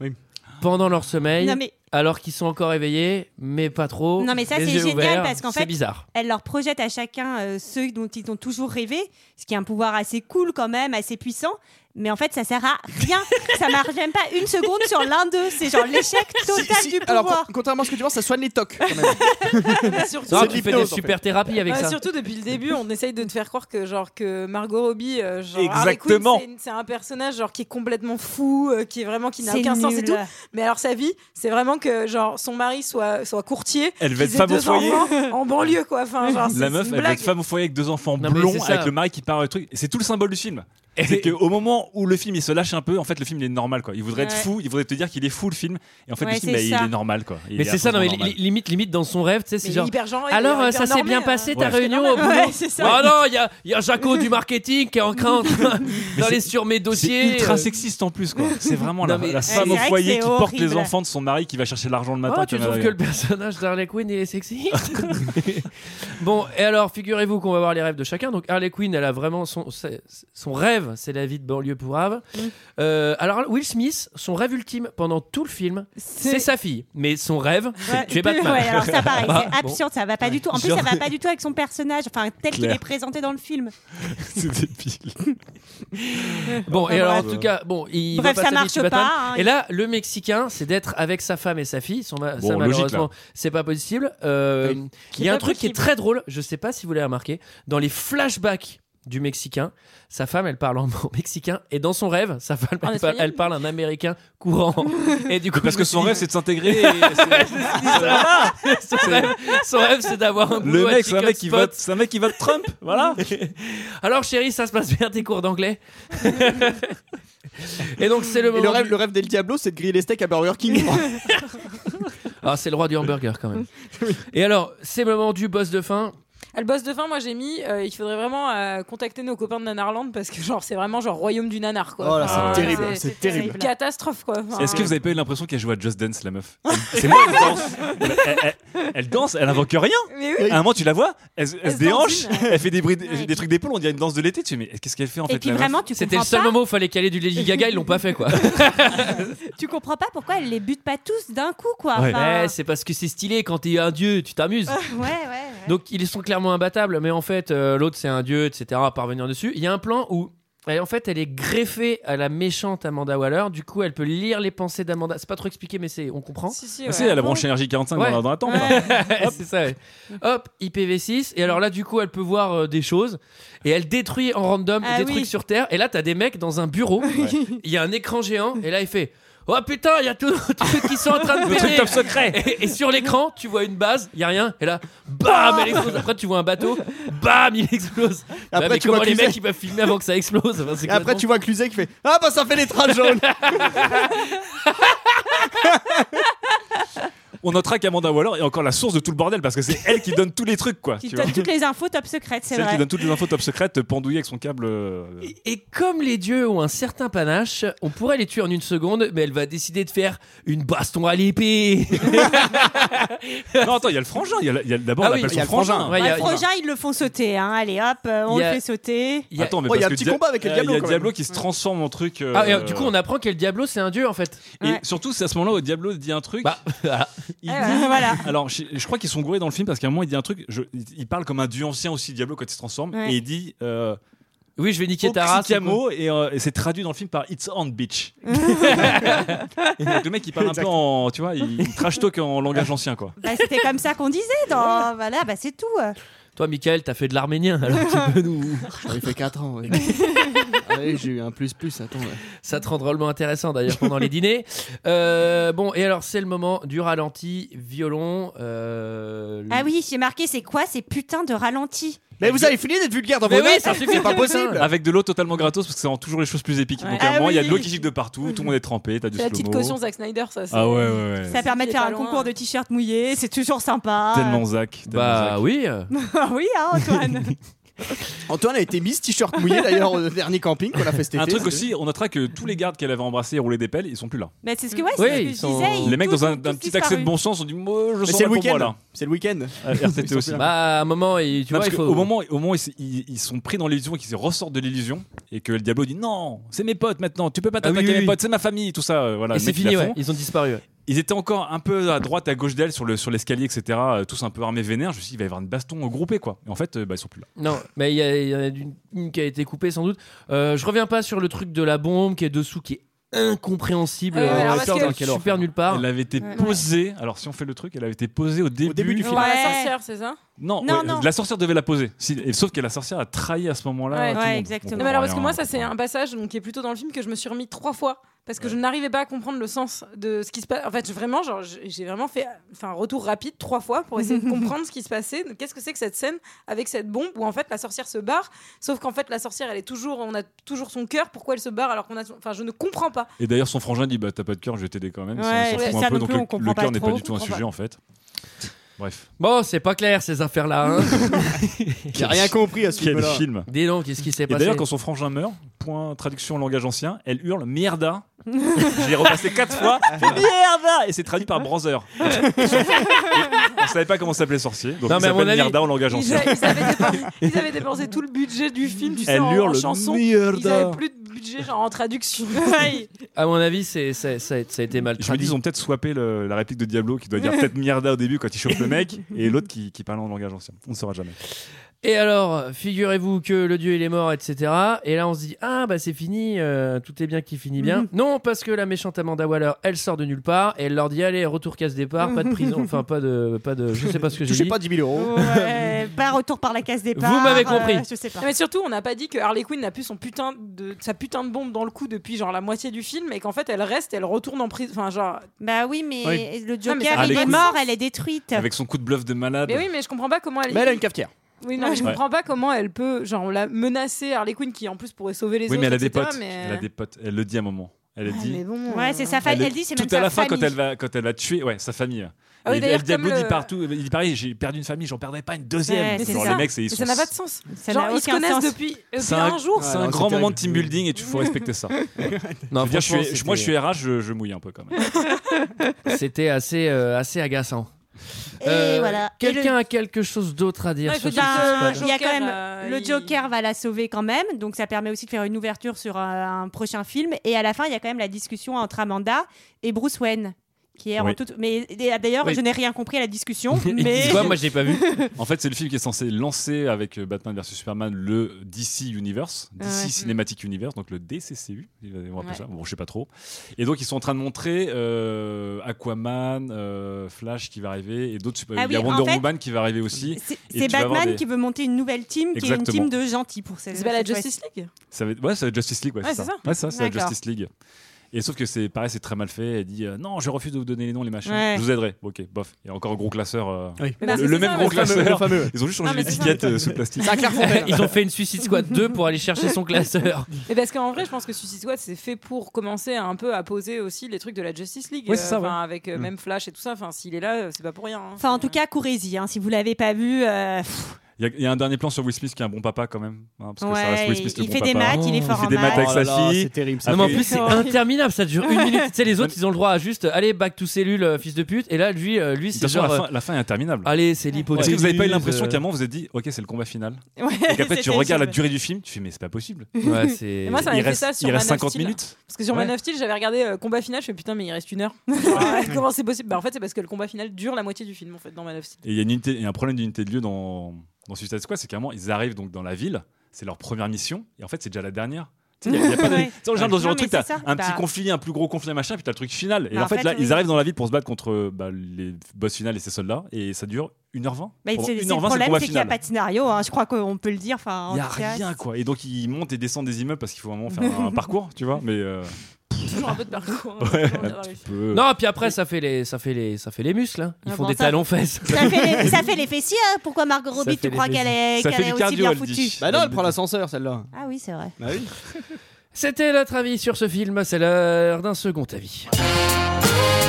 [SPEAKER 1] pendant leur sommeil,
[SPEAKER 10] Non, mais-
[SPEAKER 1] alors qu'ils sont encore éveillés, mais pas trop.
[SPEAKER 10] Non mais ça
[SPEAKER 1] les
[SPEAKER 10] c'est
[SPEAKER 1] yeux
[SPEAKER 10] génial
[SPEAKER 1] ouverts.
[SPEAKER 10] parce qu'en
[SPEAKER 1] c'est
[SPEAKER 10] fait
[SPEAKER 1] bizarre.
[SPEAKER 10] elle leur projette à chacun euh, ceux dont ils ont toujours rêvé, ce qui est un pouvoir assez cool quand même, assez puissant. Mais en fait ça sert à rien, ça marche même pas une seconde sur l'un d'eux, c'est genre l'échec total
[SPEAKER 6] Si- si-
[SPEAKER 10] du pouvoir.
[SPEAKER 6] Alors, con- contrairement à ce que tu penses, ça soigne les tocs. quand même.
[SPEAKER 1] Non,
[SPEAKER 6] C'est de
[SPEAKER 1] tu fais
[SPEAKER 6] l'hypnose, en
[SPEAKER 1] des
[SPEAKER 6] fait.
[SPEAKER 1] super thérapies avec
[SPEAKER 7] Ouais,
[SPEAKER 1] ça.
[SPEAKER 7] Surtout depuis le début, on essaye de te faire croire que genre que Margot Robbie, euh, genre
[SPEAKER 1] Exactement.
[SPEAKER 7] Harley Quinn, c'est une- c'est un personnage genre qui est complètement fou, euh, qui est vraiment qui n'a
[SPEAKER 10] C'est
[SPEAKER 7] aucun sens et
[SPEAKER 10] nul.
[SPEAKER 7] tout. Mais alors sa vie, c'est vraiment que genre son mari soit soit courtier,
[SPEAKER 8] Elle va
[SPEAKER 7] qu'ils
[SPEAKER 8] être femme
[SPEAKER 7] aient
[SPEAKER 8] au
[SPEAKER 7] deux
[SPEAKER 8] foyer.
[SPEAKER 7] enfants en banlieue quoi.
[SPEAKER 8] <laughs>
[SPEAKER 7] Enfin genre Oh, c'est-
[SPEAKER 8] la
[SPEAKER 7] c'est
[SPEAKER 8] meuf,
[SPEAKER 7] une
[SPEAKER 8] elle va
[SPEAKER 7] blague.
[SPEAKER 8] être femme au foyer avec deux enfants
[SPEAKER 1] Non, mais
[SPEAKER 8] blonds,
[SPEAKER 1] c'est ça.
[SPEAKER 8] avec le mari qui part le truc. Et C'est tout le symbole du film. C'est qu'au moment où le film il se lâche un peu, en fait le film il est normal quoi. Il voudrait être
[SPEAKER 1] Ouais.
[SPEAKER 8] fou, il voudrait te dire qu'il est fou le film. Et en fait
[SPEAKER 1] Ouais,
[SPEAKER 8] le film
[SPEAKER 1] c'est
[SPEAKER 8] bah, il
[SPEAKER 1] ça.
[SPEAKER 8] est normal quoi. Il
[SPEAKER 1] mais
[SPEAKER 8] est
[SPEAKER 1] c'est ça, non, mais
[SPEAKER 8] absolument
[SPEAKER 1] li- li- limite, limite dans son rêve, tu sais, c'est
[SPEAKER 7] Mais
[SPEAKER 1] genre.
[SPEAKER 7] hyper genré,
[SPEAKER 1] Alors,
[SPEAKER 7] hyper
[SPEAKER 1] euh, ça s'est
[SPEAKER 7] normé,
[SPEAKER 1] bien
[SPEAKER 7] euh.
[SPEAKER 1] passé,
[SPEAKER 7] Ouais,
[SPEAKER 1] ta
[SPEAKER 7] c'est
[SPEAKER 1] réunion au
[SPEAKER 7] normal.
[SPEAKER 1] boulot
[SPEAKER 7] Ouais, c'est ça.
[SPEAKER 1] Ah
[SPEAKER 7] <laughs>
[SPEAKER 1] non, il y a, il y a Jaco du marketing qui est
[SPEAKER 10] <laughs>
[SPEAKER 1] en train <laughs>
[SPEAKER 8] Mais
[SPEAKER 1] d'aller sur mes dossiers.
[SPEAKER 8] normal. Ultra
[SPEAKER 1] euh.
[SPEAKER 8] sexiste en plus <laughs> quoi. C'est Oh, vraiment la,
[SPEAKER 1] Non, mais-
[SPEAKER 8] la
[SPEAKER 1] Ouais,
[SPEAKER 8] femme
[SPEAKER 1] c'est
[SPEAKER 8] au
[SPEAKER 1] vrai que
[SPEAKER 8] foyer
[SPEAKER 1] c'est
[SPEAKER 8] qui porte les
[SPEAKER 1] horrible.
[SPEAKER 8] enfants de son mari qui va chercher l'argent le matin.
[SPEAKER 1] Ah, tu
[SPEAKER 8] comme un-
[SPEAKER 1] trouves que le personnage d'Harley Quinn il est sexiste <laughs> Bon, et alors figurez-vous qu'on va voir les rêves de chacun. Donc Harley Quinn, elle a vraiment son, c'est- son rêve, c'est la vie de banlieue pourrave.
[SPEAKER 10] Mm.
[SPEAKER 1] Euh, alors Will Smith, son rêve ultime pendant tout le film, c'est sa fille. Mais
[SPEAKER 10] <laughs>
[SPEAKER 1] son rêve, c'est
[SPEAKER 10] Ouais,
[SPEAKER 1] de tuer Batman.
[SPEAKER 10] ouais, alors ça pareil,
[SPEAKER 1] <laughs> Ah,
[SPEAKER 10] c'est
[SPEAKER 1] bon.
[SPEAKER 10] absurde, ça va pas du tout. En plus,
[SPEAKER 1] Genre-
[SPEAKER 10] ça
[SPEAKER 1] <laughs>
[SPEAKER 10] va pas du tout avec son personnage, enfin tel qu'il
[SPEAKER 1] Claire.
[SPEAKER 10] est présenté dans le film.
[SPEAKER 8] <laughs> C'est débile.
[SPEAKER 1] Bon,
[SPEAKER 10] Enfin,
[SPEAKER 1] et alors en
[SPEAKER 10] bref.
[SPEAKER 1] tout cas, bon, il
[SPEAKER 10] Bref, ça
[SPEAKER 1] veut pas s'habiller
[SPEAKER 10] marche
[SPEAKER 1] chez Batman.
[SPEAKER 10] pas, hein.
[SPEAKER 1] et là, le Mexicain, c'est d'être avec sa femme et sa fille. Son ma-
[SPEAKER 8] Bon,
[SPEAKER 1] ça,
[SPEAKER 8] logique,
[SPEAKER 1] malheureusement,
[SPEAKER 8] là.
[SPEAKER 1] c'est pas possible. Euh, Il y
[SPEAKER 8] C'est
[SPEAKER 1] a un
[SPEAKER 8] pas
[SPEAKER 1] truc qui est
[SPEAKER 8] possible.
[SPEAKER 1] très drôle. Je sais pas si vous l'avez remarqué. Dans les flashbacks du Mexicain, sa femme, elle parle en mot mexicain. Et dans son rêve, sa femme, elle, parle, elle parle un Américain courant. Et du coup,
[SPEAKER 8] Parce
[SPEAKER 1] je
[SPEAKER 8] que
[SPEAKER 1] me
[SPEAKER 8] son
[SPEAKER 1] suis
[SPEAKER 8] rêve
[SPEAKER 1] dit-
[SPEAKER 8] c'est de <laughs> s'intégrer. et
[SPEAKER 1] son, rêve, <laughs> son rêve, c'est d'avoir un boulot
[SPEAKER 8] Le
[SPEAKER 1] à
[SPEAKER 8] mec, c'est un
[SPEAKER 1] Chicken
[SPEAKER 8] mec qui
[SPEAKER 1] Spot.
[SPEAKER 8] vote, c'est un mec qui vote Trump, <laughs> voilà.
[SPEAKER 1] Alors chérie, ça se passe bien tes cours
[SPEAKER 8] <laughs>
[SPEAKER 1] d'anglais Et donc c'est le
[SPEAKER 6] Et
[SPEAKER 1] moment
[SPEAKER 6] le
[SPEAKER 1] du-
[SPEAKER 6] rêve, le rêve d'El Diablo, c'est de griller les steaks à Burger King.
[SPEAKER 1] Ah, c'est le roi du hamburger quand
[SPEAKER 8] <laughs>
[SPEAKER 1] même. Et alors, c'est le moment du boss de fin.
[SPEAKER 7] Ah, Le boss de fin, moi j'ai mis, euh, il fairrait vraiment euh, contacter nos copains de Nanarland parce que genre c'est vraiment genre royaume du nanar quoi.
[SPEAKER 8] Oh là, c'est
[SPEAKER 7] Enfin, euh,
[SPEAKER 8] terrible, c'est terrible.
[SPEAKER 7] une Catastrophe quoi. Enfin, euh,
[SPEAKER 8] Est-ce que vous avez pas eu l'impression qu'elle joue à Just Dance,
[SPEAKER 6] <laughs>
[SPEAKER 8] la meuf C'est moi, elle danse. Elle, elle- elle- elle danse, elle invoque rien.
[SPEAKER 7] Mais oui.
[SPEAKER 8] À un moment, tu la vois, elle, se- elle se
[SPEAKER 1] Elle se
[SPEAKER 8] déhanche,
[SPEAKER 1] dandine.
[SPEAKER 8] elle fait des, bruits, des trucs d'épaule, on dirait une danse de l'été. Tu dis, mais qu'est-ce qu'elle fait en fait la meuf
[SPEAKER 1] C'était le seul moment où il fallait caler du Lady Gaga, ils l'ont pas fait quoi.
[SPEAKER 10] <laughs> Tu comprends pas pourquoi elle les bute pas tous d'un coup, quoi.
[SPEAKER 1] Ouais,
[SPEAKER 10] Enfin,
[SPEAKER 1] Eh, c'est parce que c'est stylé quand t'es un dieu, tu
[SPEAKER 10] <laughs>
[SPEAKER 1] t'amuses.
[SPEAKER 10] ouais, ouais.
[SPEAKER 1] Donc ils sont clairement imbattables, mais en fait, euh, l'autre c'est un dieu, etc. Parvenir dessus. Il y a un plan où. elle- en fait, elle est greffée à la méchante Amanda Waller. Du coup, elle peut lire les pensées d'Amanda. C'est pas trop expliqué, mais c'est on comprend.
[SPEAKER 8] Ah, si, elle a branché énergie 45 dans la- dans la tempe, là.
[SPEAKER 1] <laughs> Ouais, c'est ça. ouais. Hop, IPv6. Et alors là, du coup, elle peut voir euh, des choses. Et elle détruit en random
[SPEAKER 13] Ah
[SPEAKER 1] des
[SPEAKER 13] oui.
[SPEAKER 1] trucs sur Terre. Et là, t'as des mecs dans un bureau. Il y a un écran géant. Et là, il fait. Oh putain, il y a tout tout le truc qui sont en train de
[SPEAKER 13] Le truc
[SPEAKER 1] péter.
[SPEAKER 13] top secret.
[SPEAKER 1] Et, et sur l'écran, tu vois une base, il y a rien. Et là, bam, elle explose. Après, tu vois un bateau, bam, il explose. Bah,
[SPEAKER 6] Après,
[SPEAKER 1] mais
[SPEAKER 6] tu
[SPEAKER 1] comment
[SPEAKER 6] vois
[SPEAKER 1] les
[SPEAKER 6] Cluzet.
[SPEAKER 1] mecs ils peuvent filmer avant que ça explose Enfin, c'est
[SPEAKER 6] Et après,
[SPEAKER 1] complètement-
[SPEAKER 6] tu vois Cluzet qui fait Ah bah ça fait les traces jaunes
[SPEAKER 8] on notera qu'Amanda Waller est encore la source de tout le bordel parce que c'est elle qui donne tous les trucs, quoi.
[SPEAKER 10] Qui
[SPEAKER 8] tu
[SPEAKER 10] donne
[SPEAKER 8] vois.
[SPEAKER 10] toutes les infos top secrètes, c'est
[SPEAKER 8] Celle qui
[SPEAKER 10] vrai.
[SPEAKER 8] donne toutes les infos top secrètes, euh, pendouillée avec son câble. euh,
[SPEAKER 1] Et comme les dieux ont un certain panache, on pourrait les tuer en une seconde, mais elle va décider de faire une baston à l'épée.
[SPEAKER 8] non, attends, il y a le frangin. Il y a, la- il y a d'abord
[SPEAKER 1] Ah
[SPEAKER 8] la
[SPEAKER 1] oui, il y
[SPEAKER 8] l'appellation
[SPEAKER 1] a le
[SPEAKER 8] frangin.
[SPEAKER 1] frangin. Ouais, il y a-
[SPEAKER 10] Le Frangin, ils le font sauter. hein. Allez, hop, euh, on
[SPEAKER 1] Il y a-
[SPEAKER 10] le fait sauter.
[SPEAKER 8] Attends, mais
[SPEAKER 6] Oh, il y a
[SPEAKER 8] parce
[SPEAKER 6] un
[SPEAKER 8] que
[SPEAKER 6] petit
[SPEAKER 8] Dia-
[SPEAKER 6] combat avec El
[SPEAKER 8] il y a- Il y a
[SPEAKER 6] Diablo, quand
[SPEAKER 8] Diablo
[SPEAKER 6] même.
[SPEAKER 8] qui se transforme en truc. euh,
[SPEAKER 1] Ah, et, euh, du coup, on apprend que le Diablo, c'est un dieu en fait.
[SPEAKER 8] Et surtout, c'est à ce moment-là où Diablo dit un truc.
[SPEAKER 1] Bah, <laughs> Eh
[SPEAKER 8] Il dit-
[SPEAKER 1] ouais, voilà.
[SPEAKER 8] Alors, je, je crois qu'ils sont gourés dans le film parce qu'à un moment, il dit un truc. je- il- il parle comme un dieu ancien aussi, Diablo, quand il se transforme.
[SPEAKER 1] Ouais.
[SPEAKER 8] Et il dit. euh,
[SPEAKER 1] oui, je vais niquer ta race, ou
[SPEAKER 8] et, euh, et c'est traduit dans le film par It's on <laughs> bitch. et donc, le mec, il parle un peu
[SPEAKER 1] Exact.
[SPEAKER 8] en. Tu vois, il il trash talk en langage ancien, quoi.
[SPEAKER 10] Bah, C'était comme ça qu'on disait. Dans... Voilà, bah, c'est tout. euh.
[SPEAKER 1] Toi, Michael, t'as fait de l'arménien, alors <laughs> tu peux nous.
[SPEAKER 6] J'en ai fait 4 ans, <laughs> ouais. Ouais, j'ai eu un plus-plus, attends. ouais.
[SPEAKER 1] Ça te rend drôlement intéressant d'ailleurs pendant les dîners. Euh, bon, et alors c'est le moment du ralenti, violon. euh, le-
[SPEAKER 10] Ah oui, j'ai marqué, c'est quoi ces putains de ralentis
[SPEAKER 6] Mais vous avez fini d'être vulgaire dans
[SPEAKER 1] Mais
[SPEAKER 6] vos
[SPEAKER 1] Ah, oui,
[SPEAKER 6] notes,
[SPEAKER 1] ça suffit,
[SPEAKER 6] bah c'est pas
[SPEAKER 1] putain.
[SPEAKER 6] possible.
[SPEAKER 8] Avec de l'eau totalement gratos parce que ça rend toujours les choses plus épiques.
[SPEAKER 7] Ouais.
[SPEAKER 8] Donc, à un
[SPEAKER 7] Ah
[SPEAKER 8] moment, il y a
[SPEAKER 7] oui.
[SPEAKER 8] de l'eau qui gicle de partout, tout le monde est trempé, t'as du
[SPEAKER 7] C'est la petite
[SPEAKER 8] slow-mo.
[SPEAKER 7] caution Zack Snyder, ça. c'est-
[SPEAKER 8] Ah ouais, ouais, ouais.
[SPEAKER 10] Ça permet de faire un concours de t-shirts mouillés, c'est toujours sympa.
[SPEAKER 8] Tellement Zach.
[SPEAKER 1] Bah oui.
[SPEAKER 10] Ah <laughs> oui, hein, Antoine.
[SPEAKER 6] Antoine a été Miss T-shirt mouillé d'ailleurs au dernier camping qu'on a fait cet été.
[SPEAKER 8] Un truc
[SPEAKER 6] c'était-
[SPEAKER 8] aussi, on notera que tous les gardes qu'elle avait embrassés et roulé des pelles, ils sont plus là.
[SPEAKER 10] Mais c'est ce que, ouais, c'est
[SPEAKER 1] Oui,
[SPEAKER 10] ce que
[SPEAKER 1] ils
[SPEAKER 10] je
[SPEAKER 1] sont-
[SPEAKER 10] disais. ils-
[SPEAKER 8] Les mecs, dans un,
[SPEAKER 10] tous
[SPEAKER 8] un petit accès de
[SPEAKER 10] disparus.
[SPEAKER 8] bon sens, on dit Moi, je
[SPEAKER 6] Mais
[SPEAKER 8] sens
[SPEAKER 6] c'est le
[SPEAKER 8] rien pour moi
[SPEAKER 6] week-end.
[SPEAKER 8] là.
[SPEAKER 6] C'est le week-end.
[SPEAKER 8] Euh, RTT aussi.
[SPEAKER 1] Bah, à un moment, il- tu vois,
[SPEAKER 8] Non, parce
[SPEAKER 1] il
[SPEAKER 8] que
[SPEAKER 1] faut.
[SPEAKER 8] Au moment, au moment où ils, ils- ils sont pris dans l'illusion, qu'ils se ressortent de l'illusion, et que le Diablo dit non, c'est mes potes maintenant, tu peux pas
[SPEAKER 1] Ah oui,
[SPEAKER 8] t'attaquer
[SPEAKER 1] oui,
[SPEAKER 8] mes
[SPEAKER 1] oui.
[SPEAKER 8] potes, c'est ma famille, tout ça. euh, Voilà,
[SPEAKER 1] et
[SPEAKER 8] le
[SPEAKER 1] c'est
[SPEAKER 8] mec,
[SPEAKER 1] fini,
[SPEAKER 8] ils la
[SPEAKER 1] ouais.
[SPEAKER 8] font.
[SPEAKER 1] Ils ont disparu. ouais.
[SPEAKER 8] Ils étaient encore un peu à droite, à gauche d'elle, sur le sur l'escalier, etc. euh, Tous un peu armés vénères. Je me suis dit, il va y avoir une baston groupée, quoi. Et en fait, euh, bah, ils sont plus là.
[SPEAKER 1] Non, mais il y, a- il y en a une, une qui a été coupée sans doute. Euh, je reviens pas sur le truc de la bombe qui est dessous, qui est incompréhensible.
[SPEAKER 7] Ouais,
[SPEAKER 1] euh,
[SPEAKER 7] alors
[SPEAKER 1] dans
[SPEAKER 7] parce
[SPEAKER 1] le
[SPEAKER 7] que-
[SPEAKER 1] sens, super nulle part.
[SPEAKER 8] Elle avait été
[SPEAKER 7] Ouais.
[SPEAKER 8] posée. Alors, si on fait le truc, elle avait été posée au début,
[SPEAKER 6] début du film.
[SPEAKER 7] Par la sorcière, c'est ça
[SPEAKER 8] Non,
[SPEAKER 7] Non,
[SPEAKER 8] ouais,
[SPEAKER 7] non.
[SPEAKER 8] la sorcière devait la poser. Si- et- sauf que la sorcière a trahi à ce moment-là. tout le monde. Bon,
[SPEAKER 7] Mais alors, parce
[SPEAKER 8] rien. hein.
[SPEAKER 7] que moi, ça, c'est un passage donc, qui est plutôt dans le film que je me suis remis trois fois. Parce que je n'arrivais pas à comprendre le sens de ce qui se passe. En fait, je- vraiment, genre, j'ai j'ai vraiment fait enfin, un retour rapide trois fois pour essayer de comprendre ce qui se passait. Donc, Qu'est-ce que c'est que cette scène avec cette bombe où en fait la sorcière se barre Sauf qu'en fait, la sorcière, elle est toujours, on a toujours son cœur. Pourquoi elle se barre alors qu'on a. son- Enfin, je ne comprends pas.
[SPEAKER 8] Et d'ailleurs, son frangin dit Bah, t'as pas de cœur, je vais t'aider quand même.
[SPEAKER 7] Ouais,
[SPEAKER 8] Ça, on s'en
[SPEAKER 7] ouais,
[SPEAKER 8] fout un
[SPEAKER 7] ça
[SPEAKER 8] peu,
[SPEAKER 7] non
[SPEAKER 8] donc
[SPEAKER 7] plus,
[SPEAKER 8] le-
[SPEAKER 7] on comprend
[SPEAKER 8] le
[SPEAKER 7] pas
[SPEAKER 8] cœur n'est pas
[SPEAKER 7] trop,
[SPEAKER 8] du tout
[SPEAKER 7] on
[SPEAKER 8] un
[SPEAKER 7] comprend
[SPEAKER 8] sujet,
[SPEAKER 7] pas.
[SPEAKER 8] en fait. Bref.
[SPEAKER 1] Bon, c'est pas clair ces affaires-là.
[SPEAKER 8] <laughs>
[SPEAKER 1] hein.
[SPEAKER 6] J'ai rien compris à ce
[SPEAKER 8] Quel
[SPEAKER 6] film-là.
[SPEAKER 8] film
[SPEAKER 1] Dis donc, qu'est-ce qui s'est
[SPEAKER 8] Et
[SPEAKER 7] Bah,
[SPEAKER 1] passé
[SPEAKER 8] d'ailleurs, quand son frangin meurt, point traduction en langage ancien, elle hurle Mierda. <laughs> Je l'ai repassé quatre
[SPEAKER 7] <laughs>
[SPEAKER 8] fois. J'ai dit, Mierda Et c'est traduit par Brother. on savait pas comment s'appelait le sorcier. Donc
[SPEAKER 1] Non,
[SPEAKER 8] il
[SPEAKER 1] mais à mon
[SPEAKER 8] s'appelle
[SPEAKER 1] avis,
[SPEAKER 8] Mierda en langage
[SPEAKER 7] Ils,
[SPEAKER 8] ancien.
[SPEAKER 7] a- ils avaient
[SPEAKER 8] <laughs>
[SPEAKER 7] dépensé, ils avaient dépensé tout le budget du film, tu sais,
[SPEAKER 1] Elle
[SPEAKER 7] en, en
[SPEAKER 1] hurle,
[SPEAKER 7] chanson.
[SPEAKER 1] Merde.
[SPEAKER 7] Ils avaient plus de budget genre en traduction.
[SPEAKER 1] À mon avis, c'est, c'est- ça, a- ça a été mal
[SPEAKER 8] Je me dis,
[SPEAKER 1] traduit.
[SPEAKER 8] ils ont peut-être swappé le- la réplique de Diablo qui doit dire peut-être Mierda au début quand il chope le mec et l'autre qui, qui parle en langage ancien. On ne saura jamais.
[SPEAKER 1] Et alors, figurez-vous que le dieu il est mort, etc. Et là, on se dit ah bah c'est fini, euh, tout est bien qui finit bien.
[SPEAKER 6] Mhm.
[SPEAKER 1] Non, parce que la méchante Amanda Waller, elle sort de nulle part et elle leur dit allez retour casse départ, pas de
[SPEAKER 8] <laughs>
[SPEAKER 1] prison, enfin pas de, pas de, je sais pas ce que j'ai
[SPEAKER 6] Touchez
[SPEAKER 1] dit.
[SPEAKER 6] pas 10 000 euros.
[SPEAKER 10] Ouais, pas retour par la case départ. euh,
[SPEAKER 1] Vous m'avez compris.
[SPEAKER 10] je sais pas.
[SPEAKER 7] Non, mais surtout, on n'a pas dit que Harley Quinn n'a plus son putain de, sa putain de bombe dans le cou depuis genre la moitié du film et qu'en fait elle reste, elle retourne en prison. Enfin, genre.
[SPEAKER 10] Bah oui, mais
[SPEAKER 8] Oui.
[SPEAKER 10] le
[SPEAKER 7] Non,
[SPEAKER 10] Joker,
[SPEAKER 7] mais
[SPEAKER 8] ça fait
[SPEAKER 10] il
[SPEAKER 8] pas
[SPEAKER 10] est
[SPEAKER 8] de
[SPEAKER 10] mort,
[SPEAKER 7] sens.
[SPEAKER 10] elle est détruite.
[SPEAKER 8] Avec son coup de bluff de malade.
[SPEAKER 7] Mais oui, mais je comprends pas comment elle.
[SPEAKER 6] Mais elle a une cafetière.
[SPEAKER 7] Oui, non, mais je
[SPEAKER 8] Ouais.
[SPEAKER 7] comprends pas comment elle peut, genre, la menacer Harley Quinn qui en plus pourrait sauver les
[SPEAKER 8] oui,
[SPEAKER 7] autres.
[SPEAKER 8] mais elle a des
[SPEAKER 7] etc.,
[SPEAKER 8] potes.
[SPEAKER 7] mais- euh,
[SPEAKER 8] Elle a des potes. Elle le dit à un moment. Elle
[SPEAKER 7] Ah,
[SPEAKER 8] dit.
[SPEAKER 7] mais bon,
[SPEAKER 10] Ouais,
[SPEAKER 7] euh,
[SPEAKER 10] c'est sa famille.
[SPEAKER 8] le-
[SPEAKER 10] Elle dit, c'est même
[SPEAKER 8] tout à
[SPEAKER 10] sa
[SPEAKER 8] la fin
[SPEAKER 10] famille.
[SPEAKER 8] quand elle va quand elle va tuer ouais sa famille
[SPEAKER 7] Ah oui,
[SPEAKER 8] et,
[SPEAKER 7] d'ailleurs,
[SPEAKER 8] le Diablo
[SPEAKER 7] comme
[SPEAKER 8] dit
[SPEAKER 7] le-
[SPEAKER 8] partout il dit pareil j'ai perdu une famille j'en perdrai pas une
[SPEAKER 7] Ouais,
[SPEAKER 8] deuxième
[SPEAKER 7] c'est
[SPEAKER 8] genre
[SPEAKER 7] ça.
[SPEAKER 8] les mecs c'est ils
[SPEAKER 7] Mais
[SPEAKER 8] sont
[SPEAKER 7] ça n'a pas de sens.
[SPEAKER 10] Ça
[SPEAKER 7] genre,
[SPEAKER 10] n'a
[SPEAKER 7] ils se
[SPEAKER 10] aucun
[SPEAKER 7] connaissent
[SPEAKER 10] sens.
[SPEAKER 7] depuis, euh, depuis
[SPEAKER 8] c'est
[SPEAKER 7] un jour.
[SPEAKER 8] c'est un grand moment de team building et tu faut
[SPEAKER 7] <laughs>
[SPEAKER 8] respecter ça
[SPEAKER 1] Non,
[SPEAKER 8] Je veux dire, je suis-
[SPEAKER 1] franchement,
[SPEAKER 8] moi je suis
[SPEAKER 1] c'était-
[SPEAKER 8] RH je, je mouille un peu quand même
[SPEAKER 1] C'était assez, euh, assez agaçant. Euh,
[SPEAKER 10] Et voilà. Et
[SPEAKER 1] Quelqu'un
[SPEAKER 10] le-
[SPEAKER 1] a quelque chose d'autre à dire
[SPEAKER 10] Ben,
[SPEAKER 1] sur
[SPEAKER 10] Il
[SPEAKER 1] ce Suicide Squad
[SPEAKER 10] y a quand même
[SPEAKER 7] euh,
[SPEAKER 10] le
[SPEAKER 7] il-
[SPEAKER 10] Joker va la sauver quand même, donc ça permet aussi de faire une ouverture sur euh, un, un prochain film. Et à la fin, il y a quand même la discussion entre Amanda et Bruce Wayne, qui est en
[SPEAKER 8] Oui.
[SPEAKER 10] tout. Mais et- euh, d'ailleurs,
[SPEAKER 8] Oui.
[SPEAKER 10] je n'ai rien compris à la discussion.
[SPEAKER 1] Ils
[SPEAKER 10] mais
[SPEAKER 1] disent quoi Moi, je l'ai pas vu.
[SPEAKER 8] en fait c'est le film qui est censé lancer avec euh, Batman vs Superman le DC Universe DC
[SPEAKER 10] Ouais.
[SPEAKER 8] Cinematic Universe donc le DCCU ils vont appeler ça. bon je sais pas trop et donc ils sont en train de montrer euh, Aquaman euh, Flash qui va arriver et d'autres super-
[SPEAKER 10] Ah
[SPEAKER 8] il y a
[SPEAKER 10] oui, en
[SPEAKER 8] Wonder
[SPEAKER 10] fait,
[SPEAKER 8] Woman qui va arriver aussi
[SPEAKER 10] C'est
[SPEAKER 8] Et
[SPEAKER 10] c'est
[SPEAKER 8] tu vas avoir
[SPEAKER 10] Batman
[SPEAKER 8] des-
[SPEAKER 10] qui veut monter une nouvelle team, qui est
[SPEAKER 8] Exactement.
[SPEAKER 10] une team de gentils pour cette.
[SPEAKER 7] C'est pas la
[SPEAKER 10] cette
[SPEAKER 7] Justice League
[SPEAKER 8] Ça va être, ouais, ça va être Justice League, ouais,
[SPEAKER 7] Ouais,
[SPEAKER 8] c'est ça.
[SPEAKER 7] c'est ça.
[SPEAKER 8] Ouais, ça, c'est la
[SPEAKER 10] D'accord.
[SPEAKER 8] Justice League. Et sauf que c'est pareil, c'est très mal fait. Elle dit euh, non, je refuse de vous donner les noms, les machins.
[SPEAKER 10] Ouais.
[SPEAKER 8] Je vous aiderai. Ok, bof. Et encore un gros classeur. euh,
[SPEAKER 1] Oui.
[SPEAKER 8] Le,
[SPEAKER 1] Bah,
[SPEAKER 8] le
[SPEAKER 1] c'est
[SPEAKER 8] même
[SPEAKER 1] ça, le fameux,
[SPEAKER 8] gros classeur.
[SPEAKER 1] le fameux.
[SPEAKER 8] Ils ont juste
[SPEAKER 1] Non,
[SPEAKER 8] changé
[SPEAKER 1] mais c'est ça,
[SPEAKER 8] l'étiquette
[SPEAKER 1] le
[SPEAKER 8] euh,
[SPEAKER 1] fameux.
[SPEAKER 8] sous le plastique.
[SPEAKER 1] C'est un Carrefour. <laughs> Ils ont fait une Suicide Squad 2 pour aller chercher son classeur.
[SPEAKER 7] Mais parce qu'en vrai, je pense que Suicide Squad, c'est fait pour commencer à un peu à poser aussi les trucs de la Justice League.
[SPEAKER 10] Ouais, c'est ça,
[SPEAKER 7] euh, enfin,
[SPEAKER 10] ouais.
[SPEAKER 7] Avec euh,
[SPEAKER 10] Mm.
[SPEAKER 7] même Flash et tout ça. Enfin, s'il est là, euh, c'est pas pour rien. hein.
[SPEAKER 10] Enfin, en tout cas, courez-y. hein, si vous l'avez pas vu, euh, pff,
[SPEAKER 8] Il y, a- il y a un dernier plan sur Will Smith qui est un bon papa quand même. hein, parce que
[SPEAKER 10] Ouais,
[SPEAKER 8] ça reste Will Smith, le
[SPEAKER 10] il
[SPEAKER 8] bon
[SPEAKER 10] fait des
[SPEAKER 8] papa.
[SPEAKER 10] maths, il est fort
[SPEAKER 8] Il
[SPEAKER 10] en
[SPEAKER 8] fait des maths avec
[SPEAKER 10] maths.
[SPEAKER 8] sa
[SPEAKER 10] Oh là là,
[SPEAKER 8] fille.
[SPEAKER 10] c'est terrible, ça.
[SPEAKER 1] Non, mais en
[SPEAKER 8] Après-
[SPEAKER 1] plus, c'est interminable. Ça dure
[SPEAKER 10] <laughs>
[SPEAKER 1] une minute. Tu sais, les autres, ils ont le droit à juste aller back to cellule, euh, fils de pute. Et là, lui, euh, lui
[SPEAKER 8] De
[SPEAKER 1] c'est
[SPEAKER 8] toute façon,
[SPEAKER 1] genre.
[SPEAKER 8] la,
[SPEAKER 1] euh,
[SPEAKER 8] fin, la fin est interminable.
[SPEAKER 1] Allez, c'est l'hypothèse.
[SPEAKER 8] Est-ce que vous n'avez pas eu
[SPEAKER 1] euh,
[SPEAKER 8] l'impression qu'à un moment vous vous êtes dit, ok, c'est le combat final Et qu'après tu
[SPEAKER 7] c'était
[SPEAKER 8] regardes
[SPEAKER 7] le
[SPEAKER 8] la durée du film, tu fais, mais c'est pas possible.
[SPEAKER 1] Ouais, c'est-
[SPEAKER 7] Et moi, ça
[SPEAKER 8] il
[SPEAKER 7] m'avait fait
[SPEAKER 8] reste,
[SPEAKER 7] ça sur
[SPEAKER 8] il
[SPEAKER 7] Man
[SPEAKER 8] reste
[SPEAKER 7] of
[SPEAKER 8] 50
[SPEAKER 7] Steel.
[SPEAKER 8] minutes.
[SPEAKER 7] Parce que sur
[SPEAKER 8] Ouais.
[SPEAKER 7] Man of Steel, j'avais regardé euh, combat final, je fais putain, mais il reste une heure. Ouais, <laughs> Comment c'est possible Bah, En fait, c'est parce que le combat final dure la moitié du film en fait dans Man of Steel.
[SPEAKER 8] Et il y, a une unité- il y a un problème d'unité de lieu dans, dans Suicide Squad, c'est carrément, ils arrivent donc dans la ville, c'est leur première mission, et en fait, c'est déjà la dernière. Tu sais, il y a- il y a pas de-
[SPEAKER 13] Ouais.
[SPEAKER 8] tu sais, en général, dans ce
[SPEAKER 13] Non,
[SPEAKER 8] genre de
[SPEAKER 13] mais
[SPEAKER 8] truc, t'as
[SPEAKER 13] c'est ça.
[SPEAKER 8] un
[SPEAKER 13] Bah-
[SPEAKER 8] petit conflit, un plus gros conflit, un machin, puis t'as le truc final. Et
[SPEAKER 13] Bah,
[SPEAKER 8] en
[SPEAKER 13] en
[SPEAKER 8] fait,
[SPEAKER 13] fait,
[SPEAKER 8] là,
[SPEAKER 13] oui.
[SPEAKER 8] ils arrivent dans la ville pour se battre contre bah, les boss finales et ses soldats, et ça dure 1h20.
[SPEAKER 10] bah,
[SPEAKER 8] Pendant
[SPEAKER 10] c'est c'est
[SPEAKER 8] 1h20,
[SPEAKER 10] le
[SPEAKER 8] c'est le
[SPEAKER 10] problème,
[SPEAKER 8] combat
[SPEAKER 10] c'est qu'il n'y a
[SPEAKER 8] final.
[SPEAKER 10] pas de scénario. hein, je crois qu'on peut le dire. Enfin, en
[SPEAKER 8] Il y a
[SPEAKER 10] tout cas,
[SPEAKER 8] rien, quoi. Et donc, ils montent et descendent des immeubles parce qu'il faut vraiment faire
[SPEAKER 10] <laughs>
[SPEAKER 8] un parcours, tu vois. Mais. euh,
[SPEAKER 7] Toujours un peu de parcours.
[SPEAKER 8] hein, Ouais, toujours un petit peu.
[SPEAKER 1] Non, puis après, ça fait les, ça fait les, ça fait les muscles. hein. Ils
[SPEAKER 10] Ah
[SPEAKER 1] font
[SPEAKER 10] bon,
[SPEAKER 1] des
[SPEAKER 10] ça-
[SPEAKER 1] talons fesses.
[SPEAKER 10] Ça fait, les, ça fait les fessiers. hein, Pourquoi Margot
[SPEAKER 1] Ça
[SPEAKER 10] Robbie,
[SPEAKER 1] fait
[SPEAKER 10] tu
[SPEAKER 1] les
[SPEAKER 10] crois qu'elle est,
[SPEAKER 1] Ça
[SPEAKER 10] qu'elle
[SPEAKER 1] fait
[SPEAKER 10] est
[SPEAKER 1] du
[SPEAKER 10] aussi
[SPEAKER 1] cardio,
[SPEAKER 10] bien
[SPEAKER 1] elle
[SPEAKER 10] foutue
[SPEAKER 1] dit.
[SPEAKER 6] Bah non, elle prend l'ascenseur celle-là.
[SPEAKER 10] Ah oui, c'est vrai.
[SPEAKER 6] Bah oui.
[SPEAKER 1] C'était notre avis sur ce film. C'est l'heure d'un second avis.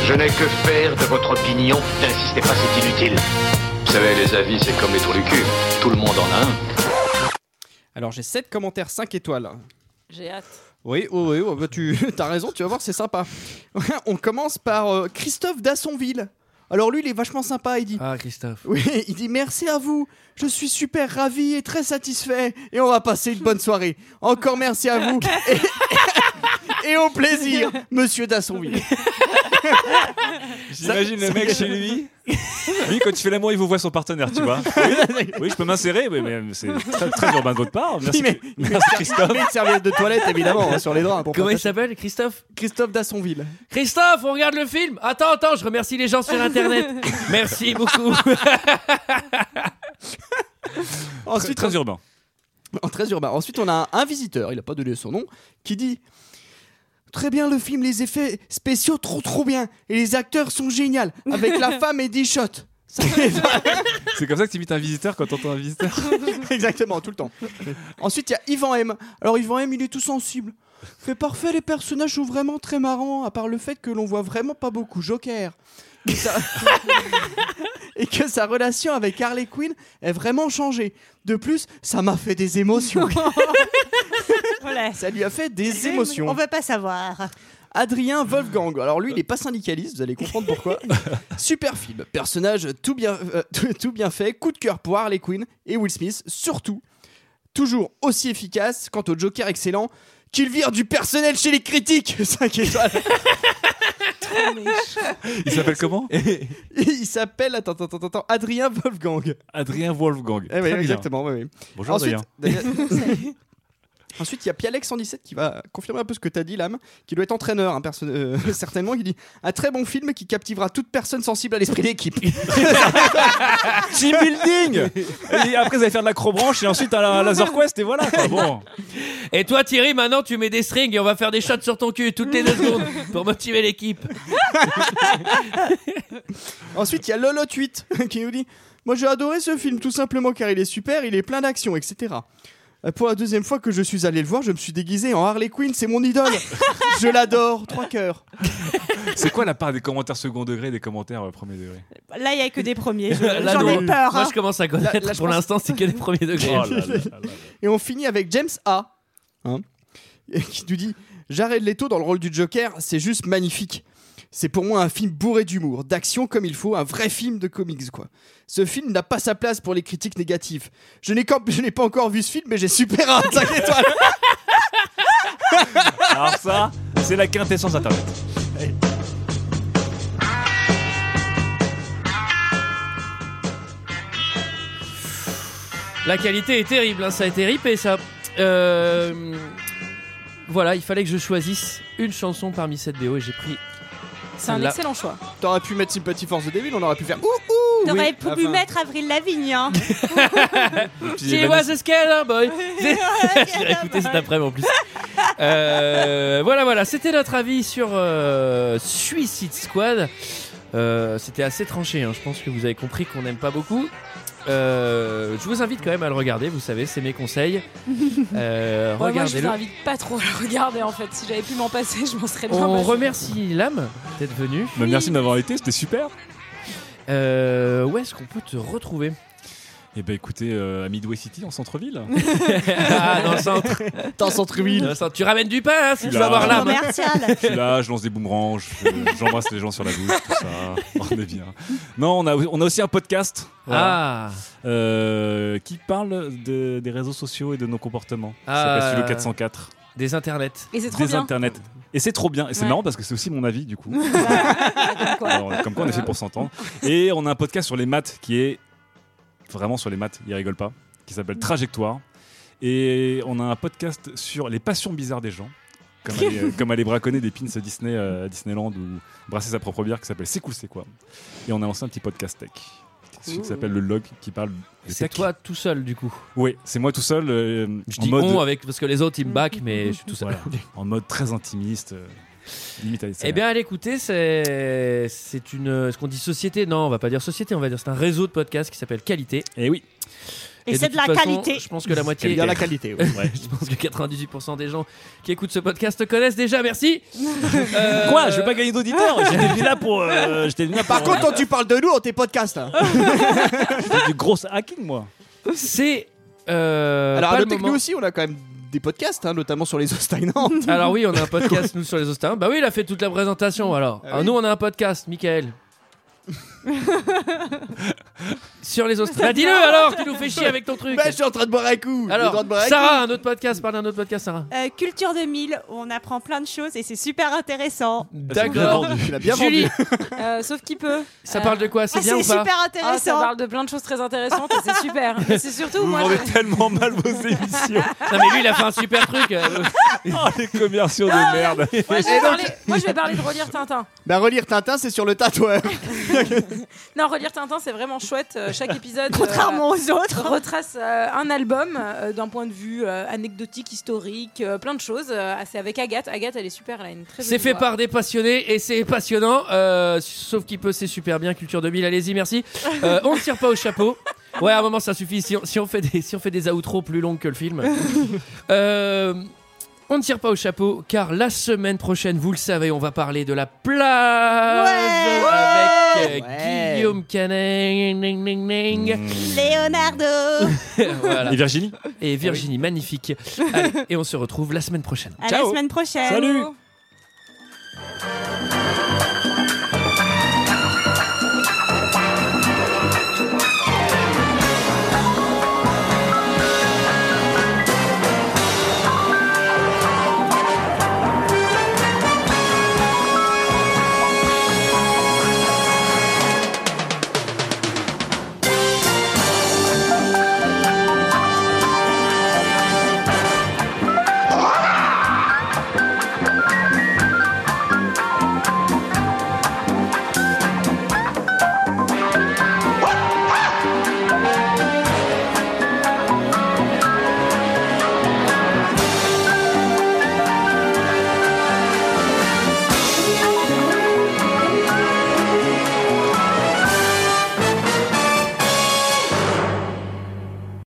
[SPEAKER 14] Je n'ai que faire de votre opinion. N'insistez pas, c'est inutile. Vous savez, les avis, c'est comme les trous du cul. Tout le monde en a un.
[SPEAKER 6] Alors j'ai 7 commentaires 5 étoiles.
[SPEAKER 7] J'ai hâte.
[SPEAKER 6] Oui, oui, oui, oui, bah, tu <laughs> as raison, tu vas voir, c'est sympa. On commence par euh, Christophe Dassonville. Alors lui, il est vachement sympa, il dit.
[SPEAKER 1] Ah, Christophe.
[SPEAKER 6] Oui, il dit merci à vous. Je suis super ravi et très satisfait. Et on va passer une bonne soirée. Encore merci à vous. Et, <laughs> et au plaisir, monsieur Dassonville.
[SPEAKER 8] J'imagine le mec chez <laughs> lui. Lui, quand tu fais l'amour, il vous voit son partenaire, tu vois. <laughs> Oui, oui, je peux m'insérer, mais- mais c'est très, très urbain de votre part. Merci,
[SPEAKER 6] Il met-
[SPEAKER 8] <laughs> merci Christophe.
[SPEAKER 6] Une serviette de toilette, évidemment, hein, sur les draps.
[SPEAKER 1] Comment il s'appelle, Christophe
[SPEAKER 6] Christophe Dassonville.
[SPEAKER 1] Christophe, on regarde le film. Attends, attends, je remercie les gens sur internet. Merci beaucoup.
[SPEAKER 6] Ensuite,
[SPEAKER 8] très urbain.
[SPEAKER 6] En très urbain. Ensuite, on a un, un visiteur, il n'a pas donné son nom, qui dit Très bien le film, les effets spéciaux, trop trop bien. Et les acteurs sont géniaux. Avec la femme et des shots. Ça-
[SPEAKER 8] C'est comme ça que tu imites un visiteur quand t'entends un visiteur.
[SPEAKER 6] Exactement, tout le temps. Ensuite, il y a Yvan M. Alors, Yvan M, il est tout sensible. Fait parfait, les personnages sont vraiment très marrants, à part le fait que l'on voit vraiment pas beaucoup Joker. Que ça- Et que sa relation avec Harley Quinn est vraiment changée. De plus, ça m'a fait des émotions. Ça lui a fait des émotions.
[SPEAKER 10] On veut pas savoir.
[SPEAKER 6] Adrien Wolfgang. Alors lui, il est pas syndicaliste, vous allez comprendre
[SPEAKER 8] <laughs>
[SPEAKER 6] pourquoi. Super film, personnage tout bien, euh, <laughs> tout, tout bien fait, coup de cœur pour Harley Quinn et Will Smith, surtout. Toujours aussi efficace, quant au Joker excellent, qu'il vire du personnel chez les critiques <laughs> 5
[SPEAKER 8] <laughs>
[SPEAKER 6] étoiles
[SPEAKER 8] Il s'appelle comment
[SPEAKER 6] Il s'appelle, attends, attends, attends, attends, Adrien Wolfgang.
[SPEAKER 8] Adrien Wolfgang.
[SPEAKER 6] Eh oui,
[SPEAKER 8] Très bien.
[SPEAKER 6] exactement, oui, oui.
[SPEAKER 8] Bonjour
[SPEAKER 6] Ensuite,
[SPEAKER 8] Adrien.
[SPEAKER 6] <laughs> d'ailleurs- Ensuite, il y a E Pialex 117 qui va confirmer un peu ce que tu as dit, l'âme, qui doit être entraîneur, hein, perso- euh, <laughs> certainement, qui dit Un très bon film qui captivera toute personne sensible à l'esprit d'équipe.
[SPEAKER 8] <laughs> Team building Et après, vous allez faire de l'acrobranche et ensuite un laser quest et voilà. quoi. <laughs> Bon.
[SPEAKER 1] Et toi, Thierry, maintenant, tu mets des strings et on va faire des shots sur ton cul toutes les deux secondes pour motiver l'équipe.
[SPEAKER 6] <laughs> Ensuite, il y a Lolo8 <laughs> qui nous dit Moi, j'ai adoré ce film, tout simplement car il est super, il est plein d'action, etc. Euh, Pour la deuxième fois que je suis allé le voir, je me suis déguisé en Harley Quinn, c'est mon
[SPEAKER 8] <laughs>
[SPEAKER 6] idole. je l'adore, trois cœurs.
[SPEAKER 8] C'est quoi la part des commentaires second degré et des commentaires euh, premier degré
[SPEAKER 10] Là, il n'y a que des premiers.
[SPEAKER 1] <laughs>
[SPEAKER 10] je- <laughs>
[SPEAKER 1] Là,
[SPEAKER 10] J'en ai
[SPEAKER 1] non.
[SPEAKER 10] peur.
[SPEAKER 1] Moi,
[SPEAKER 10] hein.
[SPEAKER 1] je commence à connaître.
[SPEAKER 6] Là- là, je
[SPEAKER 1] pour
[SPEAKER 6] pense-
[SPEAKER 1] l'instant, c'est que les premiers degrés.
[SPEAKER 6] Oh <laughs> là là là Et on finit avec James A. Hein, qui nous dit Jared Leto dans le rôle du Joker, c'est juste magnifique. C'est pour moi un film bourré d'humour, d'action comme il faut, un vrai film de comics quoi. Ce film n'a pas sa place pour les critiques négatives. Je n'ai qu'en- je n'ai pas encore vu ce film, mais j'ai super hâte. <laughs> 5 étoiles.
[SPEAKER 8] Alors ça, c'est la quintessence internet.
[SPEAKER 1] La qualité est terrible, hein, ça a été ripé ça. Euh, Voilà, il fallait que je choisisse une chanson parmi cette BO et j'ai pris.
[SPEAKER 7] C'est un
[SPEAKER 1] celle-là.
[SPEAKER 7] excellent choix.
[SPEAKER 6] T'aurais pu mettre Sympathy Force the Devil, on aurait pu faire ouh ouh.
[SPEAKER 10] T'aurais
[SPEAKER 6] oui,
[SPEAKER 10] pu
[SPEAKER 6] enfin.
[SPEAKER 10] lui mettre Avril Lavigne. hein. <laughs>
[SPEAKER 1] hein, <laughs> She was a scared boy. J'irai écouter cet après-midi en plus. Euh, voilà, voilà, c'était notre avis sur euh, Suicide Squad. Euh, c'était assez tranché, hein. je pense que vous avez compris qu'on n'aime pas beaucoup. Euh, je vous invite quand même à le regarder, vous savez, c'est mes
[SPEAKER 7] <laughs>
[SPEAKER 1] conseils. Euh,
[SPEAKER 7] Ouais, moi, je vous
[SPEAKER 1] Regardez-le.
[SPEAKER 7] invite pas trop à le regarder en fait. Si j'avais pu m'en passer, je m'en serais bien
[SPEAKER 1] On
[SPEAKER 7] passée.
[SPEAKER 1] remercie l'âme d'être venu.
[SPEAKER 8] Bah, merci de m'avoir été, c'était super.
[SPEAKER 1] Euh, où est-ce qu'on peut te
[SPEAKER 7] <laughs>
[SPEAKER 1] retrouver
[SPEAKER 8] Eh ben écoutez, euh, à Midway City, en centre-ville.
[SPEAKER 1] Ah, dans le centre.
[SPEAKER 8] Dans le centre-ville.
[SPEAKER 1] Dans le centre. Tu ramènes du pain, hein, si tu veux avoir l'âme.
[SPEAKER 8] Je suis là, je lance des boomerangs, je- euh, j'embrasse les gens sur la bouche, tout ça. On est bien. Non, on a, on a aussi un podcast.
[SPEAKER 1] Ah.
[SPEAKER 8] Euh, qui parle de- des réseaux sociaux et de nos comportements.
[SPEAKER 1] Ah.
[SPEAKER 8] Ça s'appelle le 404.
[SPEAKER 1] Des internets.
[SPEAKER 7] Et c'est trop
[SPEAKER 8] des
[SPEAKER 7] bien.
[SPEAKER 8] internets. Et c'est trop bien. Et c'est
[SPEAKER 7] Ouais.
[SPEAKER 8] marrant parce que c'est aussi mon
[SPEAKER 7] <laughs>
[SPEAKER 8] avis, du coup.
[SPEAKER 7] quoi.
[SPEAKER 8] Alors, comme quoi, on est fait pour s'entendre. Et on a un podcast sur les maths qui est vraiment sur les maths, il rigole pas, qui
[SPEAKER 7] Mm.
[SPEAKER 8] s'appelle Trajectoire. Et on a un podcast sur les passions bizarres des gens,
[SPEAKER 7] <laughs>
[SPEAKER 8] comme aller, euh, comme aller braconner des pins à Disney, euh, à Disneyland ou brasser sa propre bière qui s'appelle C'est cool, c'est quoi. Et on a lancé un petit podcast tech celui qui s'appelle le log qui parle de
[SPEAKER 1] C'est
[SPEAKER 8] tech.
[SPEAKER 1] toi tout seul du coup.
[SPEAKER 8] Oui, c'est moi tout seul. euh,
[SPEAKER 1] Je
[SPEAKER 8] en
[SPEAKER 1] dis
[SPEAKER 8] mode-
[SPEAKER 1] on avec parce que les autres ils me back, mais je suis tout seul.
[SPEAKER 8] Voilà, en mode très intimiste, euh, limite à
[SPEAKER 1] Eh bien, à l'écouter, c'est c'est une ce qu'on dit société. Non, on va pas dire société, on va dire c'est un réseau de podcasts qui s'appelle Qualité.
[SPEAKER 8] Et Eh oui.
[SPEAKER 10] Et c'est de la
[SPEAKER 1] façon,
[SPEAKER 10] qualité.
[SPEAKER 1] Je pense que la moitié.
[SPEAKER 6] Il
[SPEAKER 8] Eh
[SPEAKER 6] y a la qualité, oui.
[SPEAKER 1] Ouais, <laughs> je pense que 98% des gens qui écoutent ce podcast te connaissent
[SPEAKER 10] <laughs>
[SPEAKER 1] déjà. Merci. Euh,
[SPEAKER 8] Quoi Je vais pas gagner d'auditeur J'étais venu là pour. euh, J'étais venu là
[SPEAKER 6] Par
[SPEAKER 8] pour,
[SPEAKER 6] contre, quand tu parles de nous dans tes podcasts, hein. là.
[SPEAKER 8] euh, j'étais du gros hacking, moi.
[SPEAKER 1] C'est. euh,
[SPEAKER 6] Alors,
[SPEAKER 1] pas
[SPEAKER 6] à
[SPEAKER 1] le
[SPEAKER 6] noter que
[SPEAKER 1] moment.
[SPEAKER 6] nous aussi, on a quand même des podcasts, hein, notamment sur les os stagnantes.
[SPEAKER 1] Alors oui, on a un podcast nous sur les Ostins. Bah oui, il a fait toute la présentation. Alors,
[SPEAKER 6] Ah
[SPEAKER 1] Alors,
[SPEAKER 6] oui.
[SPEAKER 1] nous on a un
[SPEAKER 10] <laughs>
[SPEAKER 1] podcast, Michael. sur les Ostins. Bah dis-le alors, tu nous fais chier avec ton truc.
[SPEAKER 6] Bah, je suis en train de boire un coup. Je suis en train
[SPEAKER 1] Alors,
[SPEAKER 6] de boire un
[SPEAKER 1] Sarah,
[SPEAKER 6] coup.
[SPEAKER 1] un autre podcast, parle d'un autre podcast,
[SPEAKER 7] Ah,
[SPEAKER 1] Sarah.
[SPEAKER 10] Euh, Culture 2000, où on apprend plein de choses et c'est super intéressant.
[SPEAKER 1] D'accord.
[SPEAKER 6] Tu l'as bien
[SPEAKER 1] Julie,
[SPEAKER 6] vendu.
[SPEAKER 7] Euh, sauf qu'il peut.
[SPEAKER 1] ça parle de
[SPEAKER 9] Ah,
[SPEAKER 1] quoi C'est bien ou pas
[SPEAKER 7] Ah, ça parle de plein de choses très intéressantes et
[SPEAKER 10] <laughs>
[SPEAKER 7] c'est super. Mais c'est surtout
[SPEAKER 8] Vous
[SPEAKER 7] moi.
[SPEAKER 8] vendez
[SPEAKER 7] je-
[SPEAKER 8] tellement mal vos émissions.
[SPEAKER 1] Non mais lui il a fait un super truc. Euh,
[SPEAKER 8] Oh, les commerciaux de
[SPEAKER 6] Ah.
[SPEAKER 8] merde.
[SPEAKER 7] Moi, je
[SPEAKER 6] Et
[SPEAKER 7] vais
[SPEAKER 6] donc-
[SPEAKER 7] parler- moi, je vais parler de relire Tintin.
[SPEAKER 6] Bah, relire Tintin, c'est sur le tatoueur.
[SPEAKER 7] Non, relire Tintin, c'est vraiment chouette. Euh, chaque épisode, euh,
[SPEAKER 10] Contrairement aux autres.
[SPEAKER 7] retrace euh, un album euh, d'un point de vue euh, anecdotique, historique, euh, plein de choses. Euh, c'est avec Agathe. Agathe, elle est super, elle a une très
[SPEAKER 1] C'est
[SPEAKER 7] jolie
[SPEAKER 1] fait
[SPEAKER 7] voix.
[SPEAKER 1] par des passionnés et c'est passionnant. euh, sauf qu'il peut, c'est super bien. Culture 2000, allez-y, merci. Euh, on ne tire pas au chapeau. Ouais, à un moment, ça suffit. Si on, si on fait, des, si on fait des outros plus longues que le film. Euh, on ne tire pas au chapeau car la semaine prochaine, vous le savez, on va parler de la plage avec euh,
[SPEAKER 6] Ouais.
[SPEAKER 1] Guillaume Canet. Ning, ning, ning.
[SPEAKER 10] Leonardo.
[SPEAKER 1] Voilà.
[SPEAKER 8] Et Virginie
[SPEAKER 1] Et Virginie, magnifique. Allez, et on se retrouve la semaine prochaine.
[SPEAKER 10] À
[SPEAKER 1] Ciao.
[SPEAKER 10] la semaine prochaine.
[SPEAKER 8] Salut.